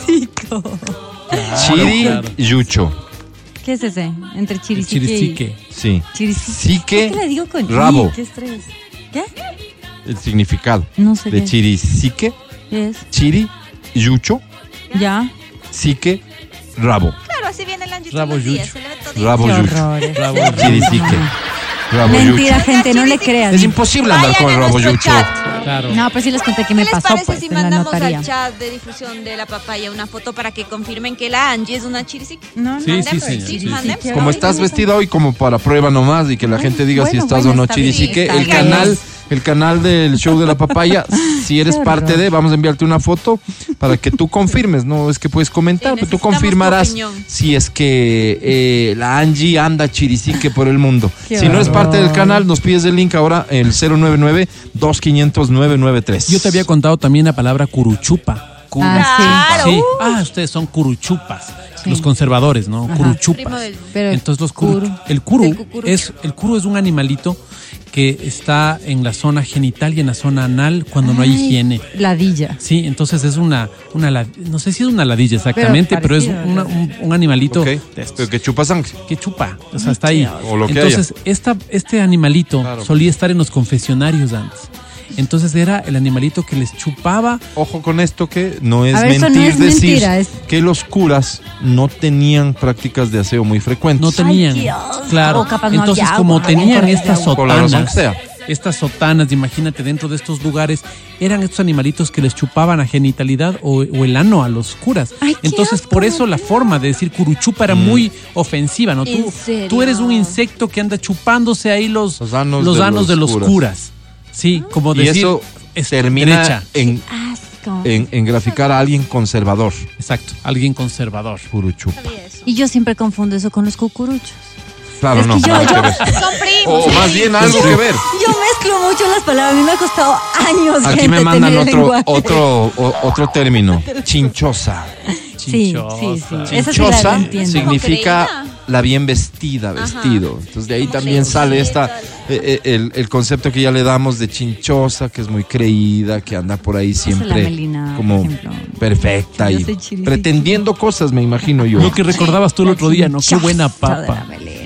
[SPEAKER 3] Tísico.
[SPEAKER 1] Chiri
[SPEAKER 4] claro.
[SPEAKER 1] yucho.
[SPEAKER 3] ¿Qué es ese? Entre
[SPEAKER 4] El
[SPEAKER 3] chirisique.
[SPEAKER 4] chirisique.
[SPEAKER 1] Sí.
[SPEAKER 3] Y... chirisique.
[SPEAKER 1] Sique,
[SPEAKER 3] ¿Por ¿Qué le digo con i?
[SPEAKER 1] rabo.
[SPEAKER 3] ¿Qué estrés? ¿Qué?
[SPEAKER 1] El significado.
[SPEAKER 3] No sé
[SPEAKER 1] De
[SPEAKER 3] qué.
[SPEAKER 1] chiri sique,
[SPEAKER 3] ¿Qué es?
[SPEAKER 1] chiri yucho,
[SPEAKER 3] Ya.
[SPEAKER 1] sique, rabo.
[SPEAKER 8] Claro, así viene el ancho
[SPEAKER 4] Rabo
[SPEAKER 8] todos los días,
[SPEAKER 4] yucho.
[SPEAKER 8] se le ve todo
[SPEAKER 1] Rabo
[SPEAKER 3] Qué
[SPEAKER 1] yucho.
[SPEAKER 3] horror.
[SPEAKER 4] Bravo.
[SPEAKER 1] Chiri sique. Rabo yucho.
[SPEAKER 3] Mentira, gente, no le crean.
[SPEAKER 1] Es imposible andar
[SPEAKER 8] Vayan
[SPEAKER 1] con
[SPEAKER 8] a
[SPEAKER 1] rabo
[SPEAKER 8] nuestro
[SPEAKER 1] yucho.
[SPEAKER 8] chat.
[SPEAKER 4] Claro.
[SPEAKER 3] No, pues sí les conté que
[SPEAKER 8] ¿Qué
[SPEAKER 3] me
[SPEAKER 8] les
[SPEAKER 3] pasó
[SPEAKER 8] parece
[SPEAKER 3] pues,
[SPEAKER 8] si
[SPEAKER 3] en la
[SPEAKER 8] mandamos
[SPEAKER 3] notaría.
[SPEAKER 8] al chat de difusión de la papaya una foto para que confirmen que la Angie es una chirisic?
[SPEAKER 3] No, no.
[SPEAKER 4] Sí, sí,
[SPEAKER 8] Mandemos,
[SPEAKER 4] señor, sí, sí.
[SPEAKER 8] mandemos.
[SPEAKER 3] Como
[SPEAKER 1] Como estás vestida hoy, como para prueba nomás y que la
[SPEAKER 3] Bueno,
[SPEAKER 1] gente diga si
[SPEAKER 3] bueno,
[SPEAKER 1] estás
[SPEAKER 3] bueno,
[SPEAKER 1] o no
[SPEAKER 3] está bien,
[SPEAKER 1] chirisique.
[SPEAKER 3] está
[SPEAKER 1] El
[SPEAKER 3] bien.
[SPEAKER 1] canal, el canal del show de la papaya, si eres
[SPEAKER 3] Qué
[SPEAKER 1] parte
[SPEAKER 3] horror.
[SPEAKER 1] de, vamos a enviarte una foto para que tú confirmes. No es que puedes comentar,
[SPEAKER 8] Sí,
[SPEAKER 1] pero tú
[SPEAKER 8] necesitamos tu
[SPEAKER 1] confirmarás
[SPEAKER 8] opinión.
[SPEAKER 1] si es que eh, la Angie anda chirisique por el mundo.
[SPEAKER 3] Qué
[SPEAKER 1] si no eres
[SPEAKER 3] horror.
[SPEAKER 1] parte del canal, nos pides el link ahora, el 099-2500-993.
[SPEAKER 4] Yo te había contado también la palabra curuchupa.
[SPEAKER 3] Ah,
[SPEAKER 8] sí. Claro,
[SPEAKER 4] Sí.
[SPEAKER 8] uy.
[SPEAKER 4] Ah, ustedes son curuchupas.
[SPEAKER 3] Sí.
[SPEAKER 4] Los conservadores, ¿no?
[SPEAKER 3] Ajá.
[SPEAKER 8] Primo
[SPEAKER 4] Curuchupas.
[SPEAKER 8] del-
[SPEAKER 3] Pero
[SPEAKER 4] Entonces los curu-
[SPEAKER 3] curu.
[SPEAKER 4] el curu
[SPEAKER 8] Del cucurucho.
[SPEAKER 4] es el curu es un animalito que está en la zona genital y en la zona anal cuando no hay
[SPEAKER 3] Ay,
[SPEAKER 4] higiene.
[SPEAKER 3] Ladilla.
[SPEAKER 4] Sí, entonces es una, una la- no sé si es una ladilla exactamente, pero, es
[SPEAKER 3] parecido,
[SPEAKER 4] una- un, un animalito
[SPEAKER 1] Ok,
[SPEAKER 4] de estos
[SPEAKER 1] Pero que chupa sangre.
[SPEAKER 4] que chupa, o sea, está ahí.
[SPEAKER 1] O lo que
[SPEAKER 4] Entonces, esta, este animalito
[SPEAKER 1] Claro.
[SPEAKER 4] solía estar en los confesionarios antes. Entonces era el animalito que les chupaba
[SPEAKER 1] Ojo con esto que no es
[SPEAKER 3] A ver, eso no
[SPEAKER 1] mentir
[SPEAKER 3] es
[SPEAKER 1] decir
[SPEAKER 3] mentira, es-
[SPEAKER 1] que los curas no tenían prácticas de aseo muy frecuentes.
[SPEAKER 4] no tenían. claro.
[SPEAKER 3] O capaz no
[SPEAKER 4] Entonces,
[SPEAKER 3] había
[SPEAKER 4] como
[SPEAKER 3] agua,
[SPEAKER 4] tenían
[SPEAKER 3] había
[SPEAKER 4] estas
[SPEAKER 1] agua. Con la razón que
[SPEAKER 4] sotanas,
[SPEAKER 1] sea.
[SPEAKER 4] estas sotanas, imagínate, dentro de estos lugares, eran estos animalitos que les chupaban a genitalidad o, o el ano a los curas.
[SPEAKER 3] Ay, qué
[SPEAKER 4] Entonces, por
[SPEAKER 3] asco.
[SPEAKER 4] eso la forma de decir curuchupa era
[SPEAKER 1] Mm.
[SPEAKER 4] muy ofensiva, ¿no?
[SPEAKER 8] ¿En
[SPEAKER 4] Tú,
[SPEAKER 8] serio?
[SPEAKER 4] tú eres un insecto que anda chupándose ahí los,
[SPEAKER 1] Los anos
[SPEAKER 4] los
[SPEAKER 1] de
[SPEAKER 4] anos
[SPEAKER 1] los
[SPEAKER 4] de los
[SPEAKER 1] curas.
[SPEAKER 4] curas. Sí,
[SPEAKER 3] Ah.
[SPEAKER 4] como
[SPEAKER 1] Y
[SPEAKER 4] decir.
[SPEAKER 1] eso
[SPEAKER 4] es
[SPEAKER 1] termina
[SPEAKER 4] derecha.
[SPEAKER 1] en,
[SPEAKER 3] Asco.
[SPEAKER 1] en- en graficar a alguien conservador.
[SPEAKER 4] Exacto, alguien conservador.
[SPEAKER 1] Curuchupa.
[SPEAKER 3] Y yo siempre confundo eso con los cucuruchos.
[SPEAKER 1] Claro,
[SPEAKER 3] Es
[SPEAKER 1] Ah, no.
[SPEAKER 3] que yo-
[SPEAKER 1] nada
[SPEAKER 3] yo-
[SPEAKER 1] que ver.
[SPEAKER 8] Son primos.
[SPEAKER 1] O más bien algo que ver.
[SPEAKER 3] Yo mezclo mucho las palabras. A mí me ha costado años,
[SPEAKER 1] Aquí
[SPEAKER 3] gente,
[SPEAKER 1] me mandan
[SPEAKER 3] tener el
[SPEAKER 1] otro,
[SPEAKER 3] lenguaje.
[SPEAKER 1] otro, o- otro término. Chinchosa.
[SPEAKER 3] Sí,
[SPEAKER 4] Chinchosa.
[SPEAKER 3] sí, sí. Esa sí la
[SPEAKER 1] Chinchosa
[SPEAKER 3] entiendo.
[SPEAKER 1] significa
[SPEAKER 8] Como creída.
[SPEAKER 1] la bien vestida, vestido. Entonces de ahí también sale esta, eh, eh, el, el concepto que ya le damos de chinchosa, que es muy creída, que anda por ahí siempre
[SPEAKER 3] Melina, por
[SPEAKER 1] como
[SPEAKER 3] ejemplo.
[SPEAKER 1] perfecta
[SPEAKER 3] Yo
[SPEAKER 1] y
[SPEAKER 3] soy chiribiquí.
[SPEAKER 1] pretendiendo cosas, me imagino yo.
[SPEAKER 4] Lo que recordabas tú el otro día, ¿no? Qué
[SPEAKER 3] Chasta
[SPEAKER 4] buena
[SPEAKER 3] de la
[SPEAKER 4] papa.
[SPEAKER 3] Belén.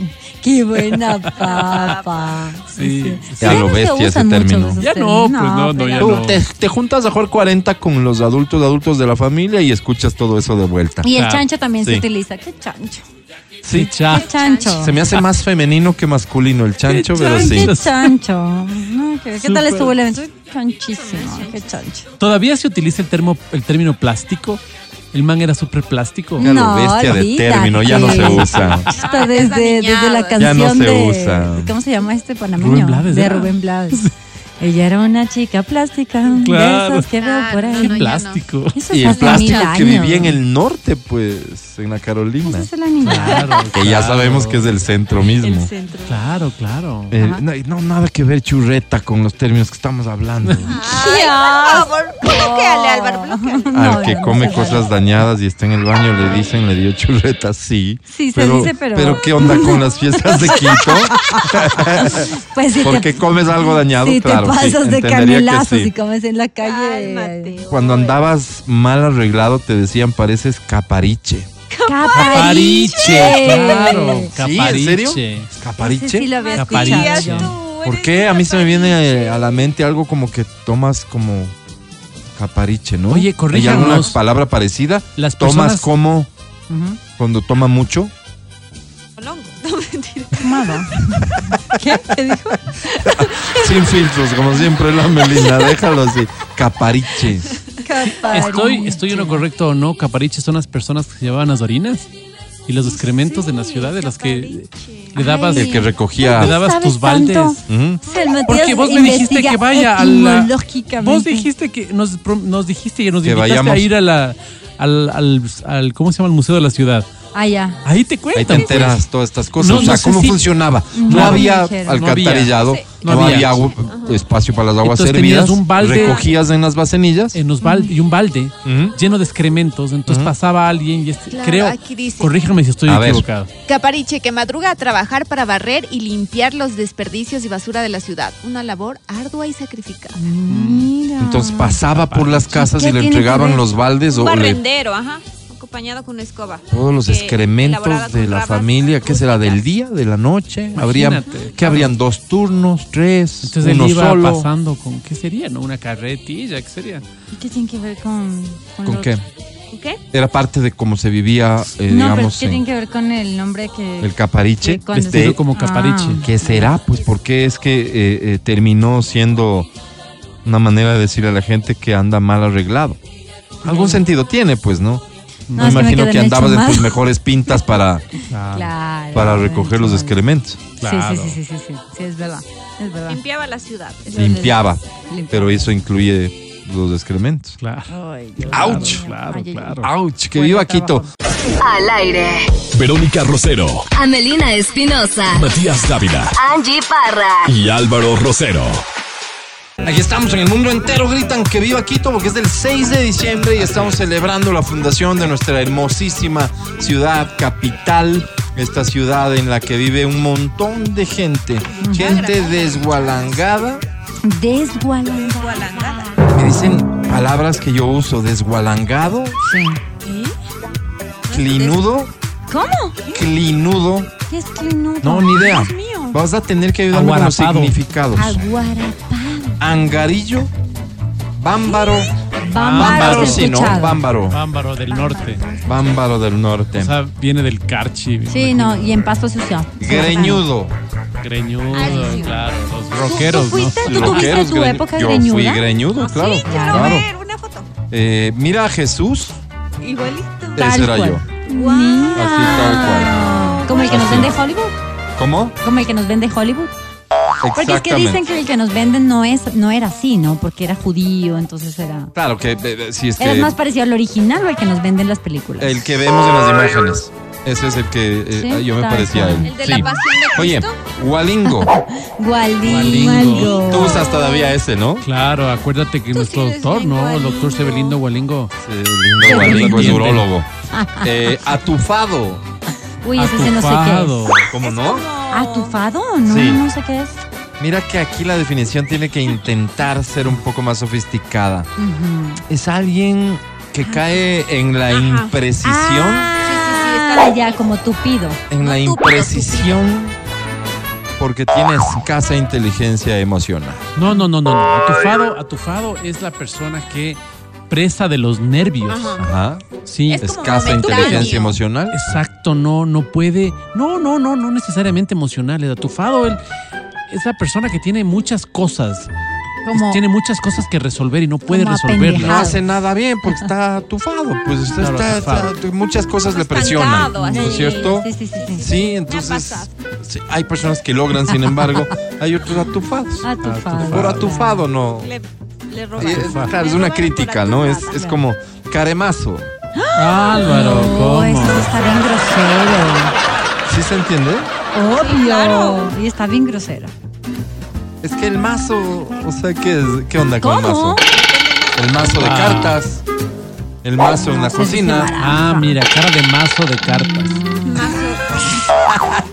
[SPEAKER 3] Qué buena papa.
[SPEAKER 4] Sí,
[SPEAKER 1] Ya lo
[SPEAKER 3] no se
[SPEAKER 1] bestia ese
[SPEAKER 3] usan mucho
[SPEAKER 1] término.
[SPEAKER 3] esos
[SPEAKER 4] Ya no,
[SPEAKER 3] términos.
[SPEAKER 4] pues no, no,
[SPEAKER 3] pero-
[SPEAKER 4] ya
[SPEAKER 1] Tú
[SPEAKER 4] no.
[SPEAKER 1] te, te juntas a jugar 40 con los adultos, adultos de la familia y escuchas todo eso de vuelta.
[SPEAKER 3] Y el
[SPEAKER 4] Ah,
[SPEAKER 3] chancho también
[SPEAKER 1] sí.
[SPEAKER 3] se utiliza. Qué chancho.
[SPEAKER 4] Sí, cha.
[SPEAKER 3] Qué chancho.
[SPEAKER 1] Se me hace más femenino que masculino el chancho, pero sí.
[SPEAKER 3] Qué chancho. No, ¿qué, qué tal
[SPEAKER 4] Súper.
[SPEAKER 3] estuvo el evento? Chanchísimo. Qué chancho.
[SPEAKER 4] Todavía se utiliza el, termo, el término plástico. El man era súper plástico.
[SPEAKER 1] Ya lo bestia de
[SPEAKER 3] olvídate.
[SPEAKER 1] término, ya no se usa.
[SPEAKER 3] Está desde, desde la canción
[SPEAKER 1] Ya no se
[SPEAKER 3] de,
[SPEAKER 1] usa.
[SPEAKER 3] ¿Cómo se llama este panameño?
[SPEAKER 4] Rubén Blades,
[SPEAKER 3] De
[SPEAKER 4] ¿era?
[SPEAKER 3] Rubén Blades. Ella era una chica plástica,
[SPEAKER 4] Claro.
[SPEAKER 3] de esas que veo por ahí.
[SPEAKER 4] Qué plástico.
[SPEAKER 3] Eso
[SPEAKER 1] Y
[SPEAKER 3] es
[SPEAKER 1] el
[SPEAKER 3] hace mil
[SPEAKER 1] plástico
[SPEAKER 3] años.
[SPEAKER 1] que vivía en el norte, pues, en la Carolina.
[SPEAKER 3] Ese es el animal.
[SPEAKER 4] Claro,
[SPEAKER 1] Que ya sabemos que es del centro mismo.
[SPEAKER 4] Claro, claro.
[SPEAKER 1] Eh, no, no, nada que ver churreta con los términos que estamos hablando.
[SPEAKER 8] Bloqueale, Álvaro, bloqueale.
[SPEAKER 3] Oh. Ah, No,
[SPEAKER 1] Al que
[SPEAKER 3] no, no
[SPEAKER 1] come
[SPEAKER 3] se vale.
[SPEAKER 1] cosas dañadas y está en el baño le dicen, le dio churreta, sí.
[SPEAKER 3] Sí, se dice, pero-
[SPEAKER 1] ¿qué onda con las fiestas de Quito?
[SPEAKER 3] Pues si te,
[SPEAKER 1] Porque comes algo dañado,
[SPEAKER 3] si te
[SPEAKER 1] claro. sí,
[SPEAKER 3] pasas de
[SPEAKER 1] entendería que
[SPEAKER 3] canelazos
[SPEAKER 1] sí.
[SPEAKER 3] y comes en la calle.
[SPEAKER 8] Cálmate.
[SPEAKER 1] Cuando andabas mal arreglado te decían pareces capariche.
[SPEAKER 4] Capariche, claro.
[SPEAKER 1] Sí,
[SPEAKER 4] Capariche.
[SPEAKER 1] ¿en serio?
[SPEAKER 3] Sí, sí,
[SPEAKER 1] ¿Capariche?
[SPEAKER 3] lo había
[SPEAKER 4] Capariche.
[SPEAKER 3] escuchado.
[SPEAKER 8] Tú eres
[SPEAKER 1] ¿Por qué? A mí se me viene eh, a la mente algo como que tomas como capariche, ¿no? ¿Hay
[SPEAKER 4] Oye,
[SPEAKER 1] alguna
[SPEAKER 4] corríjanos.
[SPEAKER 1] palabra parecida?
[SPEAKER 4] Las
[SPEAKER 1] Tomas
[SPEAKER 4] personas
[SPEAKER 1] como
[SPEAKER 4] Ujú.
[SPEAKER 1] cuando toma mucho.
[SPEAKER 8] Colongo. No, mentira.
[SPEAKER 3] ¿Qué? ¿Qué dijo?
[SPEAKER 1] Sin filtros, como siempre la Melina, déjalo así. Capariche.
[SPEAKER 3] Capariche.
[SPEAKER 4] Estoy, estoy en lo correcto o no, capariche son las personas que se llevaban las orinas y los excrementos de las ciudades, las que le dabas,
[SPEAKER 1] El que recogía.
[SPEAKER 4] le dabas
[SPEAKER 3] ¿Sabes
[SPEAKER 4] tus
[SPEAKER 3] tanto?
[SPEAKER 4] baldes.
[SPEAKER 1] Ujú.
[SPEAKER 3] Se lo
[SPEAKER 4] Porque
[SPEAKER 3] metías,
[SPEAKER 4] vos me dijiste
[SPEAKER 3] investiga
[SPEAKER 4] que vaya a la.
[SPEAKER 3] etimológicamente.
[SPEAKER 4] Vos dijiste que nos, pro- nos dijiste y nos
[SPEAKER 1] Que
[SPEAKER 4] invitaste
[SPEAKER 1] vayamos.
[SPEAKER 4] a ir a la, al, al, al- ¿Cómo se llama el museo de la ciudad?
[SPEAKER 3] Ah, ya.
[SPEAKER 4] Ahí te cuentan.
[SPEAKER 1] Ahí te
[SPEAKER 4] pues.
[SPEAKER 1] enteras todas estas cosas.
[SPEAKER 4] No,
[SPEAKER 1] o sea,
[SPEAKER 4] no sé
[SPEAKER 1] cómo
[SPEAKER 4] si-
[SPEAKER 1] funcionaba. No,
[SPEAKER 4] No,
[SPEAKER 1] había
[SPEAKER 3] no dijeron.
[SPEAKER 1] alcantarillado,
[SPEAKER 4] No
[SPEAKER 1] no, había,
[SPEAKER 4] había.
[SPEAKER 1] agua- espacio para las aguas
[SPEAKER 4] Entonces
[SPEAKER 1] servidas.
[SPEAKER 4] tenías un balde-
[SPEAKER 1] recogías en las bacenillas.
[SPEAKER 4] En los bal- y un balde
[SPEAKER 1] Ujú.
[SPEAKER 4] lleno de excrementos. Entonces pasaba alguien y este-
[SPEAKER 8] Claro,
[SPEAKER 4] creo.
[SPEAKER 8] aquí dice.
[SPEAKER 4] Corríjame si estoy
[SPEAKER 1] A ver.
[SPEAKER 4] equivocado.
[SPEAKER 8] Capariche que madruga a trabajar para barrer y limpiar los desperdicios y basura de la ciudad. Una labor ardua y sacrificada.
[SPEAKER 1] Mm.
[SPEAKER 3] Mira.
[SPEAKER 1] Entonces pasaba por las casas
[SPEAKER 3] ¿Qué
[SPEAKER 1] y le
[SPEAKER 3] tiene que
[SPEAKER 1] entregaban
[SPEAKER 3] ver?
[SPEAKER 1] los baldes
[SPEAKER 8] Un
[SPEAKER 1] o le-
[SPEAKER 8] barrendero, ajá. Acompañado con una escoba.
[SPEAKER 1] todos los
[SPEAKER 3] Eh,
[SPEAKER 8] que elaborada
[SPEAKER 1] excrementos
[SPEAKER 8] con
[SPEAKER 1] de la
[SPEAKER 8] ramas
[SPEAKER 1] familia. ¿Qué será? ¿Del
[SPEAKER 8] rústicas.
[SPEAKER 1] día? ¿De la noche? ¿Habrían,
[SPEAKER 4] Imagínate,
[SPEAKER 1] ¿Qué habrían? ¿Dos turnos? ¿Tres?
[SPEAKER 4] Entonces
[SPEAKER 1] ¿Uno
[SPEAKER 4] él iba
[SPEAKER 1] solo?
[SPEAKER 4] pasando con. ¿Qué sería? ¿No? Una carretilla, ¿qué sería?
[SPEAKER 3] ¿Qué tiene que ver con. Con,
[SPEAKER 1] ¿Con
[SPEAKER 3] lo-
[SPEAKER 1] qué?
[SPEAKER 8] ¿Qué?
[SPEAKER 1] Era parte de cómo se vivía, eh,
[SPEAKER 3] no, pero
[SPEAKER 1] digamos,
[SPEAKER 3] ¿qué tiene
[SPEAKER 1] en
[SPEAKER 3] que ver con el nombre que.
[SPEAKER 1] el capariche.
[SPEAKER 3] Cuando
[SPEAKER 1] Este,
[SPEAKER 4] Vestido como
[SPEAKER 3] Ah.
[SPEAKER 4] capariche.
[SPEAKER 1] ¿Qué será? Pues porque es que eh, eh, terminó siendo una manera de decirle a la gente que anda mal arreglado. Algún sentido tiene, pues, ¿no?
[SPEAKER 3] No,
[SPEAKER 1] Me
[SPEAKER 3] es que me
[SPEAKER 1] imagino
[SPEAKER 3] quedé
[SPEAKER 1] que
[SPEAKER 3] en el
[SPEAKER 1] andabas en
[SPEAKER 3] chumado.
[SPEAKER 1] tus mejores pintas para,
[SPEAKER 3] Ah, Claro.
[SPEAKER 1] para recoger los excrementos.
[SPEAKER 4] Claro.
[SPEAKER 3] Sí, sí, sí, sí, sí, sí. Sí, es verdad. Es
[SPEAKER 1] Em,
[SPEAKER 3] verdad.
[SPEAKER 8] Limpiaba la ciudad.
[SPEAKER 3] Es verdad.
[SPEAKER 1] Limpiaba,
[SPEAKER 3] Limpiaba.
[SPEAKER 1] pero eso incluye los excrementos.
[SPEAKER 4] Claro.
[SPEAKER 3] Ay,
[SPEAKER 1] ¡Auch!
[SPEAKER 4] Claro,
[SPEAKER 3] Ay, ay,
[SPEAKER 4] claro.
[SPEAKER 1] ¡Auch! ¡Que viva Quito!
[SPEAKER 9] Al aire.
[SPEAKER 5] Verónica Rosero,
[SPEAKER 9] Amelina Espinosa.
[SPEAKER 5] Matías Dávila
[SPEAKER 9] Angie Parra.
[SPEAKER 5] y Álvaro Rosero.
[SPEAKER 1] Aquí estamos, en el mundo entero gritan que viva Quito porque es del 6 de diciembre y estamos celebrando la fundación de nuestra hermosísima ciudad capital. Esta ciudad en la que vive un montón de gente, gente desgualangada.
[SPEAKER 3] Desgualangada.
[SPEAKER 1] Me dicen palabras que yo uso, desgualangado,
[SPEAKER 3] Sí.
[SPEAKER 1] clinudo,
[SPEAKER 3] ¿Cómo?
[SPEAKER 1] clinudo.
[SPEAKER 3] ¿Qué es clinudo?
[SPEAKER 1] No, ni idea. Vas a tener que ayudarme con los
[SPEAKER 4] Aguarapado.
[SPEAKER 1] significados.
[SPEAKER 3] Aguarapán.
[SPEAKER 1] Angarillo, bámbaro, bámbaro,
[SPEAKER 3] Bámbaro
[SPEAKER 4] Bámbaro,
[SPEAKER 3] se
[SPEAKER 1] sí, ¿no?
[SPEAKER 3] escuchaba.
[SPEAKER 1] Bámbaro,
[SPEAKER 4] Bámbaro del norte.
[SPEAKER 1] bámbaro del norte.
[SPEAKER 4] O sea, viene del carchi. me
[SPEAKER 3] Sí,
[SPEAKER 4] imagino.
[SPEAKER 3] no, y en pasto se usaba.
[SPEAKER 1] Greñudo.
[SPEAKER 4] Greñudo,
[SPEAKER 3] Ah,
[SPEAKER 4] claro. Los rockeros,
[SPEAKER 3] ¿Tú fuiste?
[SPEAKER 4] ¿no?
[SPEAKER 3] ¿Tú tuviste
[SPEAKER 1] Rockeros,
[SPEAKER 3] tu
[SPEAKER 1] greñu-
[SPEAKER 3] época
[SPEAKER 1] Yo
[SPEAKER 3] greñuda? Ah,
[SPEAKER 1] fui greñudo, claro. claro.
[SPEAKER 8] una foto.
[SPEAKER 1] Eh, mira a Jesús,
[SPEAKER 8] Igualito.
[SPEAKER 3] Tal
[SPEAKER 1] ese era
[SPEAKER 3] cual.
[SPEAKER 1] yo.
[SPEAKER 3] Mira.
[SPEAKER 1] Así tal
[SPEAKER 3] Como el que nos
[SPEAKER 1] Así.
[SPEAKER 3] vende Hollywood.
[SPEAKER 1] ¿Cómo?
[SPEAKER 3] Como el que nos vende Hollywood. Porque es que dicen que el que nos venden no es, no era así, ¿no? Porque era judío, entonces era.
[SPEAKER 1] Claro que eh, eh, sí es
[SPEAKER 3] Era
[SPEAKER 1] que
[SPEAKER 3] más parecido al original o al que nos venden las películas.
[SPEAKER 1] el que vemos en las imágenes. Ese es el que eh,
[SPEAKER 3] Sí,
[SPEAKER 1] ah, yo me
[SPEAKER 3] tal
[SPEAKER 1] parecía a él.
[SPEAKER 3] cual.
[SPEAKER 8] El de
[SPEAKER 1] Sí.
[SPEAKER 8] la pasión de
[SPEAKER 1] Oye,
[SPEAKER 8] Cristo.
[SPEAKER 1] Gualingo.
[SPEAKER 3] Gualdingo.
[SPEAKER 1] Tú usas todavía ese, ¿no?
[SPEAKER 4] Claro, acuérdate que nuestro doctor, ¿no? El doctor Sebelindo Gualingo.
[SPEAKER 1] Sí, lindo Gualingo es
[SPEAKER 4] entiende.
[SPEAKER 1] urologo. Eh, atufado.
[SPEAKER 3] Uy, ese sí no sé qué
[SPEAKER 4] Atufado.
[SPEAKER 3] es.
[SPEAKER 1] ¿Cómo no?
[SPEAKER 3] ¿Atufado? No,
[SPEAKER 1] Sí.
[SPEAKER 3] no sé qué es.
[SPEAKER 1] Mira que aquí la definición tiene que intentar ser un poco más sofisticada. Es alguien que cae en la imprecisión,
[SPEAKER 3] Ah, ya, como tupido.
[SPEAKER 1] en la
[SPEAKER 2] tú, pero
[SPEAKER 1] imprecisión, porque tiene escasa inteligencia emocional.
[SPEAKER 4] No, no, no, no, no. Atufado, atufado es la persona que presa de los nervios.
[SPEAKER 1] Ajá.
[SPEAKER 4] Sí,
[SPEAKER 8] Es como
[SPEAKER 1] Escasa
[SPEAKER 8] momentáneo.
[SPEAKER 1] inteligencia emocional.
[SPEAKER 4] exacto, no, no puede. No, no, no, no necesariamente emocional. El atufado él, es la persona que tiene muchas cosas.
[SPEAKER 3] Como,
[SPEAKER 4] Tiene muchas cosas que resolver y no puede
[SPEAKER 3] como
[SPEAKER 1] No
[SPEAKER 3] apendejado.
[SPEAKER 4] resolverlas.
[SPEAKER 1] hace nada bien porque está atufado. Pues está,
[SPEAKER 4] Claro,
[SPEAKER 1] está-
[SPEAKER 4] atufado.
[SPEAKER 1] está- muchas cosas le presionan.
[SPEAKER 2] estancado,
[SPEAKER 1] ¿No
[SPEAKER 2] así.
[SPEAKER 1] es cierto?
[SPEAKER 3] Sí, sí, sí, sí.
[SPEAKER 1] Sí, entonces sí, hay personas que logran, sin embargo, hay otros atufados.
[SPEAKER 3] Atufado.
[SPEAKER 1] Por atufado no.
[SPEAKER 2] Le, le robaron.
[SPEAKER 1] Ahí es- claro, es
[SPEAKER 2] Le
[SPEAKER 1] una
[SPEAKER 2] robaron
[SPEAKER 1] crítica,
[SPEAKER 2] por
[SPEAKER 1] ¿no? Es,
[SPEAKER 2] atufada.
[SPEAKER 1] es como caremazo.
[SPEAKER 4] Álvaro,
[SPEAKER 3] No,
[SPEAKER 4] ¿cómo?
[SPEAKER 3] esto está bien grosero.
[SPEAKER 1] ¿Sí se entiende?
[SPEAKER 3] Obvio.
[SPEAKER 2] claro.
[SPEAKER 3] Y está bien grosero.
[SPEAKER 1] Es que el mazo, o sea, ¿qué, es- qué onda con el mazo?
[SPEAKER 3] ¿Cómo?
[SPEAKER 1] El mazo de
[SPEAKER 4] Ah.
[SPEAKER 1] cartas, el mazo en la
[SPEAKER 3] se dice
[SPEAKER 1] cocina.
[SPEAKER 3] mara-
[SPEAKER 4] Ah, mira, cara de mazo de cartas.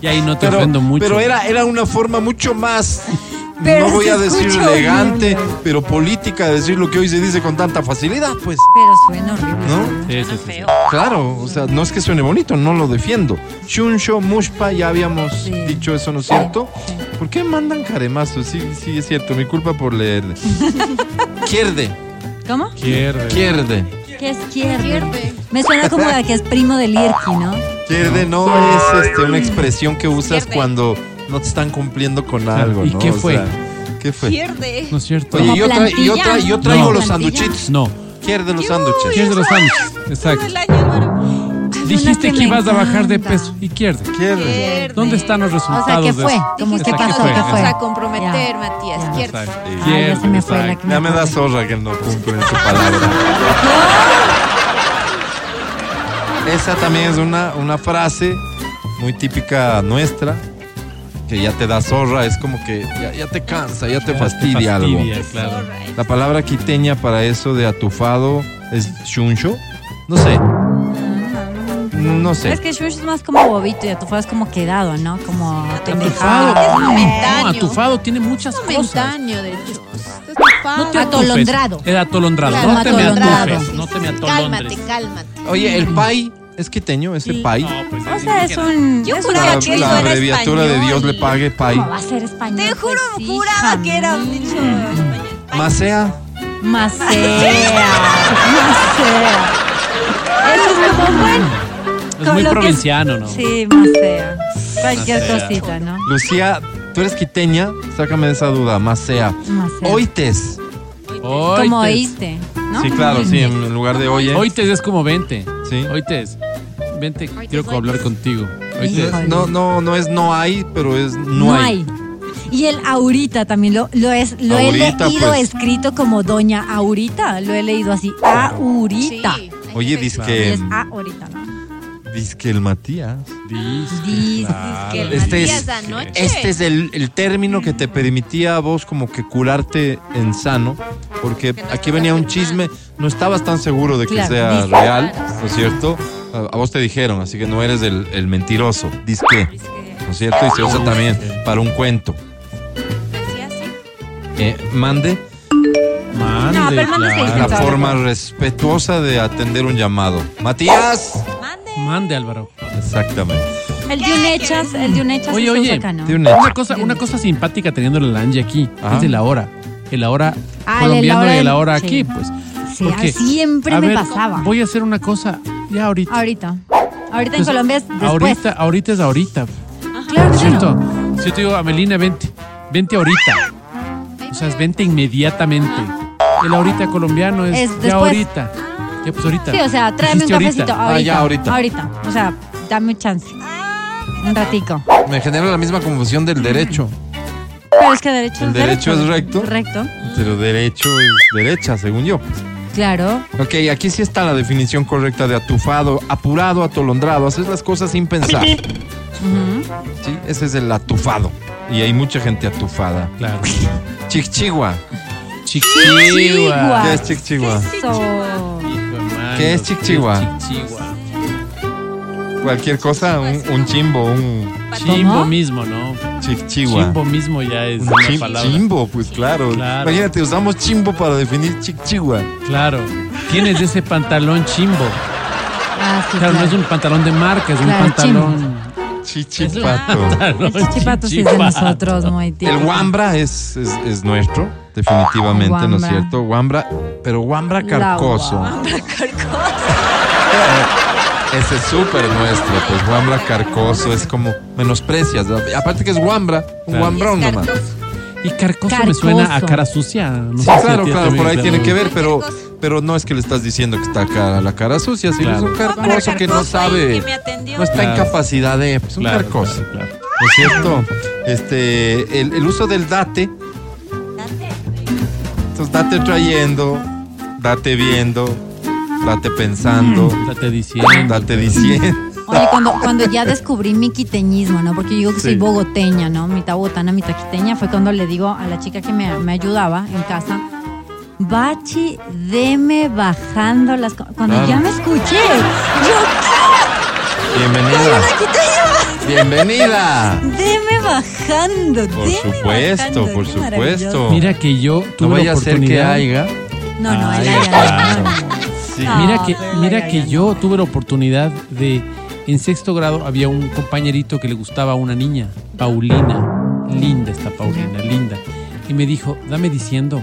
[SPEAKER 4] Y ahí no te
[SPEAKER 1] Pero,
[SPEAKER 4] ofendo mucho.
[SPEAKER 1] pero era, era una forma mucho más,
[SPEAKER 3] Pero
[SPEAKER 1] no voy
[SPEAKER 3] se
[SPEAKER 1] a decir
[SPEAKER 3] escucha
[SPEAKER 1] elegante,
[SPEAKER 3] horrible.
[SPEAKER 1] pero política, decir lo que hoy se dice con tanta facilidad, pues,
[SPEAKER 3] Pero suena horrible.
[SPEAKER 1] ¿no?
[SPEAKER 4] Sí, sí, sí, sí.
[SPEAKER 1] Claro, o sea, no es que suene bonito, no lo defiendo. Chunsho, Mushpa, ya habíamos
[SPEAKER 3] Sí.
[SPEAKER 1] dicho eso, ¿no es cierto? ¿Por qué mandan caremazos? Sí, sí, es cierto, mi culpa por leer. Quierde,
[SPEAKER 3] ¿Cómo?
[SPEAKER 4] Quiere.
[SPEAKER 1] quierde.
[SPEAKER 3] ¿Qué es quierde? Me suena como a que es primo del Irki, ¿no?
[SPEAKER 1] Quierde no es este, una expresión que usas
[SPEAKER 2] Quierde.
[SPEAKER 1] cuando no te están cumpliendo con algo,
[SPEAKER 4] ¿Y
[SPEAKER 1] ¿no?
[SPEAKER 4] qué
[SPEAKER 1] O
[SPEAKER 4] fue?
[SPEAKER 1] sea, ¿Qué fue?
[SPEAKER 2] Pierde.
[SPEAKER 4] ¿No es cierto?
[SPEAKER 1] Oye, yo, tra- yo,
[SPEAKER 3] plantilla.
[SPEAKER 1] tra- yo traigo
[SPEAKER 4] No.
[SPEAKER 1] los
[SPEAKER 3] Plantilla.
[SPEAKER 1] sanduchitos.
[SPEAKER 4] No.
[SPEAKER 1] Quierde los
[SPEAKER 4] ¿Quién
[SPEAKER 1] sándwiches.
[SPEAKER 4] es de los sándwiches? Exacto.
[SPEAKER 2] Todo el año, Álvaro.
[SPEAKER 4] Dijiste
[SPEAKER 3] que
[SPEAKER 4] que
[SPEAKER 3] me
[SPEAKER 4] ibas a bajar de
[SPEAKER 3] encanta.
[SPEAKER 4] peso. ¿Y quieres?
[SPEAKER 1] Quierde.
[SPEAKER 2] Pierde.
[SPEAKER 4] ¿Dónde están los resultados?
[SPEAKER 3] ¿qué
[SPEAKER 4] de
[SPEAKER 3] fue?
[SPEAKER 4] eso?
[SPEAKER 3] ¿Cómo
[SPEAKER 2] Dijiste
[SPEAKER 3] qué
[SPEAKER 2] que
[SPEAKER 4] Exacto.
[SPEAKER 3] pasó?
[SPEAKER 2] no
[SPEAKER 3] ¿Qué
[SPEAKER 2] te
[SPEAKER 3] fue?
[SPEAKER 2] vas a comprometer,
[SPEAKER 3] Ya.
[SPEAKER 2] Matías.
[SPEAKER 3] Ya.
[SPEAKER 2] Pierde.
[SPEAKER 4] Exacto.
[SPEAKER 3] Ay, ya se me fue la
[SPEAKER 4] Exacto.
[SPEAKER 3] que
[SPEAKER 1] Ya me da zorra que no cumplen su palabra. Esa también es una, una frase muy típica nuestra, que ya te da zorra, es como que ya, ya te cansa, ya te fastidia algo.
[SPEAKER 4] fastidia, claro.
[SPEAKER 1] La palabra quiteña para eso de atufado es shuncho. No sé. No
[SPEAKER 3] Es
[SPEAKER 1] sé.
[SPEAKER 3] que Shush es más como bobito y atufado es como quedado, ¿no? Como
[SPEAKER 4] Atufado.
[SPEAKER 3] apendejado.
[SPEAKER 4] Ah, No,
[SPEAKER 8] momentáneo.
[SPEAKER 4] atufado tiene muchas cosas.
[SPEAKER 8] momentáneo, de hecho. Estás tapado.
[SPEAKER 3] te atol- Atolondrado.
[SPEAKER 4] Atufes. Era atolondrado.
[SPEAKER 8] Claro,
[SPEAKER 4] no te me
[SPEAKER 3] atolondrado.
[SPEAKER 4] atufes. No te me
[SPEAKER 8] Cálmate,
[SPEAKER 4] atolondres.
[SPEAKER 8] cálmate.
[SPEAKER 1] Oye, el pay es quiteño, ese pay.
[SPEAKER 4] No, pues,
[SPEAKER 3] O sea, es un...
[SPEAKER 2] Yo
[SPEAKER 3] es
[SPEAKER 2] juraba
[SPEAKER 1] La,
[SPEAKER 3] una-
[SPEAKER 2] que eso
[SPEAKER 1] la
[SPEAKER 2] era
[SPEAKER 1] abreviatura de Dios le
[SPEAKER 2] español.
[SPEAKER 1] pague pay.
[SPEAKER 3] ¿Cómo va a ser español?
[SPEAKER 2] Te juro,
[SPEAKER 3] Pues sí,
[SPEAKER 2] juraba que era un
[SPEAKER 3] jamás.
[SPEAKER 2] dicho español.
[SPEAKER 1] Macea.
[SPEAKER 3] Macea. Macea. Eso es como bueno.
[SPEAKER 4] Es muy
[SPEAKER 3] lo que
[SPEAKER 4] provinciano, ¿no?
[SPEAKER 3] Sí, macea. Cualquier
[SPEAKER 4] Macea.
[SPEAKER 3] cosita, ¿no?
[SPEAKER 1] Lucía, tú eres quiteña, sácame de esa duda, Macea.
[SPEAKER 3] Macea.
[SPEAKER 1] Oites.
[SPEAKER 4] Oites.
[SPEAKER 3] Como oíste, ¿no?
[SPEAKER 1] Sí, claro, sí, en en lugar de oye.
[SPEAKER 4] Oites es como vente.
[SPEAKER 1] Sí.
[SPEAKER 4] Oites. Vente, quiero hablar contigo. Oites.
[SPEAKER 3] Híjole.
[SPEAKER 1] No, no, no es no hay, pero es no,
[SPEAKER 3] No
[SPEAKER 1] hay.
[SPEAKER 3] hay. Y el Aurita también lo, lo es, lo
[SPEAKER 1] Aurita,
[SPEAKER 3] he leído
[SPEAKER 1] pues.
[SPEAKER 3] escrito como Doña Aurita. Lo he leído así. Aurita.
[SPEAKER 8] Sí, hay
[SPEAKER 1] Oye,
[SPEAKER 8] que
[SPEAKER 1] dice
[SPEAKER 3] Y
[SPEAKER 1] que,
[SPEAKER 3] es Aurita, ¿no?
[SPEAKER 1] dice que el Matías.
[SPEAKER 4] Dice,
[SPEAKER 3] Dice,
[SPEAKER 4] claro.
[SPEAKER 8] que el
[SPEAKER 1] Este
[SPEAKER 8] Matías
[SPEAKER 1] es,
[SPEAKER 8] anoche.
[SPEAKER 1] este es el, el término que te permitía a vos como que curarte en sano, porque
[SPEAKER 2] no
[SPEAKER 1] aquí
[SPEAKER 2] estás
[SPEAKER 1] venía un
[SPEAKER 2] afirmando.
[SPEAKER 1] chisme, no estabas tan seguro de que
[SPEAKER 3] Claro,
[SPEAKER 1] sea
[SPEAKER 3] dice.
[SPEAKER 1] real, ¿no es cierto? A, a vos te dijeron, así que no eres el, el mentiroso, disque, ¿no es cierto? Y se usa también para un cuento. Eh, mande
[SPEAKER 4] Mande,
[SPEAKER 2] No, pero mande
[SPEAKER 4] claro.
[SPEAKER 2] seis
[SPEAKER 1] la forma respetuosa de atender un llamado. Matías.
[SPEAKER 2] Mande.
[SPEAKER 4] Mande, Álvaro.
[SPEAKER 1] Exactamente.
[SPEAKER 3] El de un hechas, el de un hechas
[SPEAKER 4] Oye,
[SPEAKER 3] se usa
[SPEAKER 4] oye,
[SPEAKER 3] acá, ¿no?
[SPEAKER 1] de un-
[SPEAKER 4] Una cosa, una cosa simpática teniendo la Lange aquí
[SPEAKER 1] Ajá.
[SPEAKER 4] es de la hora. El ahora
[SPEAKER 3] Ah, el
[SPEAKER 4] colombiano
[SPEAKER 3] hora
[SPEAKER 4] y el
[SPEAKER 3] del-
[SPEAKER 4] ahora
[SPEAKER 3] sí.
[SPEAKER 4] aquí, pues.
[SPEAKER 3] Sí,
[SPEAKER 4] Porque,
[SPEAKER 3] ah, siempre
[SPEAKER 4] a
[SPEAKER 3] me
[SPEAKER 4] ver,
[SPEAKER 3] pasaba.
[SPEAKER 4] Voy a hacer una cosa ya ahorita.
[SPEAKER 3] Ahorita. Ahorita en
[SPEAKER 1] Pues,
[SPEAKER 4] Entonces,
[SPEAKER 3] Colombia es después.
[SPEAKER 4] Pues, ahorita, ahorita es ahorita.
[SPEAKER 1] Ah,
[SPEAKER 3] Claro,
[SPEAKER 4] ¿Cierto? Si yo te digo, Amelina, vente. Vente ahorita. O sea, es vente inmediatamente. El ahorita colombiano es,
[SPEAKER 3] Es
[SPEAKER 4] ya
[SPEAKER 3] después. Ah.
[SPEAKER 4] ahorita. Ya pues ahorita.
[SPEAKER 3] Sí, o sea, tráeme un
[SPEAKER 4] Dijiste
[SPEAKER 3] cafecito.
[SPEAKER 4] ahorita.
[SPEAKER 3] Ahorita.
[SPEAKER 1] Ah, ya, ahorita.
[SPEAKER 3] Ahorita. O sea, dame un chance. Un ratico.
[SPEAKER 1] Me genera la misma confusión del derecho.
[SPEAKER 3] Pero es que derecho
[SPEAKER 1] El
[SPEAKER 3] es
[SPEAKER 1] derecho es recto.
[SPEAKER 3] Recto.
[SPEAKER 1] Pero derecho es derecha, según yo.
[SPEAKER 3] Claro.
[SPEAKER 1] Ok, aquí sí está la definición correcta de atufado, apurado, atolondrado, haces las cosas sin pensar. Sí, ese es el atufado. Y hay mucha gente atufada.
[SPEAKER 4] Claro.
[SPEAKER 1] Chichigua.
[SPEAKER 4] Chichigua.
[SPEAKER 1] ¿Qué es chichigua?
[SPEAKER 3] So-
[SPEAKER 4] Ah,
[SPEAKER 1] ¿Qué es chichigua?
[SPEAKER 4] Chichigua.
[SPEAKER 1] Cualquier cosa, un, un chimbo, un,
[SPEAKER 2] zapato.
[SPEAKER 4] Chimbo mismo, ¿no?
[SPEAKER 1] Chichigua.
[SPEAKER 4] Chimbo mismo ya es una
[SPEAKER 1] Chim-
[SPEAKER 4] palabra.
[SPEAKER 1] chimbo, pues claro.
[SPEAKER 4] Claro.
[SPEAKER 1] Imagínate, usamos chimbo para definir chichigua.
[SPEAKER 4] Claro. Tienes ese pantalón chimbo.
[SPEAKER 3] Ah, sí,
[SPEAKER 4] Claro, no es un pantalón de marca, es un
[SPEAKER 3] Claro,
[SPEAKER 4] pantalón.
[SPEAKER 1] Chichipato.
[SPEAKER 4] Claro,
[SPEAKER 3] El chichipato sí es de
[SPEAKER 4] chichipato.
[SPEAKER 3] nosotros, muy típico.
[SPEAKER 1] El Wambra es, es, es nuestro, definitivamente, ¿no es
[SPEAKER 3] Wambra.
[SPEAKER 1] cierto? Wambra, pero Wambra
[SPEAKER 3] La
[SPEAKER 1] carcoso. Eh, Ese es súper nuestro, pues Wambra carcoso es como menosprecias. Aparte que es Wambra, un
[SPEAKER 4] Claro.
[SPEAKER 1] guambrón nomás.
[SPEAKER 4] Y carcoso, me
[SPEAKER 3] Carcoso.
[SPEAKER 4] suena a cara sucia. No
[SPEAKER 1] Sí,
[SPEAKER 4] sé si a
[SPEAKER 1] claro,
[SPEAKER 4] ti
[SPEAKER 1] claro,
[SPEAKER 4] también,
[SPEAKER 1] por ahí tiene que ver, pero,
[SPEAKER 2] Cualquier
[SPEAKER 1] pero no es que le estás diciendo que está cara, la cara sucia, sino
[SPEAKER 4] Claro.
[SPEAKER 1] es un carcoso que no sabe,
[SPEAKER 2] Que me atendió.
[SPEAKER 1] no está en
[SPEAKER 4] Claro.
[SPEAKER 1] capacidad de, es un
[SPEAKER 4] Claro,
[SPEAKER 1] carcoso,
[SPEAKER 4] claro, claro.
[SPEAKER 1] ¿no es cierto? Este, el, el uso del date, entonces date trayendo, date viendo, date pensando,
[SPEAKER 4] Estate diciendo.
[SPEAKER 1] date diciendo.
[SPEAKER 3] Oye, cuando, cuando ya descubrí mi quiteñismo, ¿no? Porque yo digo que soy
[SPEAKER 1] Sí.
[SPEAKER 3] bogoteña, ¿no? Mitad botana, mitad quiteña. Fue cuando le digo a la chica que me, me ayudaba en casa, Bachi, deme bajando las... co-". Cuando
[SPEAKER 1] Claro.
[SPEAKER 3] ya me escuché, yo,
[SPEAKER 1] Bienvenida,
[SPEAKER 3] "¿Qué quiteña?
[SPEAKER 1] bienvenida.
[SPEAKER 3] Deme bajando,
[SPEAKER 1] Por
[SPEAKER 3] deme
[SPEAKER 1] supuesto,
[SPEAKER 3] bajando".
[SPEAKER 1] por
[SPEAKER 3] Qué maravilloso.
[SPEAKER 1] supuesto.
[SPEAKER 4] Mira que yo
[SPEAKER 1] No
[SPEAKER 4] tuve
[SPEAKER 1] vaya
[SPEAKER 4] la
[SPEAKER 1] a ser que
[SPEAKER 4] oportunidad.
[SPEAKER 1] haya.
[SPEAKER 3] No, no,
[SPEAKER 4] Ay,
[SPEAKER 3] era- era-
[SPEAKER 1] claro. Sí.
[SPEAKER 3] Ah,
[SPEAKER 4] Mira que,
[SPEAKER 3] pero
[SPEAKER 4] mira
[SPEAKER 3] ya,
[SPEAKER 4] que
[SPEAKER 3] ya
[SPEAKER 4] yo tuve la oportunidad de. En sexto grado había un compañerito que le gustaba a una niña, Paulina. Linda esta Paulina, linda. Y me dijo, dame diciendo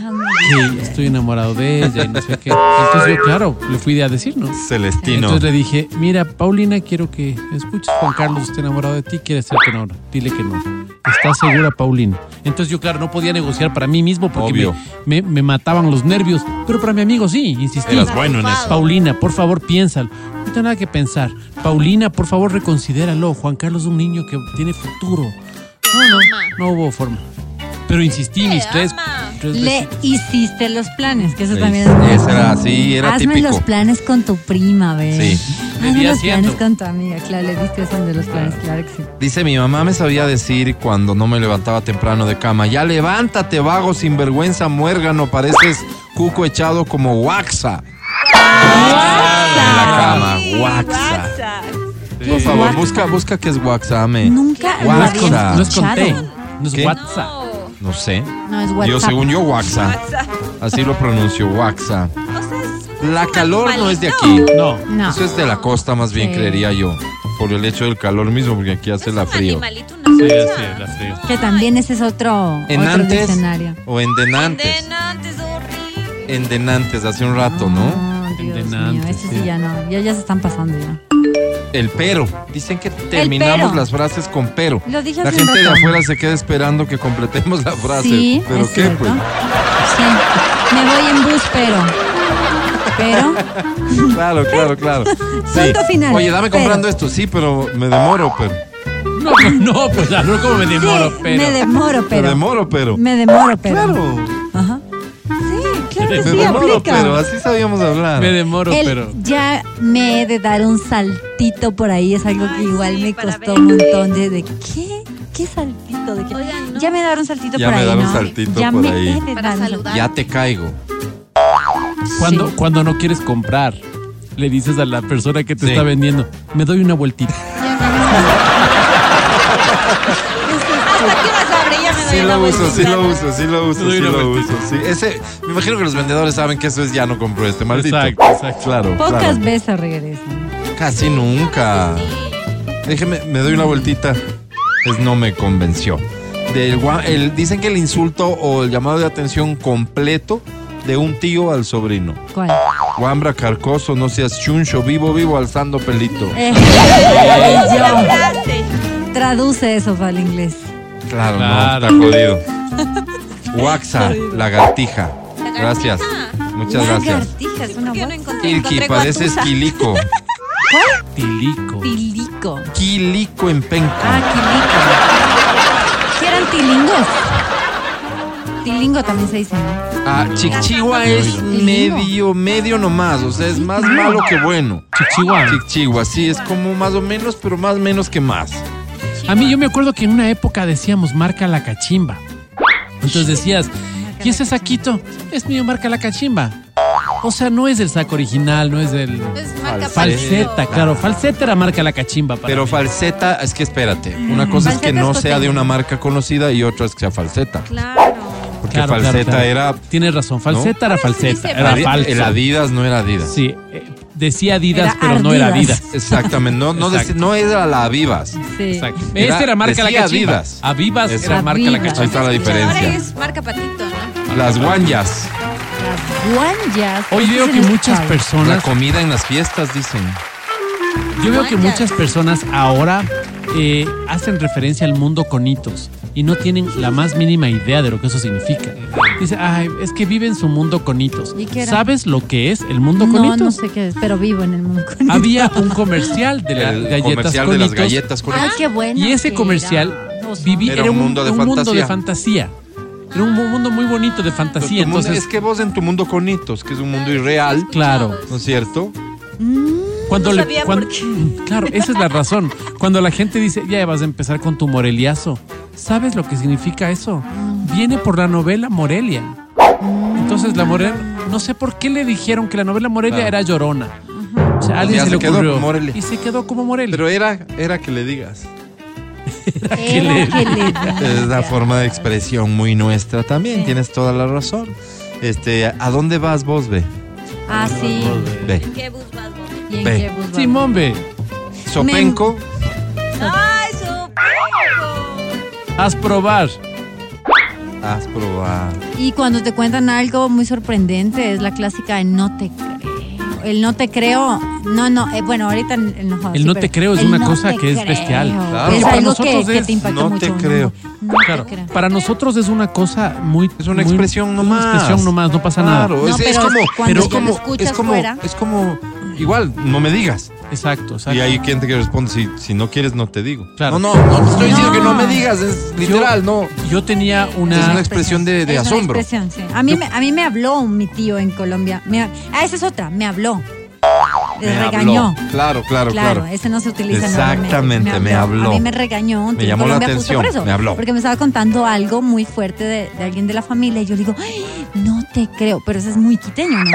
[SPEAKER 3] Dame-
[SPEAKER 4] que estoy enamorado de ella y no sé qué. Entonces yo, claro, le fui a decir, ¿no?
[SPEAKER 1] Celestino.
[SPEAKER 4] Entonces le dije, mira, Paulina, quiero que escuches Juan Carlos, está enamorado de ti, quiere hacerte una obra. Dile que no. ¿Estás segura, Paulina? Entonces yo, claro, no podía negociar para mí mismo porque
[SPEAKER 1] Obvio.
[SPEAKER 4] me, me- me mataban los nervios. Pero para mi amigo sí, insistí.
[SPEAKER 1] Eras bueno en eso.
[SPEAKER 4] Paulina, por favor, piénsalo. No tengo nada que pensar. Paulina, por favor, reconsidéralo. Juan Carlos es un niño que tiene futuro. No, no, no hubo forma. Pero insistí mis tres, tres veces.
[SPEAKER 3] Le hiciste los planes, que eso
[SPEAKER 1] Pues Le
[SPEAKER 3] también
[SPEAKER 1] hice-
[SPEAKER 3] es
[SPEAKER 1] ese era así, era
[SPEAKER 3] Hazme
[SPEAKER 1] típico.
[SPEAKER 3] los planes con tu prima, ¿ves?
[SPEAKER 1] Sí.
[SPEAKER 4] Le
[SPEAKER 3] Hazme
[SPEAKER 4] di
[SPEAKER 3] los
[SPEAKER 4] asiento.
[SPEAKER 3] planes con tu amiga, claro, le diste eso de los planes,
[SPEAKER 1] Ah.
[SPEAKER 3] claro que sí.
[SPEAKER 1] Dice, mi mamá me sabía decir cuando no me levantaba temprano de cama, ya levántate, vago, sinvergüenza, muérgano, pareces cuco echado como guaxa. En la cama, guaxa.
[SPEAKER 3] ¿Qué
[SPEAKER 1] Por
[SPEAKER 3] es
[SPEAKER 1] favor,
[SPEAKER 3] guaxa?
[SPEAKER 1] busca, busca qué es guaxame.
[SPEAKER 3] Nunca lo
[SPEAKER 4] No
[SPEAKER 1] Guaxa.
[SPEAKER 4] es con,
[SPEAKER 3] había
[SPEAKER 4] no es con T,
[SPEAKER 3] escuchado.
[SPEAKER 4] no es
[SPEAKER 1] ¿Qué?
[SPEAKER 4] WhatsApp.
[SPEAKER 1] No sé.
[SPEAKER 3] No, es
[SPEAKER 1] Yo,
[SPEAKER 3] WhatsApp.
[SPEAKER 1] según yo, guaxa. Así lo pronuncio, guaxa. La calor no es de aquí.
[SPEAKER 2] animalito.
[SPEAKER 4] No.
[SPEAKER 3] No.
[SPEAKER 1] Eso es de la costa, más bien,
[SPEAKER 3] Sí.
[SPEAKER 1] creería yo. Por el hecho del calor mismo, porque aquí hace la frío.
[SPEAKER 2] Animalito,
[SPEAKER 4] Sí,
[SPEAKER 2] una
[SPEAKER 4] así es, la frío.
[SPEAKER 3] Que también ese es otro,
[SPEAKER 1] En
[SPEAKER 3] otro
[SPEAKER 1] antes
[SPEAKER 3] diccionario.
[SPEAKER 1] o en denantes.
[SPEAKER 2] Denantes, horrible.
[SPEAKER 1] En denantes, hace un rato, ¿no?
[SPEAKER 3] Ah, Dios mío,
[SPEAKER 4] Endenante,
[SPEAKER 3] ese sí
[SPEAKER 4] sí.
[SPEAKER 3] ya no, ya, ya se están pasando ya.
[SPEAKER 1] El pero. Dicen que terminamos
[SPEAKER 3] pero.
[SPEAKER 1] las frases con pero.
[SPEAKER 3] Lo dije
[SPEAKER 1] La
[SPEAKER 3] hace
[SPEAKER 1] gente
[SPEAKER 3] un
[SPEAKER 1] de
[SPEAKER 3] rato.
[SPEAKER 1] afuera se queda esperando que completemos la frase.
[SPEAKER 3] Sí,
[SPEAKER 1] pero
[SPEAKER 3] es
[SPEAKER 1] qué,
[SPEAKER 3] cierto.
[SPEAKER 1] pues.
[SPEAKER 3] Sí, me voy en bus, pero... Pero...
[SPEAKER 1] Claro, claro, claro. Sí.
[SPEAKER 3] Punto final.
[SPEAKER 1] Oye, dame
[SPEAKER 3] Pero.
[SPEAKER 1] comprando esto, sí, pero me demoro, pero.
[SPEAKER 4] No, pues, no, pues a ver cómo me demoro,
[SPEAKER 3] sí,
[SPEAKER 4] pero.
[SPEAKER 3] me demoro, pero...
[SPEAKER 1] me demoro, pero.
[SPEAKER 3] Me demoro, pero...
[SPEAKER 1] Claro.
[SPEAKER 3] Ajá. Sí, claro que
[SPEAKER 1] Me
[SPEAKER 3] sí,
[SPEAKER 1] demoro,
[SPEAKER 3] aplica.
[SPEAKER 1] pero así sabíamos hablar.
[SPEAKER 4] Me demoro,
[SPEAKER 3] El
[SPEAKER 4] pero.
[SPEAKER 3] Ya me he de dar un saltito por ahí, es algo que
[SPEAKER 2] Ay,
[SPEAKER 3] igual
[SPEAKER 2] sí,
[SPEAKER 3] me
[SPEAKER 2] para
[SPEAKER 3] costó
[SPEAKER 2] ver.
[SPEAKER 3] un montón de, de ¿qué? ¿Qué saltito? ¿De qué?
[SPEAKER 2] Oigan, no.
[SPEAKER 3] Ya me dar un saltito
[SPEAKER 1] Ya
[SPEAKER 3] por
[SPEAKER 1] me
[SPEAKER 3] ahí,
[SPEAKER 1] dar un
[SPEAKER 3] ¿no?
[SPEAKER 1] saltito
[SPEAKER 3] ya
[SPEAKER 1] por
[SPEAKER 3] me
[SPEAKER 1] ahí.
[SPEAKER 3] he de
[SPEAKER 8] Para
[SPEAKER 3] dar un-
[SPEAKER 8] saludar.
[SPEAKER 1] Ya te caigo.
[SPEAKER 4] Cuando,
[SPEAKER 3] Sí.
[SPEAKER 4] cuando no quieres comprar, le dices a la persona que te
[SPEAKER 1] Sí.
[SPEAKER 4] está vendiendo, me doy una vueltita.
[SPEAKER 2] ¿Hasta qué horas abre? Ya me doy
[SPEAKER 1] Sí
[SPEAKER 2] una
[SPEAKER 1] lo uso,
[SPEAKER 3] pues,
[SPEAKER 2] vueltita.
[SPEAKER 1] sí lo uso, sí lo uso,
[SPEAKER 4] doy
[SPEAKER 1] sí
[SPEAKER 4] una
[SPEAKER 1] lo
[SPEAKER 4] vueltita.
[SPEAKER 1] uso. Sí. Ese, me imagino que los vendedores saben que eso es ya no compro este, maldito.
[SPEAKER 4] Exacto, exacto.
[SPEAKER 1] Claro.
[SPEAKER 3] Pocas
[SPEAKER 1] claro.
[SPEAKER 3] veces regresan.
[SPEAKER 1] Casi nunca. Déjeme, me doy una vueltita. Es no me convenció. Del gua- el- dicen que el insulto o el llamado de atención completo de un tío al sobrino.
[SPEAKER 3] ¿Cuál?
[SPEAKER 1] Guambra carcoso, no seas chuncho, vivo, vivo alzando pelito.
[SPEAKER 3] Eh, yo. Traduce eso para el inglés.
[SPEAKER 1] Claro,
[SPEAKER 4] Claro.
[SPEAKER 1] no, está jodido. Waxa, lagartija. Gracias. Muchas gracias.
[SPEAKER 3] Lagartija es una
[SPEAKER 2] ¿Por qué no
[SPEAKER 3] voz.
[SPEAKER 2] encontré?
[SPEAKER 1] Irki,
[SPEAKER 2] Encontré
[SPEAKER 1] pareces
[SPEAKER 2] guatusa.
[SPEAKER 1] quilico.
[SPEAKER 4] Tilico.
[SPEAKER 3] Tilico.
[SPEAKER 1] Quilico en penco.
[SPEAKER 3] Ah, quilico. Si eran tilingos. Tilingo también se dice, ¿no?
[SPEAKER 1] Ah, Chichigua es medio, medio nomás. O sea, es más malo que bueno.
[SPEAKER 4] Chichihua.
[SPEAKER 1] Chichigua, sí, es como más o menos, pero más menos que más.
[SPEAKER 4] A mí yo me acuerdo que en una época decíamos marca la cachimba. Entonces decías, ¿y ese saquito? Es mío, marca la cachimba. O sea, no es el saco original, no es el.
[SPEAKER 8] Es marca
[SPEAKER 1] Falseta,
[SPEAKER 4] Falseta,
[SPEAKER 8] Palmiro.
[SPEAKER 4] claro. Falseta era marca la cachimba. para
[SPEAKER 1] Pero
[SPEAKER 4] mí.
[SPEAKER 1] falseta, es que espérate, una cosa es que
[SPEAKER 3] Falseta
[SPEAKER 1] no
[SPEAKER 3] es
[SPEAKER 1] sea de
[SPEAKER 3] costeño.
[SPEAKER 1] una marca conocida y otra es que sea falseta.
[SPEAKER 2] Claro.
[SPEAKER 1] Porque
[SPEAKER 4] Claro, claro,
[SPEAKER 1] falseta
[SPEAKER 4] claro.
[SPEAKER 1] era...
[SPEAKER 4] Tienes razón, falseta era falseta.
[SPEAKER 8] dice
[SPEAKER 4] Era
[SPEAKER 1] Adi-
[SPEAKER 4] falsa.
[SPEAKER 1] El Adidas no era Adidas.
[SPEAKER 4] Sí, eh, decía Adidas,
[SPEAKER 3] Era
[SPEAKER 4] pero no era
[SPEAKER 3] Ardidas.
[SPEAKER 4] Adidas.
[SPEAKER 1] Exactamente, no, no,
[SPEAKER 4] Exacto.
[SPEAKER 1] dec- no era la Avivas.
[SPEAKER 3] Sí.
[SPEAKER 4] Exacto.
[SPEAKER 1] Era-
[SPEAKER 4] Esta era marca la
[SPEAKER 1] decía
[SPEAKER 4] cachimba.
[SPEAKER 1] Adidas.
[SPEAKER 4] Avivas
[SPEAKER 1] Eso.
[SPEAKER 4] era marca la
[SPEAKER 3] Avivas.
[SPEAKER 1] Ahí
[SPEAKER 4] cachimba.
[SPEAKER 1] está la
[SPEAKER 8] Ahora
[SPEAKER 1] diferencia.
[SPEAKER 8] es marca patito, ¿no?
[SPEAKER 1] Las guanyas,
[SPEAKER 3] Guanyas.
[SPEAKER 4] Hoy
[SPEAKER 3] Este
[SPEAKER 4] veo
[SPEAKER 3] es
[SPEAKER 4] que
[SPEAKER 3] el
[SPEAKER 4] muchas
[SPEAKER 3] local.
[SPEAKER 1] la
[SPEAKER 4] personas,
[SPEAKER 1] comida en las fiestas, dicen.
[SPEAKER 4] yo veo que
[SPEAKER 8] Guayas.
[SPEAKER 4] muchas personas ahora eh, hacen referencia al mundo con hitos y no tienen la más mínima idea de lo que eso significa. Dice, ay, es que viven su mundo con hitos.
[SPEAKER 3] ¿Y qué era?
[SPEAKER 4] ¿Sabes lo que es el mundo con Ah,
[SPEAKER 3] No,
[SPEAKER 4] hitos?
[SPEAKER 3] no sé qué es, pero vivo en el mundo con
[SPEAKER 4] Había un comercial de las
[SPEAKER 1] El
[SPEAKER 4] galletas
[SPEAKER 1] comercial
[SPEAKER 4] con
[SPEAKER 1] de las
[SPEAKER 4] hitos.
[SPEAKER 1] galletas con
[SPEAKER 4] Ah,
[SPEAKER 3] Ay, qué bueno.
[SPEAKER 4] Y ese
[SPEAKER 3] que
[SPEAKER 4] comercial
[SPEAKER 3] era. No,
[SPEAKER 4] viví-
[SPEAKER 3] no.
[SPEAKER 4] era, un, un mundo de fantasía. Era un mu- mundo muy bonito de fantasía.
[SPEAKER 1] Tu mundo-
[SPEAKER 4] Entonces,
[SPEAKER 1] es que vos en tu mundo con hitos, que es un mundo irreal,
[SPEAKER 4] claro,
[SPEAKER 1] ¿no es cierto?
[SPEAKER 4] cuando
[SPEAKER 8] No
[SPEAKER 4] le-
[SPEAKER 8] sabía
[SPEAKER 4] cuan-
[SPEAKER 8] por
[SPEAKER 4] claro, esa es la razón. Cuando la gente dice, ya vas a empezar con tu moreliazo, ¿sabes lo que significa eso? Viene por la novela Morelia. Entonces la Morelia, no sé por qué le dijeron que la novela Morelia
[SPEAKER 1] Claro.
[SPEAKER 4] era llorona. O sea, a alguien
[SPEAKER 1] Ya
[SPEAKER 4] se,
[SPEAKER 1] se
[SPEAKER 4] le
[SPEAKER 1] quedó
[SPEAKER 4] ocurrió.
[SPEAKER 1] como Morelia.
[SPEAKER 4] Y se quedó como Morelia.
[SPEAKER 1] Pero era, era que le digas.
[SPEAKER 3] Era que le
[SPEAKER 1] Es la forma de expresión muy nuestra también,
[SPEAKER 3] Sí.
[SPEAKER 1] tienes toda la razón. Este, ¿a dónde vas vos, ve?
[SPEAKER 3] Ah, sí.
[SPEAKER 1] Ve.
[SPEAKER 2] ¿Qué bus más bonito?
[SPEAKER 3] ¿Y en
[SPEAKER 1] Ve.
[SPEAKER 3] qué bus va?
[SPEAKER 4] Simón, ve,
[SPEAKER 1] Sopenco,
[SPEAKER 2] ¡Ay, su
[SPEAKER 4] haz probar.
[SPEAKER 1] has probado.
[SPEAKER 3] Y cuando te cuentan algo muy sorprendente, es la clásica de no te creo. El no te creo, no, no, eh, bueno, ahorita el no jodas,
[SPEAKER 4] El
[SPEAKER 3] sí,
[SPEAKER 4] no
[SPEAKER 3] pero
[SPEAKER 4] te creo es
[SPEAKER 3] el
[SPEAKER 4] una
[SPEAKER 3] no
[SPEAKER 4] cosa
[SPEAKER 3] te
[SPEAKER 4] que es bestial.
[SPEAKER 1] Claro.
[SPEAKER 3] Es
[SPEAKER 1] Para
[SPEAKER 3] algo que,
[SPEAKER 4] nosotros
[SPEAKER 3] que
[SPEAKER 4] es
[SPEAKER 3] te impacta
[SPEAKER 1] no
[SPEAKER 3] mucho.
[SPEAKER 1] te creo.
[SPEAKER 3] No,
[SPEAKER 4] Claro,
[SPEAKER 3] te creo.
[SPEAKER 4] para nosotros es una cosa muy.
[SPEAKER 1] Es una
[SPEAKER 4] muy-
[SPEAKER 1] expresión
[SPEAKER 4] es
[SPEAKER 1] nomás.
[SPEAKER 4] Una expresión nomás, no pasa nada.
[SPEAKER 1] Claro,
[SPEAKER 3] No,
[SPEAKER 1] es, es
[SPEAKER 3] pero
[SPEAKER 1] como,
[SPEAKER 3] cuando
[SPEAKER 1] pero es
[SPEAKER 3] ya lo
[SPEAKER 1] como,
[SPEAKER 3] escuchas
[SPEAKER 1] es como,
[SPEAKER 3] fuera.
[SPEAKER 1] es como, igual, no me digas.
[SPEAKER 4] Exacto, exacto.
[SPEAKER 1] Y hay gente que responde, si, si no quieres, no te digo.
[SPEAKER 4] Claro.
[SPEAKER 1] No, no, no te estoy
[SPEAKER 3] No.
[SPEAKER 1] diciendo que no me digas, es literal, no.
[SPEAKER 4] Yo tenía
[SPEAKER 1] Es una
[SPEAKER 4] una.
[SPEAKER 1] expresión de, de
[SPEAKER 3] Es una
[SPEAKER 1] asombro.
[SPEAKER 3] expresión, sí. a, mí me, a mí me habló mi tío en Colombia. Me ha- ah, esa es otra, me habló.
[SPEAKER 1] Me habló.
[SPEAKER 3] regañó.
[SPEAKER 1] Claro, claro,
[SPEAKER 3] Claro,
[SPEAKER 1] claro.
[SPEAKER 3] ese no se utiliza.
[SPEAKER 1] Exactamente,
[SPEAKER 3] nuevamente.
[SPEAKER 1] me habló.
[SPEAKER 3] A mí me regañó. un
[SPEAKER 1] Me
[SPEAKER 3] tío en
[SPEAKER 1] llamó la
[SPEAKER 3] Colombia justo
[SPEAKER 1] atención,
[SPEAKER 3] por eso,
[SPEAKER 1] me habló.
[SPEAKER 3] Porque me estaba contando algo muy fuerte de, de alguien de la familia y yo le digo, "Ay, no te creo, pero eso es muy quiteño, ¿no?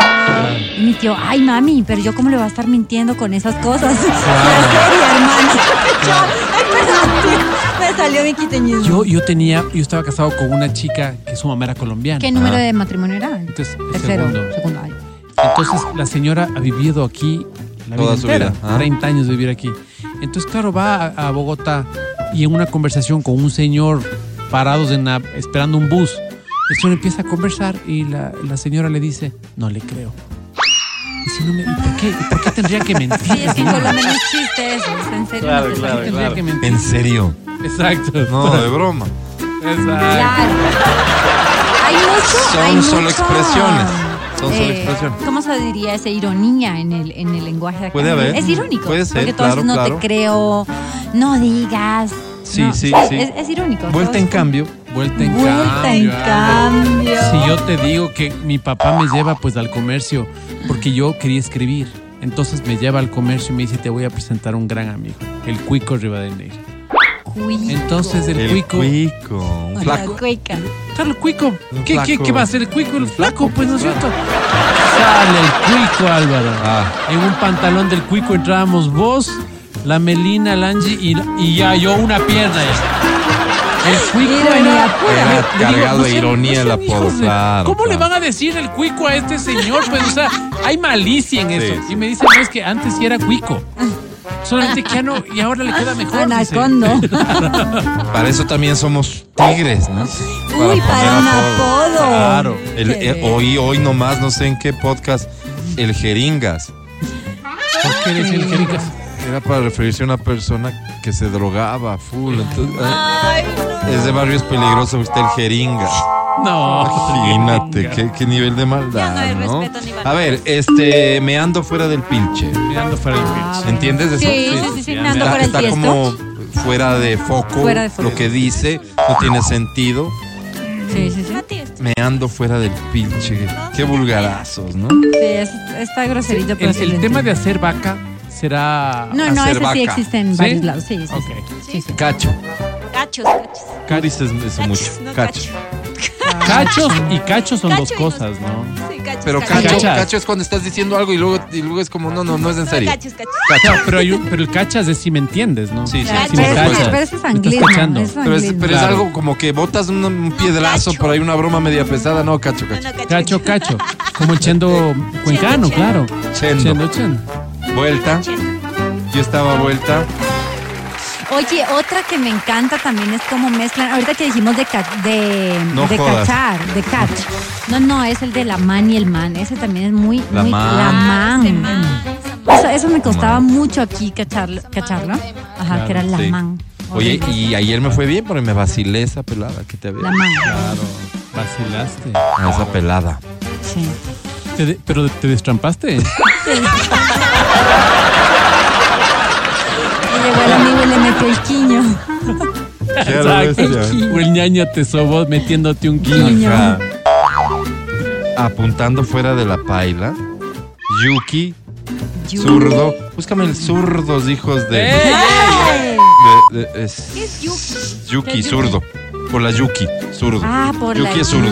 [SPEAKER 3] Y mi tío, ay, mami, pero yo cómo le voy a estar mintiendo con esas cosas. Y hermana, yo, ay, perdón, tío, me salió mi quiteñismo.
[SPEAKER 4] Yo, yo tenía. Yo estaba casado con una chica que su mamá era colombiana.
[SPEAKER 3] ¿Qué número de matrimonio era?
[SPEAKER 4] Entonces, el
[SPEAKER 3] Tercero,
[SPEAKER 4] segundo.
[SPEAKER 3] segundo año.
[SPEAKER 4] Entonces, la señora ha vivido aquí la
[SPEAKER 1] Toda
[SPEAKER 4] vida
[SPEAKER 1] su
[SPEAKER 4] entera,
[SPEAKER 1] vida, ah.
[SPEAKER 4] 30 años de vivir aquí. Entonces, claro, va a, a Bogotá y en una conversación con un señor parados en la- esperando un bus, el señor empieza a conversar y la, la señora le dice, no le creo. Dice, "No me- ¿y por, qué, ¿Y por qué tendría que mentir?
[SPEAKER 3] Sí, es que en
[SPEAKER 4] señora?
[SPEAKER 3] Colombia no existe eso, es en serio. no te
[SPEAKER 4] ¿Por qué
[SPEAKER 3] parece.
[SPEAKER 4] tendría que mentir?
[SPEAKER 1] En serio.
[SPEAKER 4] Exacto.
[SPEAKER 1] No, de broma.
[SPEAKER 4] Exacto.
[SPEAKER 3] Claro. Hay mucho,
[SPEAKER 1] Son
[SPEAKER 3] hay
[SPEAKER 1] solo
[SPEAKER 3] mucho, Eh,
[SPEAKER 1] expresiones. Son solo expresiones.
[SPEAKER 3] ¿Cómo se diría esa ironía en el, en el lenguaje? de acá?
[SPEAKER 1] Puede haber.
[SPEAKER 3] Es irónico.
[SPEAKER 1] Puede ser,
[SPEAKER 3] Porque todo eso
[SPEAKER 1] claro,
[SPEAKER 3] no
[SPEAKER 1] claro.
[SPEAKER 3] te creo, no digas.
[SPEAKER 1] Sí,
[SPEAKER 3] no.
[SPEAKER 1] sí, sí.
[SPEAKER 3] Es, es irónico.
[SPEAKER 1] Vuelta
[SPEAKER 3] todo
[SPEAKER 1] en
[SPEAKER 3] es-
[SPEAKER 1] cambio.
[SPEAKER 4] Vuelta en
[SPEAKER 3] Vuelta en
[SPEAKER 4] cambio.
[SPEAKER 3] cambio.
[SPEAKER 4] Si yo te digo que mi papá me lleva pues al comercio porque yo quería escribir, entonces me lleva al comercio y me dice te voy a presentar un gran amigo, el Cuico Rivadeneira.
[SPEAKER 3] Cuico.
[SPEAKER 4] Entonces el,
[SPEAKER 1] El
[SPEAKER 4] Cuico,
[SPEAKER 1] cuico. Un
[SPEAKER 3] La
[SPEAKER 1] flaco.
[SPEAKER 3] cuica.
[SPEAKER 4] claro, el Cuico,
[SPEAKER 1] Un
[SPEAKER 4] ¿Qué, qué,
[SPEAKER 1] flaco.
[SPEAKER 4] qué va a hacer el Cuico? El flaco, pues no es cierto. Sale el Cuico Álvaro.
[SPEAKER 1] Ah.
[SPEAKER 4] En un pantalón del Cuico entrábamos vos, la Melina, la Angie y, y ya yo una pierna. ya. El Cuico
[SPEAKER 3] Ironía
[SPEAKER 4] era
[SPEAKER 3] pura.
[SPEAKER 4] Le
[SPEAKER 1] Era
[SPEAKER 4] digo,
[SPEAKER 1] cargado
[SPEAKER 4] no
[SPEAKER 1] de
[SPEAKER 4] sean-
[SPEAKER 1] ironía
[SPEAKER 4] no
[SPEAKER 1] el
[SPEAKER 4] sean
[SPEAKER 1] apodo.
[SPEAKER 4] hijos de-
[SPEAKER 1] claro,
[SPEAKER 4] ¿Cómo le
[SPEAKER 1] claro.
[SPEAKER 4] van a decir el cuico a este señor? Pues, o sea, hay malicia en eso.
[SPEAKER 1] sí.
[SPEAKER 4] Y me dicen, no, es que antes sí era cuico. Solamente que ya no, y ahora le queda mejor. dice.
[SPEAKER 3] Anacondo.
[SPEAKER 1] Para eso también somos tigres, ¿no?
[SPEAKER 3] Uy, para un
[SPEAKER 1] apodo.
[SPEAKER 3] apodo.
[SPEAKER 1] Claro. El-
[SPEAKER 3] Qué
[SPEAKER 1] eh,
[SPEAKER 3] bien.
[SPEAKER 1] hoy, hoy nomás, no sé en qué podcast, el jeringas.
[SPEAKER 4] ¿Por qué decir jericas?
[SPEAKER 1] Era para referirse a una persona que se drogaba full. Entonces, Ese barrio es peligroso, usted el jeringa.
[SPEAKER 4] No.
[SPEAKER 1] Imagínate, qué, qué nivel de
[SPEAKER 2] Ya no hay
[SPEAKER 1] maldad. ¿no?
[SPEAKER 2] respeto ni valor.
[SPEAKER 1] A ver, este, me ando fuera del pilche.
[SPEAKER 4] Mirando fuera del pecho.
[SPEAKER 1] ¿Entiendes eso?
[SPEAKER 3] Sí, sí, sí, sí, me ando
[SPEAKER 1] Está,
[SPEAKER 3] por el
[SPEAKER 1] está
[SPEAKER 3] tiesto.
[SPEAKER 1] como fuera de, foco,
[SPEAKER 3] Fuera de foco.
[SPEAKER 1] lo que dice, no tiene sentido.
[SPEAKER 3] Sí, sí, sí.
[SPEAKER 2] Mati, esto
[SPEAKER 1] Me ando fuera del pilche. Qué vulgarazos, ¿no?
[SPEAKER 3] Sí, es- está groserito, pero
[SPEAKER 4] El,
[SPEAKER 3] sí lo
[SPEAKER 4] el tema
[SPEAKER 3] entiendo.
[SPEAKER 4] de hacer vaca será.
[SPEAKER 3] No, no,
[SPEAKER 1] hacer
[SPEAKER 3] ese sí
[SPEAKER 1] vaca.
[SPEAKER 3] existe en
[SPEAKER 4] ¿Sí?
[SPEAKER 3] varios lados. Sí, sí, sí.
[SPEAKER 4] Ok.
[SPEAKER 3] Sí, sí.
[SPEAKER 1] Cacho.
[SPEAKER 2] cachos, cachos.
[SPEAKER 1] Tú dices eso mucho.
[SPEAKER 2] Cachos, no
[SPEAKER 1] Cacho.
[SPEAKER 2] cacho.
[SPEAKER 3] Ah.
[SPEAKER 4] Cachos y cachos son
[SPEAKER 2] Cacho
[SPEAKER 4] dos
[SPEAKER 2] y
[SPEAKER 4] cosas, ¿no?
[SPEAKER 2] Sí, cachos.
[SPEAKER 1] pero
[SPEAKER 2] Cacho.
[SPEAKER 1] cacho, cacho,
[SPEAKER 4] Cacha.
[SPEAKER 1] es cuando estás diciendo algo y luego, y luego es como, no, no, no es en serio.
[SPEAKER 2] Cachos, cachos.
[SPEAKER 4] No, pero, hay un- pero el cachas es si me entiendes, ¿no?
[SPEAKER 1] Sí, sí,
[SPEAKER 4] Si
[SPEAKER 2] Claro,
[SPEAKER 4] me
[SPEAKER 3] Pero,
[SPEAKER 1] supuesto.
[SPEAKER 3] es,
[SPEAKER 4] cachas.
[SPEAKER 3] pero ese es
[SPEAKER 4] Me
[SPEAKER 3] anglismo,
[SPEAKER 4] estás cachando.
[SPEAKER 3] ese es
[SPEAKER 1] Pero es,
[SPEAKER 3] anglismo.
[SPEAKER 1] pero es
[SPEAKER 4] Claro.
[SPEAKER 1] algo como que botas un, un piedrazo
[SPEAKER 2] cacho.
[SPEAKER 1] por ahí, una broma media pesada. No, cacho,
[SPEAKER 2] No,
[SPEAKER 1] cacho. Ah.
[SPEAKER 2] no,
[SPEAKER 4] Cacho, cacho. Como el chendo cuencano,
[SPEAKER 2] chendo.
[SPEAKER 4] claro.
[SPEAKER 1] Chendo.
[SPEAKER 4] Chendo, chendo.
[SPEAKER 1] Vuelta. Yo estaba vuelta.
[SPEAKER 3] Oye, otra que me encanta también es cómo mezclan. Ahorita que dijimos de, ca- de,
[SPEAKER 1] No
[SPEAKER 3] de
[SPEAKER 1] jodas.
[SPEAKER 3] cachar, de catch. No, no, es el de la man y el man. Ese también es muy.
[SPEAKER 1] La
[SPEAKER 3] muy,
[SPEAKER 1] man.
[SPEAKER 3] La
[SPEAKER 2] Ah,
[SPEAKER 3] man. Eso, eso me costaba
[SPEAKER 1] Man.
[SPEAKER 3] mucho aquí cacharlo. cacharlo. Ajá, que era la
[SPEAKER 1] sí.
[SPEAKER 3] man.
[SPEAKER 1] Oye, y ayer me fue bien porque me vacilé esa pelada que te había.
[SPEAKER 3] La man.
[SPEAKER 1] Claro.
[SPEAKER 4] Vacilaste.
[SPEAKER 1] a Esa pelada.
[SPEAKER 3] Sí.
[SPEAKER 4] Te de- pero te destrampaste.
[SPEAKER 3] Y llegó el amigo y le metió el quiño.
[SPEAKER 4] O el ñaño te sobó metiéndote un guiño.
[SPEAKER 3] Niño.
[SPEAKER 1] Ajá. Apuntando fuera de la paila. Yuki, zurdo. Búscame el zurdos, hijos de.
[SPEAKER 3] ¡Ay!
[SPEAKER 1] de- de- es-
[SPEAKER 2] ¿Qué es yuki?
[SPEAKER 1] Yuki, zurdo. Por la Yuki, zurdo.
[SPEAKER 3] Ah, por
[SPEAKER 1] Yuki
[SPEAKER 3] la
[SPEAKER 1] es zurdo.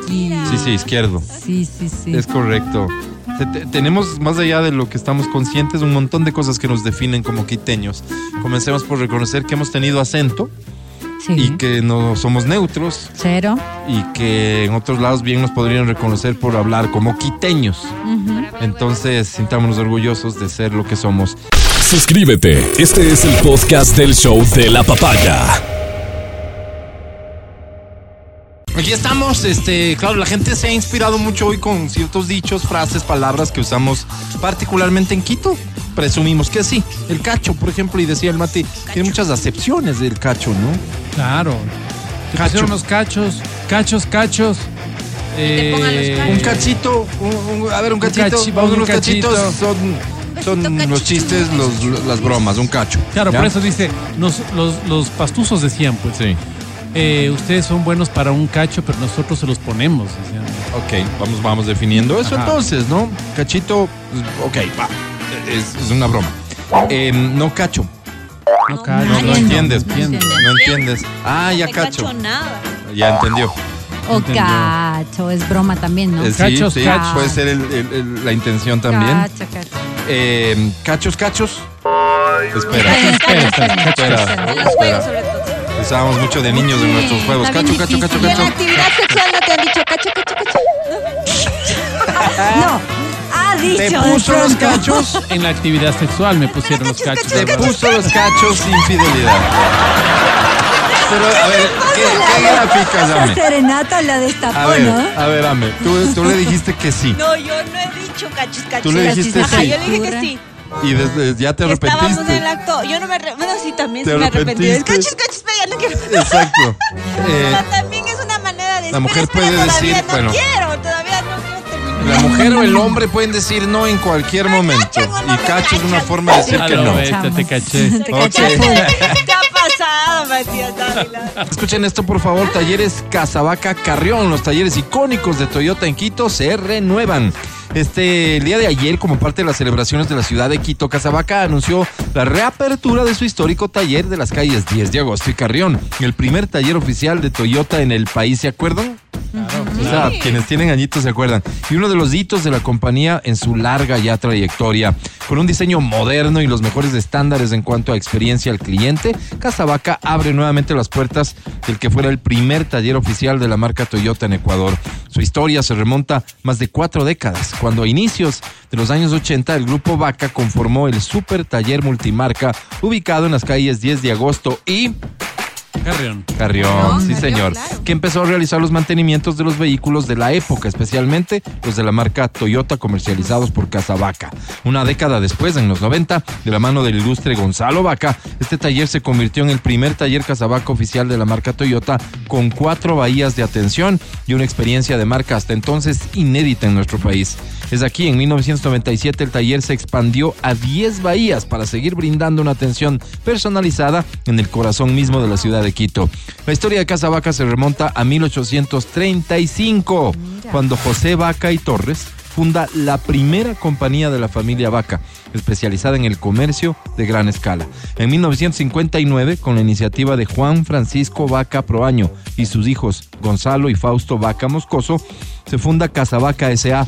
[SPEAKER 3] Yuki.
[SPEAKER 1] Sí, sí, izquierdo.
[SPEAKER 3] Sí, sí, sí.
[SPEAKER 1] Es correcto. Te- te- tenemos, más allá de lo que estamos conscientes, un montón de cosas que nos definen como quiteños. Comencemos por reconocer que hemos tenido acento y
[SPEAKER 3] Sí.
[SPEAKER 1] que no somos neutros
[SPEAKER 3] Cero.
[SPEAKER 1] y que en otros lados bien nos podrían reconocer por hablar como quiteños. Entonces, sintámonos orgullosos de ser lo que somos.
[SPEAKER 5] Suscríbete. Este es el podcast del show de la papaya.
[SPEAKER 1] Aquí estamos, este, claro, la gente se ha inspirado mucho hoy con ciertos dichos, frases, palabras que usamos particularmente en Quito. Presumimos que sí. El cacho, por ejemplo, y decía el Mati, tiene muchas acepciones del cacho, ¿no?
[SPEAKER 4] Claro. Te
[SPEAKER 1] Cacho.
[SPEAKER 4] pusieron unos cachos, cachos, cachos. Eh,
[SPEAKER 2] pongan los cachos.
[SPEAKER 1] Un cachito, un- un- a ver, un cachito,
[SPEAKER 4] cachi-
[SPEAKER 1] vamos,
[SPEAKER 4] un
[SPEAKER 1] unos
[SPEAKER 4] cachito.
[SPEAKER 1] cachitos son, son los chistes, los- los- las bromas, un cacho.
[SPEAKER 4] Claro,
[SPEAKER 1] ¿ya?
[SPEAKER 4] por eso dice, nos- los, los pastuzos decían, pues,
[SPEAKER 1] Sí,
[SPEAKER 4] eh, ustedes son buenos para un cacho, pero nosotros se los ponemos. decían.
[SPEAKER 1] ok, vamos, vamos definiendo eso
[SPEAKER 4] Ajá.
[SPEAKER 1] entonces, ¿no? Cachito, ok, va, es, es una broma. Em, no cacho,
[SPEAKER 4] No, cacho.
[SPEAKER 1] no, no
[SPEAKER 3] Ay, no,
[SPEAKER 1] entiendes,
[SPEAKER 3] no
[SPEAKER 1] no entiendes,
[SPEAKER 2] entiendo.
[SPEAKER 1] Ah, ya
[SPEAKER 2] No
[SPEAKER 1] cacho.
[SPEAKER 2] cacho nada.
[SPEAKER 1] Ya entendió.
[SPEAKER 3] O
[SPEAKER 4] Entendió.
[SPEAKER 3] cacho, es broma también, ¿no?
[SPEAKER 1] Eh, sí,
[SPEAKER 4] Cachos,
[SPEAKER 1] sí,
[SPEAKER 4] cachos.
[SPEAKER 1] puede ser el- el- el- la intención también.
[SPEAKER 3] Cacho, cacho.
[SPEAKER 1] Eh, cachos, cachos.
[SPEAKER 3] Espera,
[SPEAKER 1] Espera,
[SPEAKER 3] espera, espera, cacho,
[SPEAKER 1] espera,
[SPEAKER 2] En los juegos,
[SPEAKER 1] Ah, espera.
[SPEAKER 2] sobre todo.
[SPEAKER 1] Usábamos mucho de niños en nuestros juegos.
[SPEAKER 3] está
[SPEAKER 1] Cacho,
[SPEAKER 3] bien
[SPEAKER 1] cacho, cacho,
[SPEAKER 3] difícil.
[SPEAKER 1] cacho.
[SPEAKER 2] Actividad sexual no te han dicho cacho, cacho, cacho.
[SPEAKER 3] No, ha dicho.
[SPEAKER 1] Te
[SPEAKER 3] de
[SPEAKER 1] puso los
[SPEAKER 3] pronto.
[SPEAKER 1] cachos.
[SPEAKER 4] En la actividad sexual me pusieron los cachos.
[SPEAKER 1] Te
[SPEAKER 4] ¿verdad?
[SPEAKER 1] puso los cachos sin fidelidad. Pero, a ver, ¿qué, qué gráficas,
[SPEAKER 3] Esa
[SPEAKER 1] Ame?
[SPEAKER 3] serenata la
[SPEAKER 1] A
[SPEAKER 3] destapó,
[SPEAKER 1] ver,
[SPEAKER 3] ¿no?
[SPEAKER 1] a ver, Ame. Tú, tú le dijiste que sí.
[SPEAKER 2] No, yo no he dicho cachos, cachos.
[SPEAKER 1] Tú le dijiste
[SPEAKER 2] Ajá,
[SPEAKER 1] sí.
[SPEAKER 2] yo le dije que sí.
[SPEAKER 1] Y desde, ya te
[SPEAKER 2] Que estábamos en el
[SPEAKER 1] arrepentiste.
[SPEAKER 2] acto. Yo no me arrepentí. Bueno, sí, también
[SPEAKER 1] Te
[SPEAKER 2] sí me arrepentí. Es
[SPEAKER 1] arrepentiste.
[SPEAKER 2] Cachos, cachos, pégale que.
[SPEAKER 1] Exacto. Eh,
[SPEAKER 2] Pero también es una manera de
[SPEAKER 1] la
[SPEAKER 2] espera,
[SPEAKER 1] mujer
[SPEAKER 2] espera,
[SPEAKER 1] puede
[SPEAKER 2] todavía
[SPEAKER 1] decir,
[SPEAKER 2] no
[SPEAKER 1] bueno.
[SPEAKER 2] quiero, todavía no quiero terminar.
[SPEAKER 1] La mujer o el hombre pueden decir no en cualquier momento.
[SPEAKER 2] cacho, no
[SPEAKER 1] Y
[SPEAKER 2] me
[SPEAKER 1] cacho es una
[SPEAKER 2] cacho.
[SPEAKER 1] forma de decir
[SPEAKER 4] A
[SPEAKER 1] que
[SPEAKER 4] lo
[SPEAKER 1] no.
[SPEAKER 4] bestia, te caché.
[SPEAKER 3] Te
[SPEAKER 1] Ok.
[SPEAKER 3] cachaste.
[SPEAKER 2] ¿Qué ha pasado, Matías Dávila?
[SPEAKER 1] Escuchen esto, por favor. Talleres Casabaca Carrión. Los talleres icónicos de Toyota en Quito se renuevan. Este, el día de ayer, como parte de las celebraciones de la ciudad de Quito, Casabaca anunció la reapertura de su histórico taller de las calles 10 de agosto y Carrión, el primer taller oficial de Toyota en el país, ¿se acuerdan? O sea, quienes tienen añitos se acuerdan. Y uno de los hitos de la compañía en su larga ya trayectoria. Con un diseño moderno y los mejores estándares en cuanto a experiencia al cliente, Casabaca abre nuevamente las puertas del que fuera el primer taller oficial de la marca Toyota en Ecuador. Su historia se remonta más de cuatro décadas, cuando a inicios de los años 80 el grupo Vaca conformó el super taller multimarca ubicado en las calles 10 de agosto y
[SPEAKER 4] Carrión.
[SPEAKER 1] Carrión,
[SPEAKER 2] Carrión,
[SPEAKER 1] sí
[SPEAKER 2] Carrión,
[SPEAKER 1] señor,
[SPEAKER 2] claro.
[SPEAKER 1] que empezó a realizar los mantenimientos de los vehículos de la época, especialmente los de la marca Toyota comercializados por Casabaca. Una década después, en los 90, de la mano del ilustre Gonzalo Vaca, este taller se convirtió en el primer taller Casabaca oficial de la marca Toyota con cuatro bahías de atención y una experiencia de marca hasta entonces inédita en nuestro país. Es aquí, en 1997, el taller se expandió a 10 bahías para seguir brindando una atención personalizada en el corazón mismo de la ciudad de Quito. La historia de Casa Vaca se remonta a 1835, cuando José Vaca y Torres funda la primera compañía de la familia Vaca, especializada en el comercio de gran escala. En 1959, con la iniciativa de Juan Francisco Vaca Proaño y sus hijos Gonzalo y Fausto Vaca Moscoso, se funda Casavaca S.A.,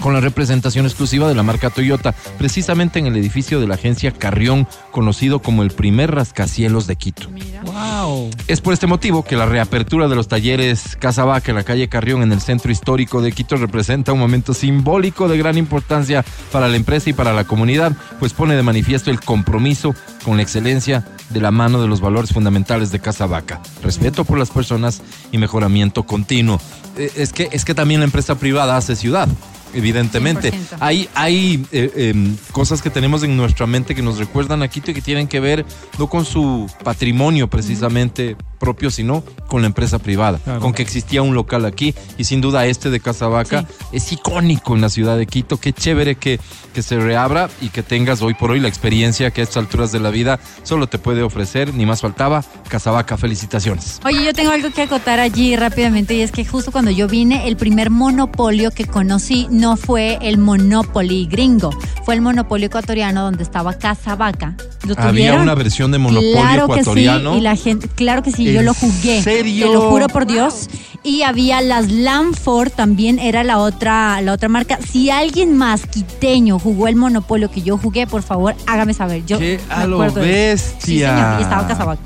[SPEAKER 1] con la representación exclusiva de la marca Toyota, precisamente en el edificio de la agencia Carrión, conocido como el primer rascacielos de Quito.
[SPEAKER 4] ¡Wow!
[SPEAKER 1] Es por este motivo que la reapertura de los talleres Casa Vaca en la calle Carrión en el centro histórico de Quito representa un momento simbólico de gran importancia para la empresa y para la comunidad, pues pone de manifiesto el compromiso con la excelencia de la mano de los valores fundamentales de Casa Vaca, respeto por las personas y mejoramiento continuo. Eh, Es que, es que también la empresa privada hace ciudad. Evidentemente,
[SPEAKER 3] 100%.
[SPEAKER 1] hay, hay eh, em, cosas que tenemos en nuestra mente que nos recuerdan a Quito y que tienen que ver no con su patrimonio precisamente propio, sino con la empresa privada,
[SPEAKER 4] Claro.
[SPEAKER 1] con que existía un local aquí y sin duda este de Casabaca es icónico en la ciudad de Quito. Qué chévere que, que se reabra y que tengas hoy por hoy la experiencia que a estas alturas de la vida solo te puede ofrecer, ni más faltaba, Casabaca. Felicitaciones.
[SPEAKER 3] Oye, yo tengo algo que acotar allí rápidamente y es que justo cuando yo vine, el primer monopolio que conocí no fue el Monopoly gringo, fue el monopolio ecuatoriano donde estaba Casa Vaca. ¿Lo
[SPEAKER 1] Había
[SPEAKER 3] tuvieron?
[SPEAKER 1] una versión de Monopolio
[SPEAKER 3] claro
[SPEAKER 1] ecuatoriano.
[SPEAKER 3] Que sí, y la gente, claro que sí, yo
[SPEAKER 1] ¿En
[SPEAKER 3] lo jugué.
[SPEAKER 1] serio?
[SPEAKER 3] Te lo juro por Dios. Y había las Lanford, también era la otra, la otra marca. Si alguien más quiteño jugó el monopolio que yo jugué, por favor, hágame saber. Yo
[SPEAKER 1] ¡Qué
[SPEAKER 3] me
[SPEAKER 1] a lo
[SPEAKER 3] acuerdo de eso. Sí,
[SPEAKER 1] bestia!
[SPEAKER 3] señor, y estaba Casabaca.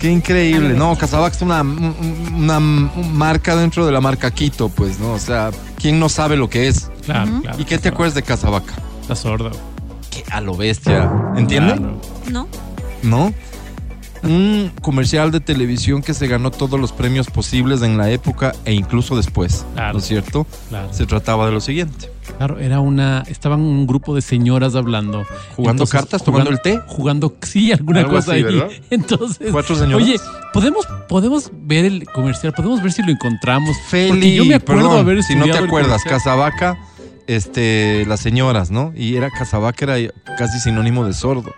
[SPEAKER 1] Qué increíble, ¿no? Casabaca es una, una marca dentro de la marca Quito, pues, ¿no? O sea, ¿quién no sabe lo que es?
[SPEAKER 4] Claro, claro.
[SPEAKER 1] ¿Y qué te acuerdas de Casabaca?
[SPEAKER 4] Está sorda. güey.
[SPEAKER 1] Qué a lo bestia. ¿Entienden?
[SPEAKER 4] Claro.
[SPEAKER 2] ¿no?
[SPEAKER 1] ¿no? Un comercial de televisión que se ganó todos los premios posibles en la época e incluso después,
[SPEAKER 4] Claro.
[SPEAKER 1] ¿no es cierto?
[SPEAKER 4] Claro.
[SPEAKER 1] Se trataba de lo siguiente.
[SPEAKER 4] Claro, era una. Estaban un grupo de señoras hablando.
[SPEAKER 1] Jugando cartas, tomando el té.
[SPEAKER 4] Jugando, sí, alguna
[SPEAKER 1] Algo
[SPEAKER 4] cosa
[SPEAKER 1] así,
[SPEAKER 4] ahí.
[SPEAKER 1] ¿verdad?
[SPEAKER 4] Entonces.
[SPEAKER 1] Cuatro señoras.
[SPEAKER 4] Oye, ¿podemos, podemos ver el comercial, podemos ver si lo encontramos. Porque
[SPEAKER 1] Feli,
[SPEAKER 4] yo me acuerdo
[SPEAKER 1] perdón,
[SPEAKER 4] haber
[SPEAKER 1] si no te
[SPEAKER 4] estudiado el
[SPEAKER 1] acuerdas,
[SPEAKER 4] comercial.
[SPEAKER 1] Casabaca, este, las señoras, ¿no? Y era Casabaca era casi sinónimo de sordo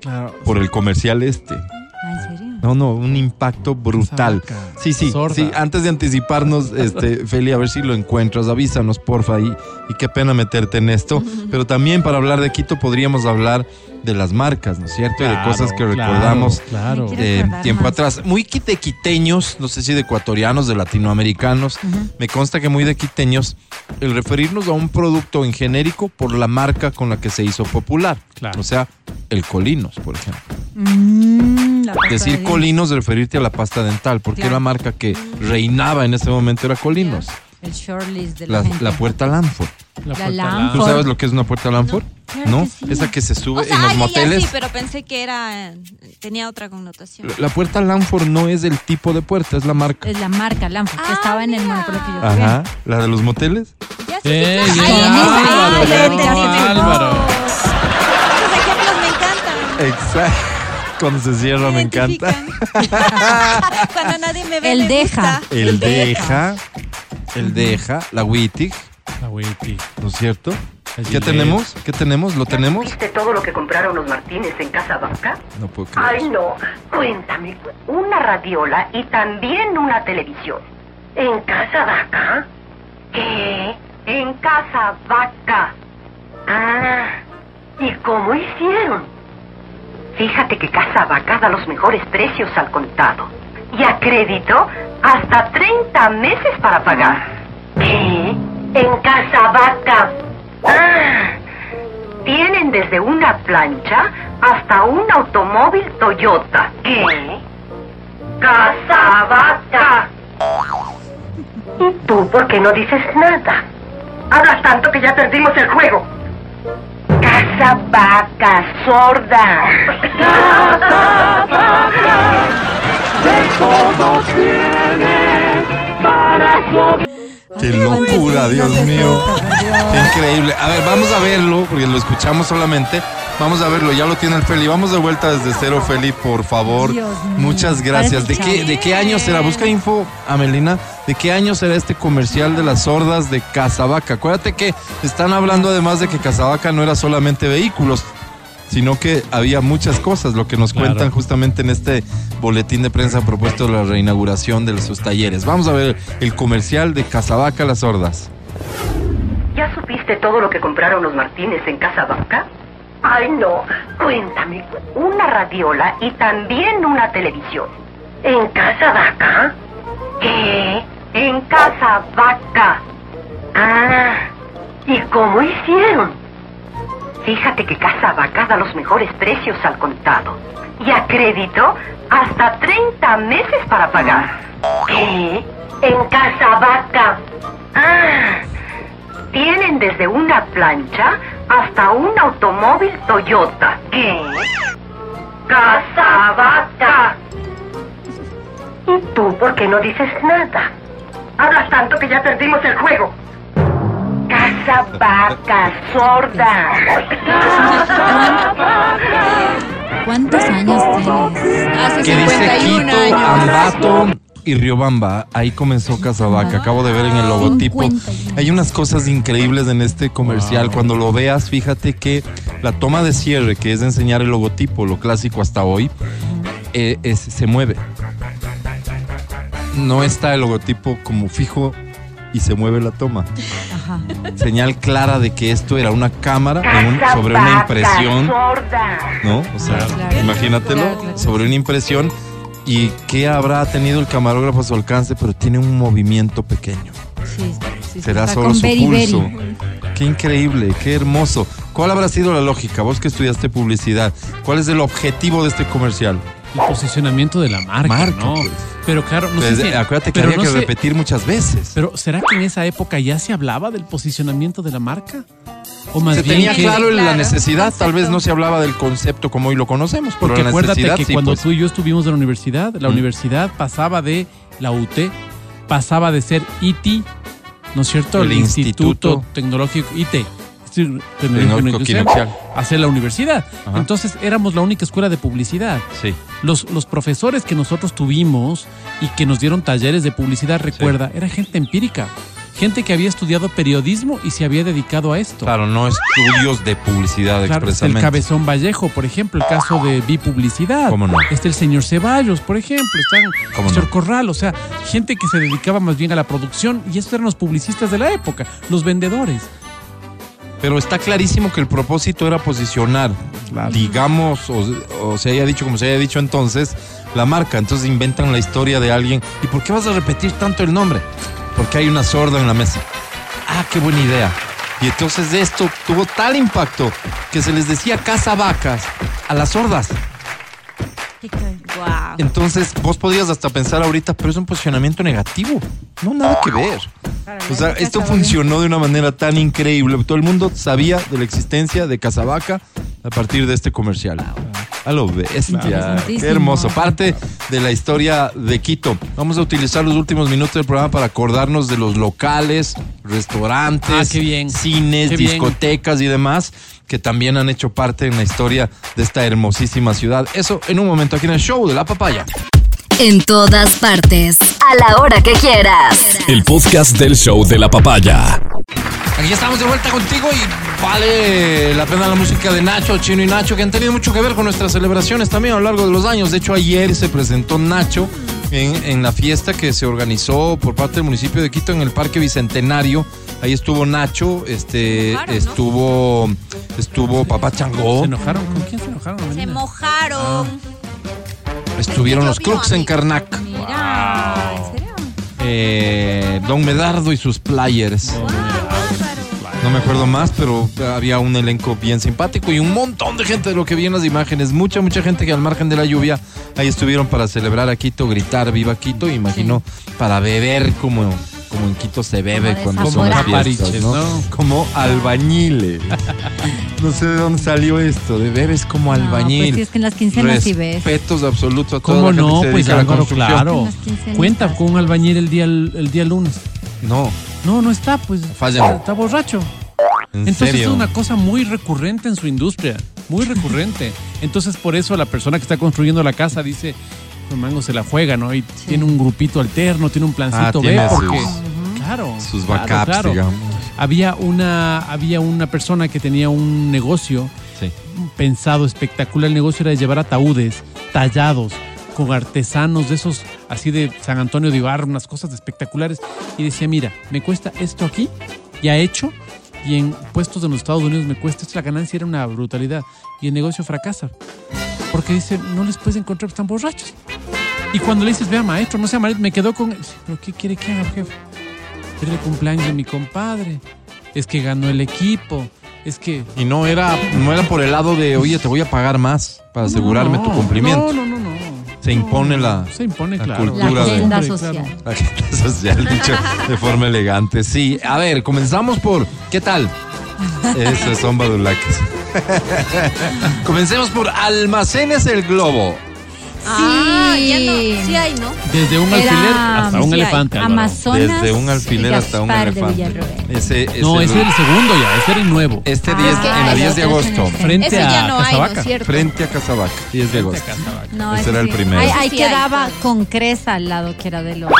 [SPEAKER 4] Claro.
[SPEAKER 1] por el comercial este.
[SPEAKER 3] Ah, ¿en serio?
[SPEAKER 1] No, no, un impacto brutal.
[SPEAKER 4] Casabaca,
[SPEAKER 1] Sí, sí,
[SPEAKER 4] sorda.
[SPEAKER 1] sí. Antes de anticiparnos, este, Feli, a ver si lo encuentras, avísanos, porfa, y, y qué pena meterte en esto. Pero también para hablar de Quito podríamos hablar de las marcas, ¿no es cierto? y de
[SPEAKER 4] Claro,
[SPEAKER 1] cosas que
[SPEAKER 4] claro,
[SPEAKER 1] recordamos
[SPEAKER 4] Claro.
[SPEAKER 3] Quiero
[SPEAKER 1] eh,
[SPEAKER 3] recordar
[SPEAKER 1] tiempo
[SPEAKER 3] más.
[SPEAKER 1] atrás. Muy qui- de quiteños, no sé si de ecuatorianos, de latinoamericanos. Me consta que muy de quiteños el referirnos a un producto en genérico por la marca con la que se hizo popular.
[SPEAKER 4] Claro.
[SPEAKER 1] O sea, el Colinos, por ejemplo.
[SPEAKER 3] Mm, la pasta de
[SPEAKER 1] Decir
[SPEAKER 3] dientes.
[SPEAKER 1] Colinos, referirte a la pasta dental, porque
[SPEAKER 3] Claro.
[SPEAKER 1] la marca que reinaba en ese momento era Colinos,
[SPEAKER 3] El shortlist de la,
[SPEAKER 1] la,
[SPEAKER 3] gente.
[SPEAKER 1] la puerta Lanford.
[SPEAKER 4] puerta
[SPEAKER 3] lámpara.
[SPEAKER 1] ¿Tú
[SPEAKER 3] Por-
[SPEAKER 1] sabes lo que es una puerta Lanford?
[SPEAKER 3] claro
[SPEAKER 1] No,
[SPEAKER 3] que sí.
[SPEAKER 1] esa que se sube
[SPEAKER 2] O sea,
[SPEAKER 1] en los
[SPEAKER 2] ay, ay, ay,
[SPEAKER 1] moteles.
[SPEAKER 2] sí, pero pensé que era tenía otra connotación.
[SPEAKER 1] La puerta Lanford no es el tipo de puerta, es la marca.
[SPEAKER 3] Es la marca Lanford, que estaba
[SPEAKER 2] Ah,
[SPEAKER 3] en el monopolio que yo jugué.
[SPEAKER 1] Ajá, la de los moteles.
[SPEAKER 2] Ya sé,
[SPEAKER 4] Eh,
[SPEAKER 2] sí, claro.
[SPEAKER 4] llegó
[SPEAKER 2] Ay,
[SPEAKER 4] Álvaro,
[SPEAKER 2] ay, ya
[SPEAKER 4] llegó
[SPEAKER 2] entendí mejor.
[SPEAKER 4] Álvaro.
[SPEAKER 2] Esos ejemplos me encantan.
[SPEAKER 1] Exacto. Cuando se cierra me encanta.
[SPEAKER 2] identifican. Cuando nadie me ve.
[SPEAKER 3] El
[SPEAKER 2] me
[SPEAKER 3] deja.
[SPEAKER 2] gusta.
[SPEAKER 1] El deja, el deja, la Wittig,
[SPEAKER 4] La Wittig.
[SPEAKER 1] ¿no es cierto? ¿Qué
[SPEAKER 4] El Gillette.
[SPEAKER 1] tenemos? ¿Qué tenemos? ¿Lo tenemos?
[SPEAKER 10] ¿Viste todo lo que compraron los Martínez en Casa Vaca?
[SPEAKER 1] No puedo creer.
[SPEAKER 10] Ay, no. Cuéntame, una radiola y también una televisión. ¿En Casa Vaca? ¿Qué? En Casa Vaca. Ah, ¿y cómo hicieron? Fíjate que Casa Vaca da los mejores precios al contado. Y a crédito, hasta 30 meses para pagar. ¿Qué? En Casa Vaca. Ah, tienen desde una plancha hasta un automóvil Toyota. ¿Qué? ¡Casavaca! ¿Y tú por qué no dices nada? Hablas tanto que ya perdimos el juego. ¡Casavaca, sorda!
[SPEAKER 1] Qué locura, Dios mío. Qué increíble. A ver, vamos a verlo, porque lo escuchamos solamente. Vamos a verlo, ya lo tiene el Feli. Vamos de vuelta desde cero, Feli, por favor.
[SPEAKER 3] Dios mío.
[SPEAKER 1] Muchas gracias. ¿De
[SPEAKER 3] Parece
[SPEAKER 1] qué, ¿De qué año será? Busca info, Amelina. ¿De qué año será este comercial de las sordas de Casabaca? Acuérdate que están hablando además de que Casabaca no era solamente vehículos, sino que había muchas cosas, lo que nos
[SPEAKER 4] Claro.
[SPEAKER 1] cuentan justamente en este boletín de prensa propuesto de la reinauguración de sus talleres. Vamos a ver el comercial de Casabaca Las Sordas.
[SPEAKER 10] supiste todo lo que compraron los Martínez en Casa Vaca? Ay, no. Cuéntame, una radiola y también una televisión. ¿En Casa Vaca? ¿Qué? En Casa Vaca. Ah, ¿y cómo hicieron? Fíjate que Casa Vaca da los mejores precios al contado. Y a crédito, hasta 30 meses para pagar. ¿Qué? En Casa Vaca. Ah, tienen desde una plancha hasta un automóvil Toyota. ¿Qué? Casa Vaca. ¿Y tú por qué no dices nada? Hablas tanto que ya perdimos el juego. Casa Vaca, sorda.
[SPEAKER 3] ¿Cuántos años tienes?
[SPEAKER 2] Hace
[SPEAKER 1] que dice
[SPEAKER 2] 51
[SPEAKER 1] Quito,
[SPEAKER 2] años.
[SPEAKER 1] Ambato y Riobamba. Ahí comenzó Casavaca. Acabo de ver en el logotipo.
[SPEAKER 3] 51.
[SPEAKER 1] Hay unas cosas increíbles en este comercial. Cuando lo veas, fíjate que la toma de cierre, que es enseñar el logotipo, lo clásico hasta hoy, eh, es- se mueve. No está el logotipo como fijo y se mueve la toma.
[SPEAKER 3] Ajá.
[SPEAKER 1] Señal clara de que esto era una cámara en un- sobre una impresión. ¿no? O sea,
[SPEAKER 3] Claro.
[SPEAKER 1] imagínatelo
[SPEAKER 3] Claro, claro.
[SPEAKER 1] sobre una impresión y qué habrá tenido el camarógrafo a su alcance, pero tiene un movimiento pequeño.
[SPEAKER 3] Sí, sí,
[SPEAKER 1] Será
[SPEAKER 3] está
[SPEAKER 1] solo
[SPEAKER 3] con
[SPEAKER 1] su
[SPEAKER 3] Beri Beri.
[SPEAKER 1] pulso. Qué increíble, qué hermoso. ¿Cuál habrá sido la lógica? Vos que estudiaste publicidad, ¿cuál es el objetivo de este comercial?
[SPEAKER 4] El posicionamiento de la marca,
[SPEAKER 1] Marca,
[SPEAKER 4] ¿no?
[SPEAKER 1] pues.
[SPEAKER 4] Pero claro, no
[SPEAKER 1] Pues,
[SPEAKER 4] sé si-
[SPEAKER 1] acuérdate que
[SPEAKER 4] pero
[SPEAKER 1] había
[SPEAKER 4] no
[SPEAKER 1] que
[SPEAKER 4] sé-
[SPEAKER 1] repetir muchas veces.
[SPEAKER 4] Pero ¿será que en esa época ya se hablaba del posicionamiento de la marca? O más
[SPEAKER 1] se
[SPEAKER 4] bien
[SPEAKER 1] tenía
[SPEAKER 4] que-
[SPEAKER 1] claro la
[SPEAKER 2] claro,
[SPEAKER 1] necesidad, tal vez
[SPEAKER 2] concepto.
[SPEAKER 1] no se hablaba del concepto como hoy lo conocemos, pero
[SPEAKER 4] Porque
[SPEAKER 1] la
[SPEAKER 4] acuérdate
[SPEAKER 1] necesidad
[SPEAKER 4] que
[SPEAKER 1] sí,
[SPEAKER 4] cuando
[SPEAKER 1] pues.
[SPEAKER 4] tú y yo estuvimos en la universidad, la
[SPEAKER 1] Mm.
[SPEAKER 4] universidad pasaba de la UT, pasaba de ser IT, ¿no es cierto?
[SPEAKER 1] El
[SPEAKER 4] El, Instituto,
[SPEAKER 1] Instituto
[SPEAKER 4] Tecnológico IT. Instituto
[SPEAKER 1] Tecnológico Industrial.
[SPEAKER 4] a ser la universidad.
[SPEAKER 1] Ajá.
[SPEAKER 4] Entonces éramos la única escuela de publicidad.
[SPEAKER 1] Sí.
[SPEAKER 4] Los, los profesores que nosotros tuvimos y que nos dieron talleres de publicidad, recuerda, era gente empírica. Gente que había estudiado periodismo y se había dedicado a esto.
[SPEAKER 1] Claro, no estudios de publicidad
[SPEAKER 4] Claro, está el
[SPEAKER 1] expresamente.
[SPEAKER 4] Cabezón Vallejo, por ejemplo, el caso de Bipublicidad.
[SPEAKER 1] ¿Cómo no?
[SPEAKER 4] Está el señor Ceballos, por ejemplo, está
[SPEAKER 1] ¿Cómo
[SPEAKER 4] el señor
[SPEAKER 1] no?
[SPEAKER 4] Corral, o sea, gente que se dedicaba más bien a la producción y estos eran los publicistas de la época, los vendedores.
[SPEAKER 1] Pero está clarísimo que el propósito era posicionar, digamos, o, o se haya dicho como se haya dicho entonces, la marca. Entonces inventan la historia de alguien. ¿Y por qué vas a repetir tanto el nombre? Porque hay una sorda en la mesa. Ah, qué buena idea. Y entonces esto tuvo tal impacto que se les decía casa vacas a las sordas.
[SPEAKER 2] Guau.
[SPEAKER 1] Entonces vos podías hasta pensar ahorita, pero es un posicionamiento negativo. No, nada que ver. O sea, esto funcionó de una manera tan increíble. Todo el mundo sabía de la existencia de Casavaca a partir de este comercial. A lo bestia.
[SPEAKER 3] Interesantísimo.
[SPEAKER 1] Qué hermoso. Parte de la historia de Quito. Vamos a utilizar los últimos minutos del programa para acordarnos de los locales, restaurantes,
[SPEAKER 4] Ah, qué bien.
[SPEAKER 1] cines,
[SPEAKER 4] Qué bien.
[SPEAKER 1] discotecas y demás que también han hecho parte en la historia de esta hermosísima ciudad. Eso en un momento aquí en el show de la papaya.
[SPEAKER 9] En todas partes. A la hora que quieras.
[SPEAKER 5] El podcast del show de la papaya.
[SPEAKER 1] Aquí estamos de vuelta contigo y vale la pena la música de Nacho, Chino y Nacho, que han tenido mucho que ver con nuestras celebraciones también a lo largo de los años. De hecho, ayer se presentó Nacho en, en la fiesta que se organizó por parte del municipio de Quito en el Parque Bicentenario. Ahí estuvo Nacho, este,
[SPEAKER 2] Claro, ¿no?
[SPEAKER 1] estuvo, estuvo Papá Changó,
[SPEAKER 4] ¿Se enojaron? ¿Con quién se enojaron?
[SPEAKER 2] Se
[SPEAKER 4] Melina?
[SPEAKER 2] mojaron.
[SPEAKER 1] estuvieron
[SPEAKER 2] Yo
[SPEAKER 1] los
[SPEAKER 2] vi
[SPEAKER 1] Crux
[SPEAKER 2] a
[SPEAKER 1] en
[SPEAKER 2] mí.
[SPEAKER 1] Karnak, Ah,
[SPEAKER 2] Mira, ¿en serio?
[SPEAKER 1] eh, Don Medardo y sus players.
[SPEAKER 3] Ah,
[SPEAKER 1] No me acuerdo más, pero había un elenco bien simpático y un montón de gente de lo que vi en las imágenes. Mucha, mucha gente que al margen de la lluvia ahí estuvieron para celebrar a Quito, gritar viva Quito, e imagino, para beber como, como en Quito se bebe
[SPEAKER 3] Como
[SPEAKER 1] cuando son las
[SPEAKER 3] desaforado.
[SPEAKER 1] fiestas, ¿no?
[SPEAKER 4] Apariches, ¿no?
[SPEAKER 1] Como albañiles. no sé de dónde salió esto, de bebes como
[SPEAKER 3] No,
[SPEAKER 1] albañil.
[SPEAKER 3] pues sí, es que en las quincenas sí ves.
[SPEAKER 1] Respetos absolutos a toda
[SPEAKER 4] ¿Cómo
[SPEAKER 1] la gente
[SPEAKER 4] no?
[SPEAKER 1] que se
[SPEAKER 4] Pues
[SPEAKER 1] dedica a la
[SPEAKER 4] Álvaro,
[SPEAKER 1] construcción.
[SPEAKER 4] claro.
[SPEAKER 3] Las quinceañeras.
[SPEAKER 4] Cuenta con un albañil el día, el día lunes.
[SPEAKER 1] No,
[SPEAKER 4] No, no está, pues.
[SPEAKER 1] Falla.
[SPEAKER 4] Está, está borracho.
[SPEAKER 1] en
[SPEAKER 4] Entonces
[SPEAKER 1] serio.
[SPEAKER 4] es una cosa muy recurrente en su industria, muy recurrente. Entonces por eso la persona que está construyendo la casa dice, el mango se la juega, ¿no? Y tiene un grupito alterno, tiene un plancito B,
[SPEAKER 1] Ah, tiene sus-
[SPEAKER 4] porque claro,
[SPEAKER 1] Sus
[SPEAKER 4] claro,
[SPEAKER 1] backups,
[SPEAKER 4] claro.
[SPEAKER 1] digamos.
[SPEAKER 4] Había una había una persona que tenía un negocio
[SPEAKER 1] Sí.
[SPEAKER 4] pensado espectacular. El negocio era de llevar ataúdes tallados con artesanos de esos, así de San Antonio de Ibarra, unas cosas espectaculares. Y decía, mira, me cuesta esto aquí, ya hecho, y en puestos en los Estados Unidos me cuesta, esto la ganancia era una brutalidad y el negocio fracasa. Porque dicen, no les puedes encontrar, están borrachos. Y cuando le dices, vea maestro, no sea maestro, me quedo con... ¿Pero qué quiere que haga, jefe? Era el cumpleaños de mi compadre. Es que ganó el equipo. Es que...
[SPEAKER 1] Y no era, no era por el lado de, oye, te voy a pagar más para asegurarme
[SPEAKER 4] No,
[SPEAKER 1] tu cumplimiento.
[SPEAKER 4] No, no, no, no.
[SPEAKER 1] Se impone la,
[SPEAKER 4] Se impone,
[SPEAKER 1] la
[SPEAKER 4] claro.
[SPEAKER 3] La
[SPEAKER 1] Cultura de-
[SPEAKER 3] agenda
[SPEAKER 4] Hombre,
[SPEAKER 3] social.
[SPEAKER 4] claro.
[SPEAKER 1] la agenda social, dicho de forma elegante. Sí, a ver, comenzamos por, ¿qué tal? Eso son badulaques. Comencemos por Almacenes el Globo.
[SPEAKER 2] Ah,
[SPEAKER 3] Sí.
[SPEAKER 2] ya no. Sí hay, ¿no?
[SPEAKER 4] Desde un
[SPEAKER 3] Era,
[SPEAKER 4] alfiler hasta un
[SPEAKER 2] sí,
[SPEAKER 4] elefante. Álvaro.
[SPEAKER 3] Amazonas.
[SPEAKER 1] Desde un alfiler hasta un
[SPEAKER 3] Gaspar de
[SPEAKER 1] elefante.
[SPEAKER 3] Villarroel.
[SPEAKER 1] Ese, ese
[SPEAKER 4] No,
[SPEAKER 1] lu-
[SPEAKER 4] ese es el segundo ya, ese era el nuevo.
[SPEAKER 1] este
[SPEAKER 3] Ah,
[SPEAKER 1] 10
[SPEAKER 3] es que
[SPEAKER 1] en la
[SPEAKER 3] el
[SPEAKER 1] 10 de
[SPEAKER 3] otro es en
[SPEAKER 1] agosto.
[SPEAKER 3] el
[SPEAKER 4] Frente
[SPEAKER 8] Ese
[SPEAKER 4] a
[SPEAKER 8] ya no hay, ¿no
[SPEAKER 4] Casabaca.
[SPEAKER 8] es cierto?
[SPEAKER 1] Frente a Casabac, 10 de agosto.
[SPEAKER 3] No,
[SPEAKER 1] Ese
[SPEAKER 3] ese
[SPEAKER 1] Este era el
[SPEAKER 3] sí.
[SPEAKER 1] primero.
[SPEAKER 3] Ahí, ahí
[SPEAKER 8] Sí, ahí
[SPEAKER 3] quedaba
[SPEAKER 8] está.
[SPEAKER 3] con cresa al lado que era de los.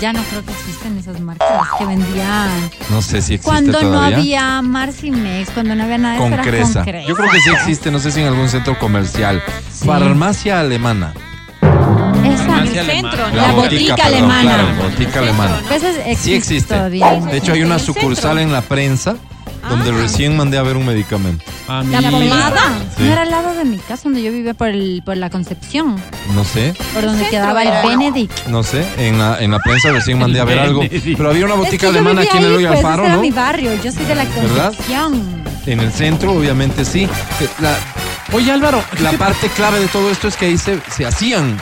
[SPEAKER 3] Ya no creo que existen esas marcas que vendían.
[SPEAKER 1] No sé si existe
[SPEAKER 3] Cuando no
[SPEAKER 1] todavía.
[SPEAKER 3] había Marcimex, cuando no había nada de eso,
[SPEAKER 1] con
[SPEAKER 3] era
[SPEAKER 1] Cresa.
[SPEAKER 3] Ah, con cresa.
[SPEAKER 1] Yo creo que sí existe, no sé si en algún centro comercial. Farmacia alemana.
[SPEAKER 3] Esa.
[SPEAKER 2] El centro,
[SPEAKER 3] La
[SPEAKER 2] ¿no?
[SPEAKER 3] botica alemana.
[SPEAKER 1] claro, botica alemana.
[SPEAKER 3] Pues es-
[SPEAKER 1] Sí existe.
[SPEAKER 3] todavía.
[SPEAKER 1] De hecho, hay una
[SPEAKER 2] ¿En el
[SPEAKER 1] sucursal
[SPEAKER 2] centro?
[SPEAKER 1] en la prensa
[SPEAKER 3] Ah.
[SPEAKER 1] donde recién mandé a ver un medicamento.
[SPEAKER 4] A
[SPEAKER 3] La
[SPEAKER 4] mí-
[SPEAKER 3] pomada.
[SPEAKER 1] Sí.
[SPEAKER 3] No era al lado de mi casa donde yo vivía por, el, por la Concepción,
[SPEAKER 1] No sé,
[SPEAKER 3] por donde
[SPEAKER 8] Centro
[SPEAKER 3] quedaba
[SPEAKER 8] era.
[SPEAKER 3] el Benedict.
[SPEAKER 1] no sé. En la, en la prensa recién mandé a ver algo. Pero había una botica
[SPEAKER 3] Es que yo
[SPEAKER 1] alemana
[SPEAKER 3] vivía
[SPEAKER 1] aquí en
[SPEAKER 3] ahí,
[SPEAKER 1] Eloy
[SPEAKER 3] pues,
[SPEAKER 1] Alfaro,
[SPEAKER 3] ese era
[SPEAKER 1] ¿no?
[SPEAKER 3] mi barrio, yo soy de la
[SPEAKER 1] ¿Verdad?
[SPEAKER 3] Concepción.
[SPEAKER 1] En el centro, obviamente sí. Eh, La,
[SPEAKER 4] Oye, Álvaro,
[SPEAKER 1] la parte clave de todo esto es que ahí se, se hacían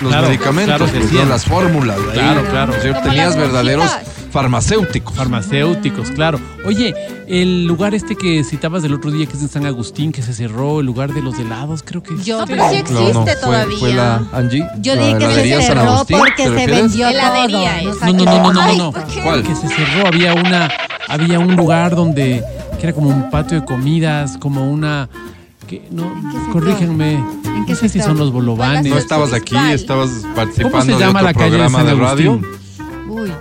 [SPEAKER 1] los
[SPEAKER 4] Claro,
[SPEAKER 1] medicamentos,
[SPEAKER 4] claro, se
[SPEAKER 1] los-
[SPEAKER 4] hacían.
[SPEAKER 1] las fórmulas. ahí,
[SPEAKER 4] Claro, claro.
[SPEAKER 1] ¿no es cierto?
[SPEAKER 2] Como
[SPEAKER 1] Tenías
[SPEAKER 2] las
[SPEAKER 1] verdaderos
[SPEAKER 2] bolsitas.
[SPEAKER 1] farmacéuticos.
[SPEAKER 4] Farmacéuticos, claro. Oye, el lugar este que citabas del otro día, que es en San Agustín, que se cerró, el lugar de los helados, creo que... este,
[SPEAKER 3] Yo
[SPEAKER 8] No,
[SPEAKER 3] creo-
[SPEAKER 8] pero sí existe
[SPEAKER 1] No, no, fue-
[SPEAKER 8] todavía.
[SPEAKER 1] Fue la Angie.
[SPEAKER 3] Yo
[SPEAKER 1] la
[SPEAKER 3] dije que
[SPEAKER 1] heladería
[SPEAKER 3] se
[SPEAKER 1] San
[SPEAKER 3] cerró
[SPEAKER 1] Agustín,
[SPEAKER 3] porque
[SPEAKER 1] ¿te
[SPEAKER 3] se
[SPEAKER 1] refieres?
[SPEAKER 3] vendió
[SPEAKER 8] Heladería,
[SPEAKER 3] todo.
[SPEAKER 8] esa.
[SPEAKER 4] No, no, no, no, no,
[SPEAKER 8] Ay,
[SPEAKER 4] no.
[SPEAKER 8] ¿por qué?
[SPEAKER 1] ¿Cuál?
[SPEAKER 4] Que se cerró, había una, había un lugar donde, que era como un patio de comidas, como una, que, no,
[SPEAKER 8] sector?
[SPEAKER 4] corríjanme,
[SPEAKER 8] ¿En qué
[SPEAKER 4] no sé si
[SPEAKER 8] sector?
[SPEAKER 4] son los bolobanes.
[SPEAKER 1] No estabas aquí, estabas
[SPEAKER 4] ¿Cómo se
[SPEAKER 1] participando de
[SPEAKER 4] llama
[SPEAKER 1] otro
[SPEAKER 4] la calle de
[SPEAKER 1] programa
[SPEAKER 4] San
[SPEAKER 1] de radio.
[SPEAKER 4] Agustín?
[SPEAKER 8] Uy,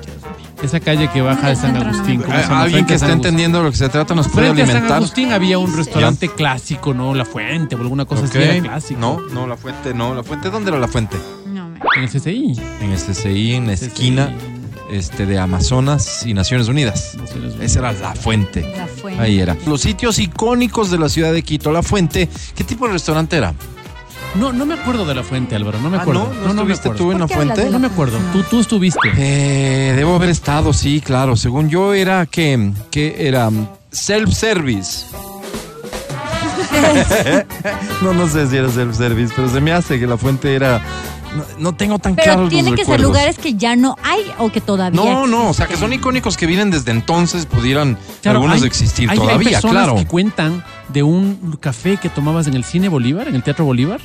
[SPEAKER 4] Esa calle que baja de San Agustín. ¿cómo se
[SPEAKER 1] Eh,
[SPEAKER 4] llama?
[SPEAKER 1] Alguien
[SPEAKER 4] Frente
[SPEAKER 1] que
[SPEAKER 4] a
[SPEAKER 1] esté
[SPEAKER 4] San Agustín.
[SPEAKER 1] entendiendo de lo que se trata nos puede
[SPEAKER 4] Frente a San
[SPEAKER 1] alimentar.
[SPEAKER 4] Agustín había un restaurante clásico, ¿no? La Fuente o alguna cosa así.
[SPEAKER 1] Ok.
[SPEAKER 4] Era clásico.
[SPEAKER 1] No, no, la fuente, no. ¿La fuente dónde era la fuente?
[SPEAKER 3] No, me-
[SPEAKER 4] En el CCI.
[SPEAKER 1] En el CCI, en la esquina este, de Amazonas y Naciones Unidas.
[SPEAKER 4] Naciones Unidas.
[SPEAKER 1] Esa era la fuente.
[SPEAKER 3] la fue.
[SPEAKER 1] Ahí era. Los sitios icónicos de la ciudad de Quito. La fuente, ¿qué tipo de restaurante era?
[SPEAKER 4] No, no me acuerdo de La Fuente, Álvaro. No me
[SPEAKER 1] Ah,
[SPEAKER 4] acuerdo.
[SPEAKER 1] ¿no? ¿No estuviste
[SPEAKER 4] me
[SPEAKER 1] tú en
[SPEAKER 4] acuerdo.
[SPEAKER 1] la
[SPEAKER 3] qué hablas
[SPEAKER 1] fuente?
[SPEAKER 3] de
[SPEAKER 4] No me acuerdo. Tú, tú estuviste.
[SPEAKER 1] Eh, debo haber estado, sí, claro. Según yo era que, que era mm, self-service. no, no sé si era self-service, pero se me hace que la fuente era... No, no tengo tan claro
[SPEAKER 3] Pero
[SPEAKER 1] los
[SPEAKER 3] tienen que ser
[SPEAKER 1] recuerdos.
[SPEAKER 3] lugares que ya no hay o que todavía
[SPEAKER 1] No, no, o sea, que
[SPEAKER 3] existen.
[SPEAKER 1] son icónicos que vienen desde entonces, pudieran
[SPEAKER 4] Claro,
[SPEAKER 1] algunos
[SPEAKER 4] hay-
[SPEAKER 1] existir
[SPEAKER 4] hay- hay
[SPEAKER 1] todavía,
[SPEAKER 4] personas
[SPEAKER 1] claro.
[SPEAKER 4] que cuentan de un café que tomabas en el cine Bolívar, en el Teatro Bolívar.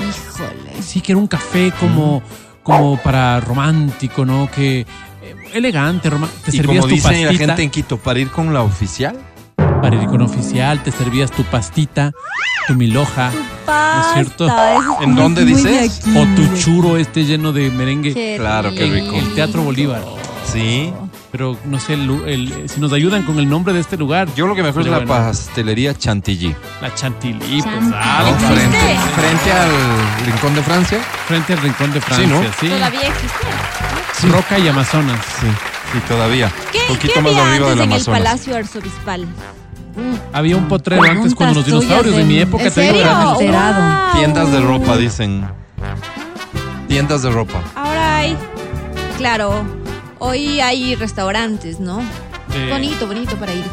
[SPEAKER 8] híjole.
[SPEAKER 4] Sí, que era un café como,
[SPEAKER 1] Mm.
[SPEAKER 4] como para romántico, ¿no? Que eh, elegante, romántico. Te
[SPEAKER 1] Y
[SPEAKER 4] servías
[SPEAKER 1] como
[SPEAKER 4] tu
[SPEAKER 1] dice
[SPEAKER 4] pastita.
[SPEAKER 1] la gente en Quito, para ir con la oficial,
[SPEAKER 4] Para ir con oficial, te servías tu pastita, tu miloja. ¿No es cierto?
[SPEAKER 1] ¿En dónde dices?
[SPEAKER 4] O tu churo este lleno de merengue.
[SPEAKER 1] Claro, qué
[SPEAKER 4] en
[SPEAKER 1] rico.
[SPEAKER 4] el Teatro Bolívar.
[SPEAKER 1] sí.
[SPEAKER 4] Pero no sé el lu- el- si nos ayudan con el nombre de este lugar.
[SPEAKER 1] Yo lo que me acuerdo
[SPEAKER 4] Pero
[SPEAKER 1] es la
[SPEAKER 4] bueno,
[SPEAKER 1] pastelería Chantilly, ¿no?
[SPEAKER 4] La chantilly, pues,
[SPEAKER 3] Chantilly.
[SPEAKER 4] algo.
[SPEAKER 3] ¿Existe?
[SPEAKER 1] frente, frente al Rincón de Francia.
[SPEAKER 4] Frente al Rincón de
[SPEAKER 1] Sí, ¿no?
[SPEAKER 4] Francia, sí.
[SPEAKER 2] Todavía existe.
[SPEAKER 4] Roca y Amazonas.
[SPEAKER 1] Sí, sí, todavía.
[SPEAKER 2] ¿Qué,
[SPEAKER 1] Un poquito
[SPEAKER 2] qué
[SPEAKER 1] más
[SPEAKER 2] había
[SPEAKER 1] arriba
[SPEAKER 2] antes
[SPEAKER 1] del
[SPEAKER 2] en el
[SPEAKER 1] Amazonas.
[SPEAKER 2] Palacio Arzobispal?
[SPEAKER 4] Había un potrero antes cuando los
[SPEAKER 3] Preguntas tuyas
[SPEAKER 4] dinosaurios de
[SPEAKER 3] de-
[SPEAKER 4] mi época
[SPEAKER 8] ¿En
[SPEAKER 4] te digo,
[SPEAKER 8] serio?
[SPEAKER 4] eran-
[SPEAKER 8] Wow.
[SPEAKER 3] Alterado.
[SPEAKER 1] Tiendas de ropa, dicen. Tiendas de ropa.
[SPEAKER 2] Ahora hay, claro, hoy hay restaurantes, ¿no?
[SPEAKER 4] eh,
[SPEAKER 8] Bonito, bonito para ir.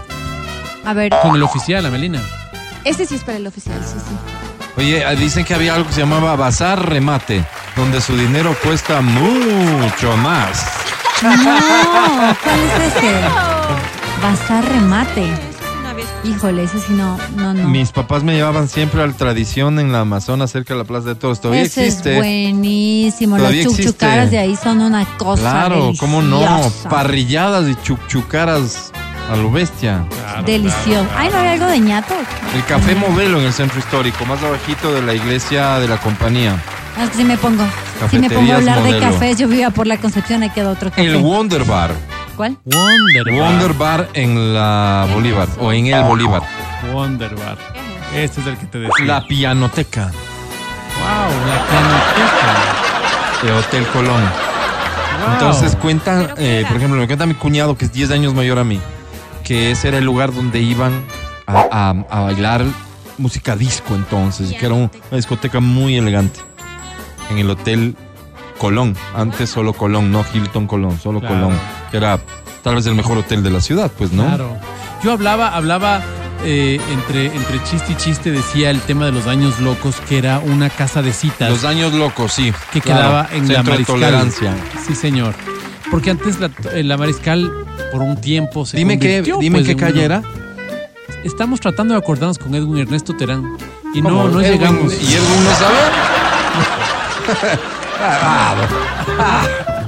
[SPEAKER 3] A ver,
[SPEAKER 4] con el oficial, Amelina.
[SPEAKER 8] Este sí es para el oficial, sí, sí.
[SPEAKER 1] Oye, ah, dicen que había algo que se llamaba Bazar Remate, donde su dinero cuesta mucho más.
[SPEAKER 3] no, ¿cuál es ese? Bazar remate.
[SPEAKER 2] Una vez.
[SPEAKER 3] Híjole, ese sí no, no, no.
[SPEAKER 1] Mis papás me llevaban siempre al Tradición en la Amazonas, cerca de la Plaza de Toros. Todavía
[SPEAKER 3] ese
[SPEAKER 1] existe.
[SPEAKER 3] es buenísimo.
[SPEAKER 1] Todavía
[SPEAKER 3] Los
[SPEAKER 1] existe.
[SPEAKER 3] chuchucaras de ahí son una cosa
[SPEAKER 1] Claro, cómo no.
[SPEAKER 3] deliciosa.
[SPEAKER 1] Parrilladas y chuchucaras a lo bestia.
[SPEAKER 3] Delicioso. Ay, ¿no había algo de ñato?
[SPEAKER 1] El Café Modelo en el centro histórico, más abajito de la iglesia de la compañía.
[SPEAKER 3] No, Ah, es que si me pongo, si me pongo a
[SPEAKER 1] Cafeterías
[SPEAKER 3] hablar de
[SPEAKER 1] modelo.
[SPEAKER 3] cafés, yo vivía por la Concepción, ahí queda otro café.
[SPEAKER 1] El Wonder Bar.
[SPEAKER 3] ¿Cuál?
[SPEAKER 4] Wonder Bar.
[SPEAKER 1] Wonder Bar en la Bolívar o en el Bolívar.
[SPEAKER 4] Wonder Bar. Este es el que te decía.
[SPEAKER 1] La Pianoteca
[SPEAKER 4] Wow, la canoteca.
[SPEAKER 1] de Hotel Colón.
[SPEAKER 4] Wow.
[SPEAKER 1] Entonces cuenta, eh, por ejemplo, me cuenta mi cuñado que es 10 años mayor a mí. que ese era el lugar donde iban a, a- a bailar música disco entonces, y que era un- una discoteca muy elegante. En el Hotel Colón, antes solo Colón, no Hilton Colón, solo
[SPEAKER 4] Claro.
[SPEAKER 1] Colón, que era tal vez el mejor hotel de la ciudad, pues, ¿no?
[SPEAKER 4] Claro. Yo hablaba, hablaba eh, entre, entre chiste y chiste, decía el tema de los años locos, que era una casa de citas
[SPEAKER 1] Los años locos, sí.
[SPEAKER 4] que
[SPEAKER 1] Claro,
[SPEAKER 4] quedaba en
[SPEAKER 1] Centro
[SPEAKER 4] la
[SPEAKER 1] de
[SPEAKER 4] Mariscal.
[SPEAKER 1] tolerancia.
[SPEAKER 4] Sí, señor. Porque antes la, eh, la Mariscal por un tiempo se
[SPEAKER 1] Dime qué,
[SPEAKER 4] convirtió,
[SPEAKER 1] dime
[SPEAKER 4] pues,
[SPEAKER 1] qué
[SPEAKER 4] en
[SPEAKER 1] calle
[SPEAKER 4] uno-
[SPEAKER 1] era.
[SPEAKER 4] Estamos tratando de acordarnos con Edwin Ernesto Terán. Y
[SPEAKER 1] ¿Cómo?
[SPEAKER 4] no, no
[SPEAKER 1] Edwin-
[SPEAKER 4] llegamos.
[SPEAKER 1] ¿Y Edwin no sabe?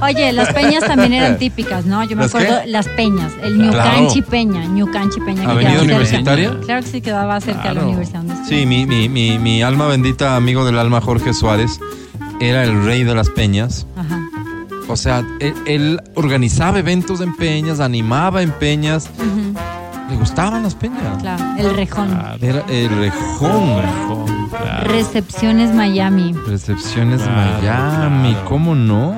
[SPEAKER 3] Oye, las peñas también eran típicas, ¿no? Yo me
[SPEAKER 1] ¿Las
[SPEAKER 3] acuerdo,
[SPEAKER 1] qué?
[SPEAKER 3] las peñas, el
[SPEAKER 1] Claro.
[SPEAKER 3] New Peña, New Peña. que
[SPEAKER 1] ¿Avenida
[SPEAKER 3] quedaba cerca.
[SPEAKER 1] Universitaria?
[SPEAKER 3] Claro que sí, quedaba cerca de la
[SPEAKER 4] Claro.
[SPEAKER 3] Universidad Nacional.
[SPEAKER 1] Sí, mi, mi, mi, mi alma bendita, amigo del alma Jorge Suárez, era el rey de las peñas.
[SPEAKER 3] Ajá.
[SPEAKER 1] O sea, él, él organizaba eventos en peñas, animaba en peñas. Le gustaban las peñas.
[SPEAKER 3] Claro, el Rejón.
[SPEAKER 1] Era el rejón.
[SPEAKER 3] Recepciones Miami.
[SPEAKER 1] Recepciones
[SPEAKER 4] Claro,
[SPEAKER 1] Miami,
[SPEAKER 4] claro.
[SPEAKER 1] ¿cómo no?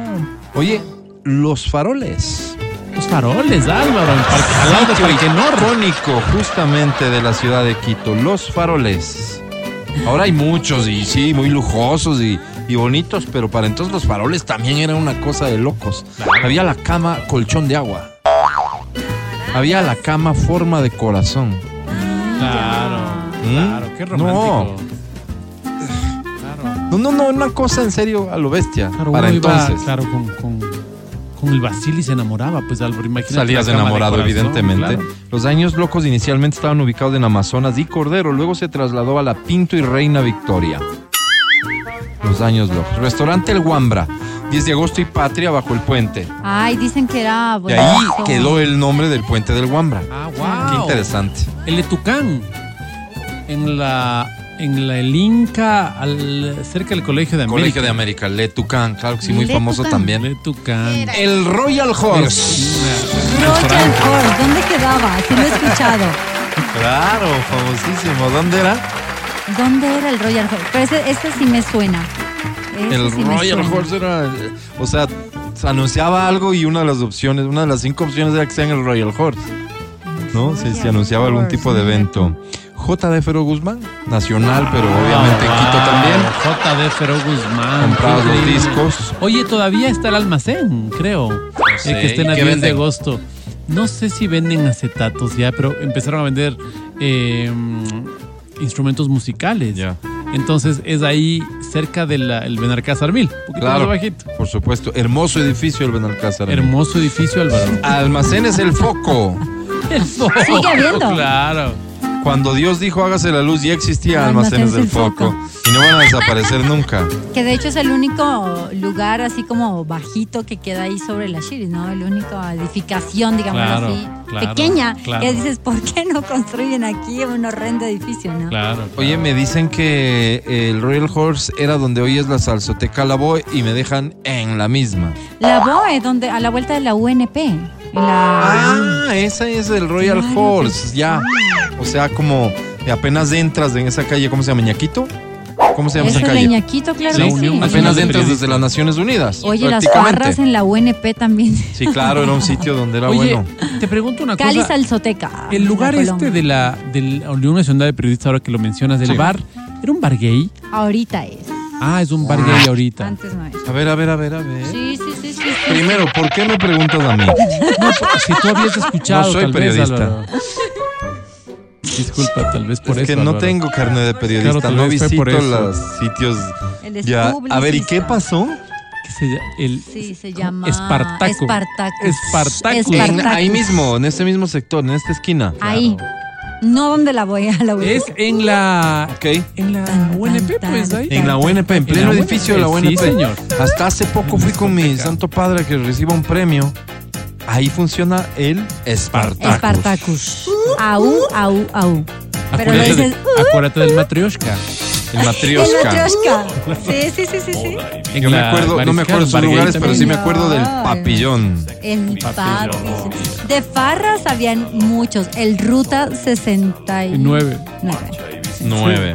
[SPEAKER 1] Oye, los faroles.
[SPEAKER 4] Los faroles, Álvaro. en Parque- al lado de Parque Norte.
[SPEAKER 1] icónico justamente de la ciudad de Quito, los faroles. Ahora hay muchos y sí, muy lujosos y, y bonitos, pero para entonces los faroles también eran una cosa de locos. Había la cama colchón de agua. Había la cama forma de corazón.
[SPEAKER 4] Claro,
[SPEAKER 1] ¿Mm?
[SPEAKER 4] claro, qué
[SPEAKER 1] No.
[SPEAKER 4] romántico.
[SPEAKER 1] No, no, no, una cosa en serio a lo bestia.
[SPEAKER 4] Claro,
[SPEAKER 1] para
[SPEAKER 4] uno iba,
[SPEAKER 1] entonces.
[SPEAKER 4] claro, con, con, con el Basili se enamoraba, pues Álvaro, imagínate.
[SPEAKER 1] Salías
[SPEAKER 4] la cama de
[SPEAKER 1] enamorado,
[SPEAKER 4] corazón,
[SPEAKER 1] evidentemente.
[SPEAKER 4] claro.
[SPEAKER 1] Los años locos inicialmente estaban ubicados en Amazonas y Cordero, luego se trasladó a la Pinto y Reina Victoria. Los años locos. Restaurante El Guambra, 10 de agosto y Patria bajo el puente.
[SPEAKER 3] Ay, dicen que era
[SPEAKER 1] De
[SPEAKER 3] bonito.
[SPEAKER 1] ahí quedó el nombre del puente del Guambra.
[SPEAKER 4] Ah,
[SPEAKER 1] Qué
[SPEAKER 4] wow.
[SPEAKER 1] interesante.
[SPEAKER 4] El Etucán. En la, en la el Inca, al, cerca del Colegio de América.
[SPEAKER 1] Colegio de América, Letucán, claro que sí, muy famoso
[SPEAKER 4] El
[SPEAKER 1] también.
[SPEAKER 4] Etucán.
[SPEAKER 1] El Royal Horse.
[SPEAKER 3] Royal Horse, ¿dónde quedaba? Sí lo he escuchado.
[SPEAKER 1] Claro, famosísimo. ¿Dónde era?
[SPEAKER 3] ¿Dónde era el Royal Horse? Pero ese, ese sí me suena. Ese
[SPEAKER 1] El
[SPEAKER 3] sí me
[SPEAKER 1] Royal
[SPEAKER 3] suena.
[SPEAKER 1] Horse era, eh, o sea, se anunciaba algo y una de las opciones, una de las cinco opciones era que sean el Royal Horse. ¿No? Se, se anunciaba algún tipo de evento. J.D. Fero Guzmán, nacional, pero obviamente
[SPEAKER 4] Ah,
[SPEAKER 1] Quito también.
[SPEAKER 4] JD Fero Guzmán.
[SPEAKER 1] Comprados los
[SPEAKER 4] Increíble.
[SPEAKER 1] discos.
[SPEAKER 4] Oye, todavía está el almacén, creo.
[SPEAKER 1] sé,
[SPEAKER 4] el que está en
[SPEAKER 1] ¿y
[SPEAKER 4] la
[SPEAKER 1] qué
[SPEAKER 4] 10 de
[SPEAKER 1] venden?
[SPEAKER 4] agosto. No sé si venden acetatos ya, pero empezaron a vender eh, mm, instrumentos musicales.
[SPEAKER 1] Ya.
[SPEAKER 4] Entonces es ahí cerca del el Benarcázar Mil, un poquito
[SPEAKER 1] Claro.
[SPEAKER 4] más bajito.
[SPEAKER 1] Por supuesto, hermoso edificio el Benalcázar.
[SPEAKER 4] Hermoso edificio, Álvaro.
[SPEAKER 1] Almacenes el foco.
[SPEAKER 3] Sigue habiendo.
[SPEAKER 4] Claro.
[SPEAKER 1] Cuando Dios dijo hágase la luz, ya existía
[SPEAKER 3] Almacenes
[SPEAKER 1] Almacenes del
[SPEAKER 3] El Foco.
[SPEAKER 1] Foco. Y no van a desaparecer nunca.
[SPEAKER 3] Que de hecho es el único lugar así como bajito que queda ahí sobre la Shiris, ¿no? La única edificación, digamos
[SPEAKER 4] Claro,
[SPEAKER 3] así,
[SPEAKER 4] claro,
[SPEAKER 3] pequeña.
[SPEAKER 4] claro.
[SPEAKER 3] Que dices, ¿por qué no construyen aquí un horrendo edificio, no?
[SPEAKER 4] Claro.
[SPEAKER 1] Oye, me dicen que el Royal Horse era donde hoy es la salsoteca La Boy y me dejan en la misma.
[SPEAKER 3] La BOE, donde, a la vuelta de la UNP. en la-
[SPEAKER 1] Ah, ese es el Royal
[SPEAKER 3] Claro que
[SPEAKER 1] Horse, ya. O sea, como apenas entras en esa calle, ¿cómo se llama? ¿Ñaquito? ¿Cómo se llama
[SPEAKER 3] Eso
[SPEAKER 1] esa
[SPEAKER 3] es de
[SPEAKER 1] calle?
[SPEAKER 3] Iñaquito, claro
[SPEAKER 1] Sí,
[SPEAKER 3] que
[SPEAKER 4] Unión
[SPEAKER 3] sí.
[SPEAKER 1] Apenas
[SPEAKER 4] de
[SPEAKER 1] entras
[SPEAKER 4] Periodistas.
[SPEAKER 1] desde las Naciones Unidas.
[SPEAKER 3] Oye, las
[SPEAKER 1] prácticamente.
[SPEAKER 3] barras en la UNP también.
[SPEAKER 1] Sí, claro, era un sitio donde era
[SPEAKER 4] Oye,
[SPEAKER 1] bueno.
[SPEAKER 4] te pregunto una
[SPEAKER 3] Cali
[SPEAKER 4] cosa.
[SPEAKER 3] Salzoteca.
[SPEAKER 4] El lugar
[SPEAKER 3] La
[SPEAKER 4] este
[SPEAKER 3] Colón.
[SPEAKER 4] de la, de la Unión Nacional de Periodistas, ahora que lo mencionas, del
[SPEAKER 1] Sí.
[SPEAKER 4] bar, ¿era un bar gay?
[SPEAKER 3] Ahorita es.
[SPEAKER 4] Ah, es un bar gay ahorita.
[SPEAKER 3] Antes no era.
[SPEAKER 1] A ver, a ver, a ver, a ver.
[SPEAKER 3] Sí, sí, sí, sí. sí.
[SPEAKER 1] Primero, ¿por qué me preguntas a mí?
[SPEAKER 4] No, si tú habías escuchado.
[SPEAKER 1] No soy
[SPEAKER 4] tal vez,
[SPEAKER 1] periodista.
[SPEAKER 4] Álvaro. Disculpa, tal vez por
[SPEAKER 1] es
[SPEAKER 4] eso.
[SPEAKER 1] que no
[SPEAKER 4] Álvaro.
[SPEAKER 1] tengo carnet de periodista,
[SPEAKER 4] Claro, tal
[SPEAKER 1] no
[SPEAKER 4] vez fue
[SPEAKER 1] visito
[SPEAKER 4] por eso.
[SPEAKER 1] los sitios.
[SPEAKER 3] Él es
[SPEAKER 1] Ya. A ver, ¿y
[SPEAKER 3] publicista.
[SPEAKER 1] qué pasó?
[SPEAKER 4] ¿Qué se llama? El-
[SPEAKER 3] Sí, se
[SPEAKER 4] ¿cómo?
[SPEAKER 3] llama
[SPEAKER 4] Espartaco.
[SPEAKER 3] Espartacus.
[SPEAKER 4] Espartacus.
[SPEAKER 1] En-
[SPEAKER 3] Espartacus.
[SPEAKER 1] ahí mismo, en este mismo sector, en esta esquina.
[SPEAKER 3] Ahí. No donde la voy a la UNP.
[SPEAKER 4] Es en la.
[SPEAKER 1] Ok.
[SPEAKER 4] En la
[SPEAKER 3] Tan, tan,
[SPEAKER 4] UNP, pues
[SPEAKER 3] tan.
[SPEAKER 4] ahí.
[SPEAKER 1] En la UNP, en
[SPEAKER 4] la
[SPEAKER 1] pleno
[SPEAKER 4] UNP,
[SPEAKER 1] edificio de la
[SPEAKER 4] sí,
[SPEAKER 1] UNP.
[SPEAKER 4] señor.
[SPEAKER 1] Hasta hace poco fui con mi santo padre que reciba un premio. Ahí funciona el Espartacus.
[SPEAKER 3] Espartacus. Au, au, au. Pero lo
[SPEAKER 4] Acuérdate, de-
[SPEAKER 3] dices.
[SPEAKER 4] acuérdate del Matrioshka.
[SPEAKER 1] El
[SPEAKER 3] Es la
[SPEAKER 1] Matrioshka.
[SPEAKER 3] Trioshka. Sí, sí, sí, sí. sí.
[SPEAKER 4] En
[SPEAKER 1] Yo me
[SPEAKER 4] la
[SPEAKER 1] acuerdo, no me
[SPEAKER 4] Mariscal,
[SPEAKER 1] acuerdo sus
[SPEAKER 4] bar gay
[SPEAKER 1] lugares, pero sí me
[SPEAKER 4] también.
[SPEAKER 1] acuerdo del
[SPEAKER 3] Ay.
[SPEAKER 1] papillón.
[SPEAKER 3] El papi. De farras habían muchos. El Ruta 69.
[SPEAKER 4] Nueve.
[SPEAKER 3] Nueve.
[SPEAKER 1] 9.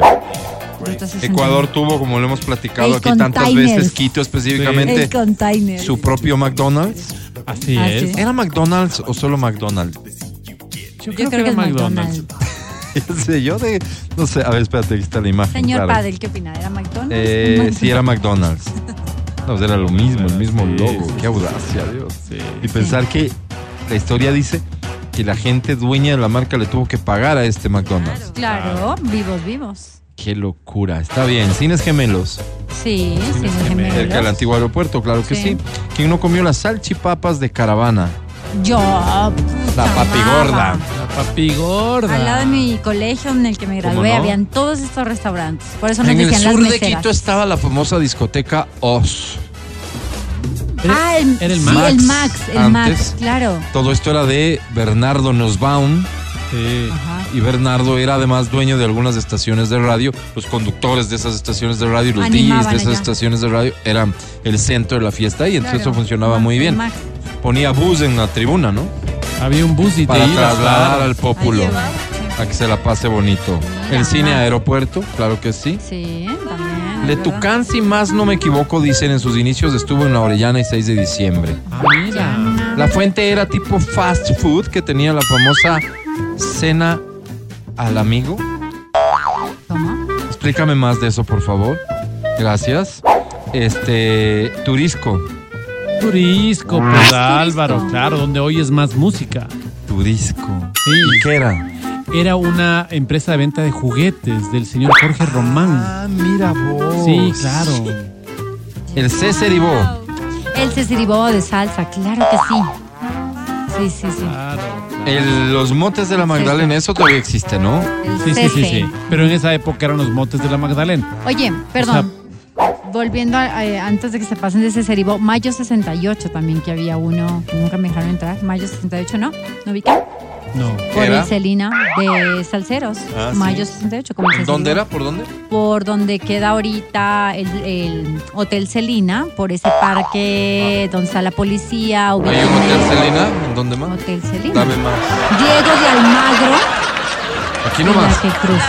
[SPEAKER 3] Ruta 69.
[SPEAKER 1] Ecuador tuvo, como lo hemos platicado
[SPEAKER 3] El
[SPEAKER 1] aquí tantas
[SPEAKER 3] container.
[SPEAKER 1] veces, Quito específicamente,
[SPEAKER 3] El container.
[SPEAKER 1] su propio McDonald's.
[SPEAKER 4] Así
[SPEAKER 3] Ah,
[SPEAKER 4] es.
[SPEAKER 3] sí.
[SPEAKER 1] ¿Era McDonald's o solo McDonald's?
[SPEAKER 4] Yo,
[SPEAKER 3] Yo creo que es McDonald's.
[SPEAKER 1] Sí, yo de. No sé, a ver, espérate, aquí está la imagen.
[SPEAKER 3] Señor
[SPEAKER 1] claro.
[SPEAKER 3] Padel, ¿qué opina? ¿Era McDonald's?
[SPEAKER 1] Eh, sí, era McDonald's. No, pues era lo mismo, el mismo
[SPEAKER 4] Sí,
[SPEAKER 1] logo.
[SPEAKER 4] sí,
[SPEAKER 1] Qué audacia, Dios.
[SPEAKER 4] Sí.
[SPEAKER 1] Y pensar que la historia dice que la gente dueña de la marca le tuvo que pagar a este McDonald's.
[SPEAKER 3] Claro, vivos, vivos.
[SPEAKER 1] Qué locura. Está bien, cines gemelos.
[SPEAKER 3] Sí, sí,
[SPEAKER 4] es que
[SPEAKER 3] sí.
[SPEAKER 4] me-
[SPEAKER 1] Cerca del antiguo aeropuerto, claro que sí.
[SPEAKER 3] Sí.
[SPEAKER 1] ¿Quién no comió las salchipapas de caravana?
[SPEAKER 3] Yo.
[SPEAKER 1] La
[SPEAKER 3] puta
[SPEAKER 1] papi
[SPEAKER 3] mama.
[SPEAKER 1] gorda.
[SPEAKER 4] La papi gorda.
[SPEAKER 3] Al lado de mi colegio en el que me
[SPEAKER 1] Ah. ¿Cómo
[SPEAKER 3] gradué
[SPEAKER 1] no?
[SPEAKER 3] habían todos estos restaurantes. Por eso nos
[SPEAKER 1] en el
[SPEAKER 3] decían las
[SPEAKER 1] sur de
[SPEAKER 3] meseras.
[SPEAKER 1] Quito estaba la famosa discoteca Oz.
[SPEAKER 4] Era-
[SPEAKER 3] ah, el,
[SPEAKER 4] era el
[SPEAKER 3] sí,
[SPEAKER 4] Max.
[SPEAKER 3] el Max, el
[SPEAKER 1] Ah, Antes.
[SPEAKER 3] Max, claro.
[SPEAKER 1] Todo esto era de Bernardo Nussbaum.
[SPEAKER 4] Sí.
[SPEAKER 3] Ajá.
[SPEAKER 1] Y Bernardo era además dueño de algunas estaciones de radio. Los conductores de esas estaciones de radio y los DJs
[SPEAKER 3] Animaban
[SPEAKER 1] de esas
[SPEAKER 3] allá.
[SPEAKER 1] estaciones de radio eran el centro de la fiesta y entonces
[SPEAKER 3] Claro.
[SPEAKER 1] eso funcionaba
[SPEAKER 3] Max,
[SPEAKER 1] muy
[SPEAKER 3] el
[SPEAKER 1] bien.
[SPEAKER 3] Max.
[SPEAKER 1] Ponía bus en la tribuna, ¿no?
[SPEAKER 4] Había un bus y
[SPEAKER 1] Para
[SPEAKER 4] te ibas.
[SPEAKER 1] trasladar
[SPEAKER 4] claro.
[SPEAKER 1] al
[SPEAKER 3] Ahí
[SPEAKER 1] pópulo.
[SPEAKER 3] llevaba,
[SPEAKER 1] A que se la pase bonito.
[SPEAKER 3] Mira,
[SPEAKER 1] El cine
[SPEAKER 3] Max.
[SPEAKER 1] aeropuerto, claro que sí.
[SPEAKER 3] Sí, también. es
[SPEAKER 1] Le
[SPEAKER 3] verdad.
[SPEAKER 1] Tucán, si más no me equivoco, dicen en sus inicios, estuvo en la Orellana y 6 de diciembre.
[SPEAKER 4] Ah, mira.
[SPEAKER 1] La fuente era tipo fast food que tenía la famosa cena al amigo.
[SPEAKER 3] ¿Cómo?
[SPEAKER 1] Explícame más de eso, por favor. Gracias. Este, Turisco.
[SPEAKER 4] Turisco, pues
[SPEAKER 3] Ah, es
[SPEAKER 4] Álvaro,
[SPEAKER 3] turisco.
[SPEAKER 4] claro, donde hoy es más música.
[SPEAKER 1] Turisco.
[SPEAKER 4] Sí.
[SPEAKER 1] ¿Y qué era?
[SPEAKER 4] Era una empresa de venta de juguetes del señor Jorge Román.
[SPEAKER 1] mira vos.
[SPEAKER 4] Oh, Sí, claro.
[SPEAKER 1] El César y vos.
[SPEAKER 3] El ceciribó de salsa, claro que sí. Sí, sí, sí.
[SPEAKER 1] Ah,
[SPEAKER 4] Claro. claro.
[SPEAKER 1] El- los motes de la Magdalena, eso todavía existe, ¿no?
[SPEAKER 3] El
[SPEAKER 4] Sí, sí, sí,
[SPEAKER 3] cese.
[SPEAKER 4] sí. Pero en esa época eran los motes de la Magdalena.
[SPEAKER 3] Oye, perdón. Volviendo a- eh, antes de que se pasen de ese ceribó, mayo 68 también que había uno que nunca me dejaron entrar. Mayo 68, ¿no? ¿No vi
[SPEAKER 4] No.
[SPEAKER 3] Por
[SPEAKER 1] era?
[SPEAKER 3] el Celina de Salceros.
[SPEAKER 1] Ah, sí.
[SPEAKER 3] mayo 68. Como el Cecil
[SPEAKER 1] ¿Dónde
[SPEAKER 3] Bo-
[SPEAKER 1] era? ¿Por dónde?
[SPEAKER 3] Por donde queda ahorita el, el Hotel Celina, por ese parque donde está la policía.
[SPEAKER 1] ¿Hay un hotel Selena? ¿En dónde más?
[SPEAKER 3] Hotel Celina.
[SPEAKER 1] Dame más.
[SPEAKER 3] Diego de Almagro.
[SPEAKER 1] Aquí
[SPEAKER 3] en la
[SPEAKER 1] nomás.
[SPEAKER 3] que cruz.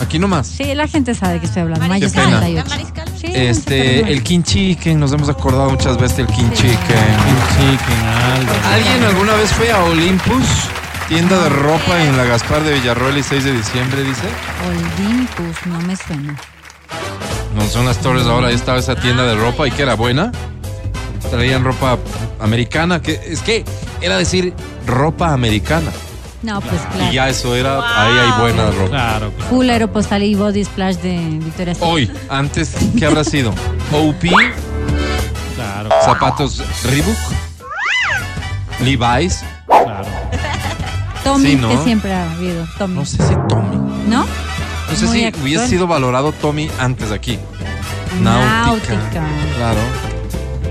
[SPEAKER 1] Aquí nomás.
[SPEAKER 3] Sí, la gente sabe que estoy hablando. Mayo
[SPEAKER 1] Qué pena.
[SPEAKER 3] 68. Sí,
[SPEAKER 1] Este, el King Chicken, nos hemos acordado muchas veces del King Chicken.
[SPEAKER 4] Chicken, Álvaro.
[SPEAKER 1] ¿Alguien alguna vez fue a Olympus? Tienda de ropa en la Gaspar de Villarroel y 6 de diciembre, dice.
[SPEAKER 3] Olympus, pues, no me suena.
[SPEAKER 1] No son las torres ahora, ahí estaba esa tienda de ropa y que era buena. Traían ropa americana, que es que era decir ropa americana.
[SPEAKER 3] No, pues
[SPEAKER 1] Y
[SPEAKER 3] claro.
[SPEAKER 1] ya eso era, ahí hay buena ropa.
[SPEAKER 4] Claro, claro.
[SPEAKER 3] Full aeropostal y body splash de Victoria
[SPEAKER 1] Hoy, antes, ¿qué habrá sido? OP,
[SPEAKER 4] Claro,
[SPEAKER 1] zapatos Reebok, Levi's,
[SPEAKER 4] claro.
[SPEAKER 3] Tommy,
[SPEAKER 1] Sí, ¿no?
[SPEAKER 3] que siempre ha habido. Tommy.
[SPEAKER 1] no sé si Tommy.
[SPEAKER 3] ¿No?
[SPEAKER 1] No sé
[SPEAKER 3] Muy
[SPEAKER 1] si
[SPEAKER 3] actual.
[SPEAKER 1] hubiese sido valorado Tommy antes aquí. Náutica.
[SPEAKER 3] Náutica.
[SPEAKER 1] Claro.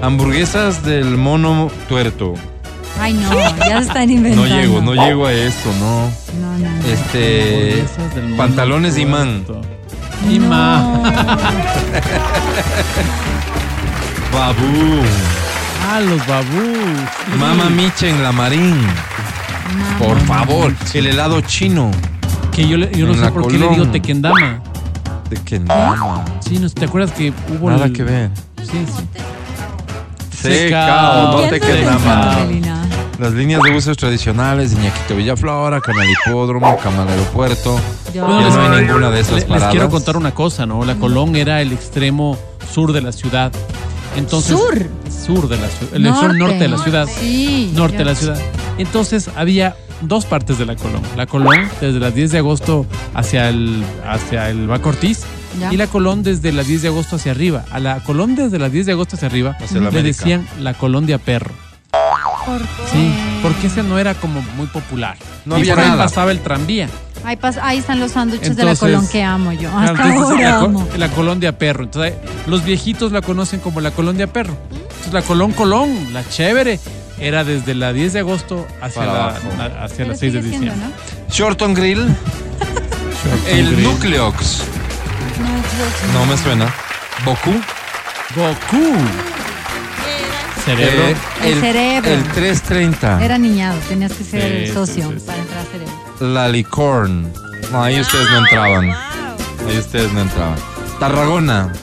[SPEAKER 1] Hamburguesas del mono tuerto.
[SPEAKER 3] Ay, no, ya se están
[SPEAKER 1] No
[SPEAKER 3] inventando.
[SPEAKER 1] llego, no llego a eso, no.
[SPEAKER 3] No, no, no.
[SPEAKER 1] Este.
[SPEAKER 4] Hamburguesas del mundo
[SPEAKER 1] Pantalones imán.
[SPEAKER 4] puesto. Imán.
[SPEAKER 1] Babú.
[SPEAKER 4] Ah, los babús.
[SPEAKER 1] Mama Micha en la Marín. Por favor. El helado chino.
[SPEAKER 4] Que yo, le- yo no
[SPEAKER 1] En
[SPEAKER 4] sé
[SPEAKER 1] la
[SPEAKER 4] por qué le digo
[SPEAKER 1] Colón.
[SPEAKER 4] tequendama.
[SPEAKER 1] De que nada.
[SPEAKER 4] Sí, no, ¿te acuerdas que hubo
[SPEAKER 1] Nada
[SPEAKER 4] el-
[SPEAKER 1] que ver.
[SPEAKER 4] Sí, sí.
[SPEAKER 1] Secao, no te
[SPEAKER 3] ¿Qué andas
[SPEAKER 1] quedas
[SPEAKER 3] pensando,
[SPEAKER 1] nada.
[SPEAKER 3] Celina?
[SPEAKER 1] Las líneas de buses tradicionales de Iñaquito Villaflora, Canal Hipódromo, Camal Aeropuerto.
[SPEAKER 3] Yo-
[SPEAKER 1] Ya no hay ninguna de
[SPEAKER 4] Le-
[SPEAKER 1] esas
[SPEAKER 4] les,
[SPEAKER 1] paradas.
[SPEAKER 4] quiero contar una cosa, ¿no? La Colón era el extremo sur de la ciudad. Entonces,
[SPEAKER 3] ¿Sur?
[SPEAKER 4] Sur de la ciudad. El extremo norte de la ciudad.
[SPEAKER 3] Sí.
[SPEAKER 4] norte de
[SPEAKER 3] yo-
[SPEAKER 4] la ciudad. Entonces había dos partes de la Colón. La Colón desde las 10 de agosto hacia el, hacia el Bacortiz
[SPEAKER 3] Ya.
[SPEAKER 4] y la Colón desde las 10 de agosto hacia arriba. A la Colón desde las 10 de agosto hacia arriba
[SPEAKER 1] Hacia la
[SPEAKER 4] le
[SPEAKER 1] América.
[SPEAKER 4] decían la Colón de a perro.
[SPEAKER 3] ¿Por qué?
[SPEAKER 4] Sí,
[SPEAKER 3] Ah.
[SPEAKER 4] porque esa no era como muy popular.
[SPEAKER 1] No
[SPEAKER 4] y
[SPEAKER 1] había
[SPEAKER 4] por ahí
[SPEAKER 1] nada.
[SPEAKER 4] pasaba el tranvía.
[SPEAKER 3] Ahí, pas- ahí están los sándwiches de la
[SPEAKER 4] Entonces-
[SPEAKER 3] Colón que amo yo. Hasta
[SPEAKER 4] Claro, entonces,
[SPEAKER 3] Ah,
[SPEAKER 4] pues,
[SPEAKER 3] ahora
[SPEAKER 4] la, co-
[SPEAKER 3] amo.
[SPEAKER 4] la Colón de a perro. Entonces, los viejitos la conocen como la Colón de a perro. Entonces, la Colón Colón, la chévere, era desde la 10 de agosto hacia,
[SPEAKER 1] Para
[SPEAKER 4] la-
[SPEAKER 1] abajo.
[SPEAKER 4] la- hacia
[SPEAKER 3] Pero
[SPEAKER 4] las 6 de
[SPEAKER 3] sigue siendo,
[SPEAKER 4] diciembre.
[SPEAKER 1] Shorton Grill. el
[SPEAKER 4] Grill.
[SPEAKER 1] Nucleox.
[SPEAKER 3] ¿no? No, Dios,
[SPEAKER 1] No me suena. Boku.
[SPEAKER 4] Goku. Cerebro.
[SPEAKER 1] Eh,
[SPEAKER 3] El cerebro.
[SPEAKER 1] El 330.
[SPEAKER 3] Era niñado, tenías que ser
[SPEAKER 4] Sí,
[SPEAKER 3] el socio
[SPEAKER 4] sí, sí, sí.
[SPEAKER 3] para entrar a ser el-
[SPEAKER 1] La Licorn. No, ahí ustedes no entraban. Ahí ustedes no entraban. Tarragona.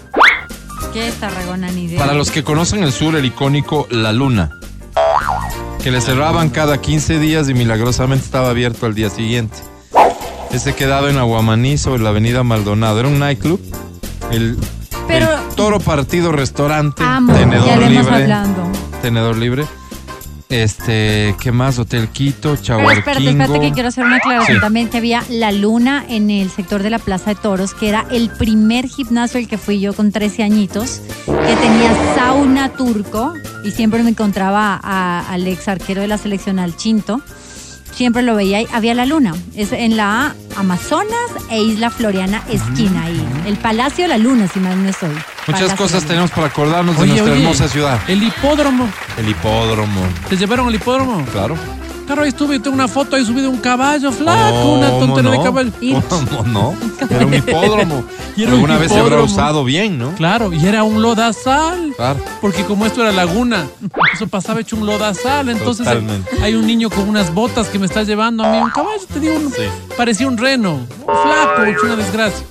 [SPEAKER 3] ¿Qué es Tarragona ni idea?
[SPEAKER 1] Para los que conocen el sur, el icónico La Luna. que le cerraban cada 15 días y milagrosamente estaba abierto al día siguiente. Ese quedaba en Aguamaní sobre la avenida Maldonado. Era un nightclub. El,
[SPEAKER 3] Pero-
[SPEAKER 1] el Toro Partido Restaurante.
[SPEAKER 3] Amo,
[SPEAKER 1] tenedor
[SPEAKER 3] ya le hemos
[SPEAKER 1] libre.
[SPEAKER 3] hablando.
[SPEAKER 1] Tenedor libre. Este, ¿qué más? Hotel Quito,
[SPEAKER 3] Pero
[SPEAKER 1] Chahuarquingo.
[SPEAKER 3] espérate, espérate que quiero hacer una aclaración
[SPEAKER 1] Sí.
[SPEAKER 3] también que había La Luna en el sector de la Plaza de Toros, que era el primer gimnasio al que fui yo con 13 añitos, que tenía sauna turco y siempre me encontraba a- al ex arquero de la selección Alchinto. Siempre lo veía ahí. Había La Luna. Es en la Amazonas e Isla Floriana esquina ahí. El Palacio de la Luna, si mal no estoy.
[SPEAKER 1] Muchas
[SPEAKER 3] Palacio
[SPEAKER 1] cosas
[SPEAKER 3] de la Luna.
[SPEAKER 1] tenemos para acordarnos de
[SPEAKER 4] Oye,
[SPEAKER 1] nuestra
[SPEAKER 4] oye.
[SPEAKER 1] hermosa ciudad.
[SPEAKER 4] El hipódromo.
[SPEAKER 1] El hipódromo,
[SPEAKER 4] ¿Te llevaron al hipódromo?
[SPEAKER 1] claro.
[SPEAKER 4] Claro, ahí estuve, tengo una foto ahí subido un caballo flaco, una
[SPEAKER 1] Oh, ¿Cómo
[SPEAKER 4] tontera
[SPEAKER 1] no?
[SPEAKER 4] de caballo.
[SPEAKER 1] ¿Cómo no? Era un hipódromo.
[SPEAKER 4] Y era un
[SPEAKER 1] Alguna vez se habrá
[SPEAKER 4] hipódromo.
[SPEAKER 1] usado bien, ¿no?
[SPEAKER 4] Claro, y era un lodazal.
[SPEAKER 1] Claro.
[SPEAKER 4] Porque como esto era laguna, eso pasaba hecho un lodazal. Entonces hay,
[SPEAKER 1] Totalmente.
[SPEAKER 4] hay un niño con unas botas que me está llevando a mí. Un caballo, te digo, un-
[SPEAKER 1] Sí.
[SPEAKER 4] parecía un reno. Flaco, hecho una desgracia.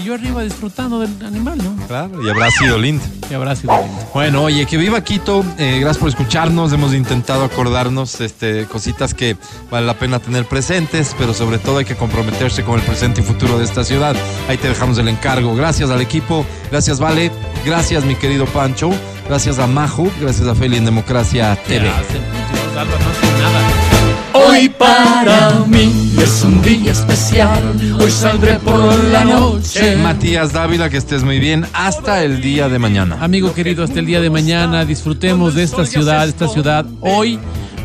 [SPEAKER 4] Y yo arriba disfrutando del animal, ¿no?
[SPEAKER 1] Claro, y habrá sido lindo.
[SPEAKER 4] Y habrá sido lindo.
[SPEAKER 1] Bueno, oye, que viva Quito. Eh, gracias por escucharnos. Hemos intentado acordarnos este, cositas que vale la pena tener presentes, pero sobre todo hay que comprometerse con el presente y futuro de esta ciudad. Ahí te dejamos el encargo. Gracias al equipo. Gracias, Vale. Gracias, mi querido Pancho. Gracias a Majo. Gracias a Feli en Democracia TV.
[SPEAKER 7] Hoy para mí es un día especial. Hoy saldré por la noche.
[SPEAKER 1] Matías Dávila, que estés muy bien. Hasta el día de mañana.
[SPEAKER 4] Amigo querido, hasta el día de mañana disfrutemos de esta ciudad. Esta ciudad hoy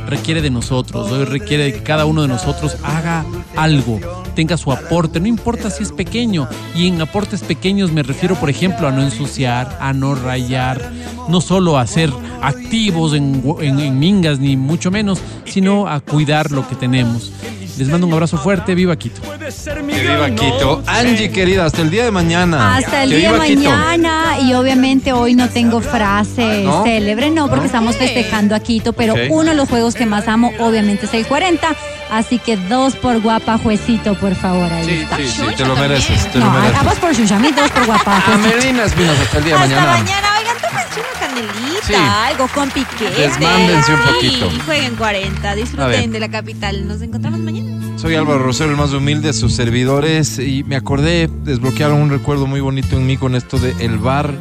[SPEAKER 4] requiere de nosotros, hoy requiere de que cada uno de nosotros haga algo, tenga su aporte, no importa si es pequeño. Y en aportes pequeños me refiero, por ejemplo, a no ensuciar, a no rayar, no solo a ser activos en, en- en mingas, ni mucho menos, sino a cuidar lo que tenemos. Les mando un abrazo fuerte, viva Quito.
[SPEAKER 1] Que viva Quito. Angie, querida, hasta el día de mañana.
[SPEAKER 3] Hasta el
[SPEAKER 1] Que
[SPEAKER 3] día de
[SPEAKER 1] viva Quito.
[SPEAKER 3] mañana y obviamente hoy no tengo frase
[SPEAKER 1] Ah, ¿No?
[SPEAKER 3] célebre, no, porque
[SPEAKER 1] ¿No?
[SPEAKER 3] estamos festejando a Quito, pero
[SPEAKER 1] Ok.
[SPEAKER 3] uno de los juegos que más amo obviamente es el 40, así que dos por guapa juecito, por favor. Ahí.
[SPEAKER 1] Sí, sí, sí, te lo mereces, te
[SPEAKER 3] No,
[SPEAKER 1] lo
[SPEAKER 3] a, a
[SPEAKER 1] mereces.
[SPEAKER 3] vos por Shushan y dos por
[SPEAKER 1] Ah,
[SPEAKER 3] guapa juecito.
[SPEAKER 1] Amelina Espinosa, hasta el día de
[SPEAKER 2] Hasta mañana.
[SPEAKER 1] mañana.
[SPEAKER 2] Oigan, tómense una canelita,
[SPEAKER 1] Sí.
[SPEAKER 2] algo con piquete.
[SPEAKER 1] Desmándense un poquito.
[SPEAKER 2] Y jueguen 40.
[SPEAKER 1] A ver.
[SPEAKER 2] Disfruten de la capital. Nos encontramos mañana.
[SPEAKER 1] Soy Álvaro Rosero, el más humilde de sus servidores, y me acordé, desbloquearon un recuerdo muy bonito en mí con esto de el bar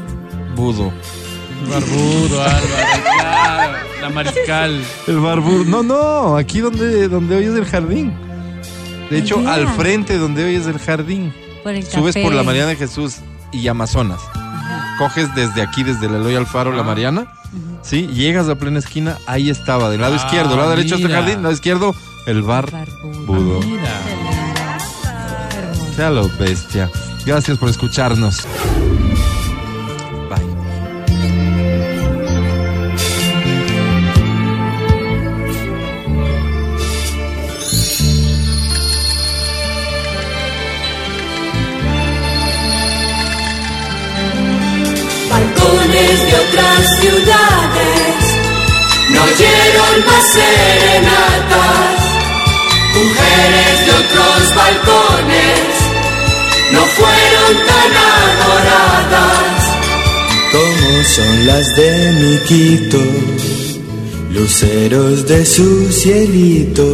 [SPEAKER 1] budo.
[SPEAKER 4] Barbudo, Álvaro, la mariscal.
[SPEAKER 1] El bar budo. No, no, aquí donde, donde hoy es el jardín. De hecho,
[SPEAKER 3] Ay, mira.
[SPEAKER 1] al frente donde hoy es el jardín.
[SPEAKER 3] Por el
[SPEAKER 1] Subes
[SPEAKER 3] café.
[SPEAKER 1] por la Mariana de Jesús y Amazonas. Coges desde aquí, desde la Eloy Alfaro, la Mariana. Sí, llegas a plena esquina, ahí estaba, del lado
[SPEAKER 4] Ah,
[SPEAKER 1] izquierdo, del lado derecho este
[SPEAKER 4] mira.
[SPEAKER 1] jardín, del lado izquierdo, el bar. Budo.
[SPEAKER 4] Mira.
[SPEAKER 1] Ya lo bestia. Gracias por escucharnos. Bye.
[SPEAKER 7] balcones de otras ciudades no oyeron más serenatas. Mujeres de otros balcones no fueron tan adoradas. Como son las de mi Quito, luceros de su cielito.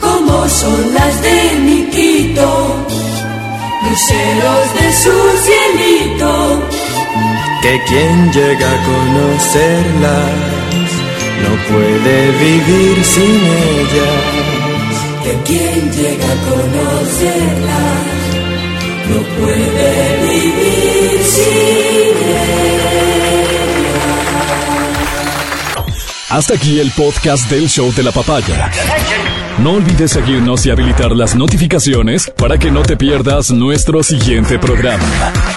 [SPEAKER 7] Como son las de mi Quito, luceros de su cielito que quien llega a conocerlas no puede vivir sin ellas. Que quien llega a conocerlas no puede vivir sin
[SPEAKER 5] Hasta aquí el podcast del show de la papaya. No olvides seguirnos y habilitar las notificaciones para que no te pierdas nuestro siguiente programa.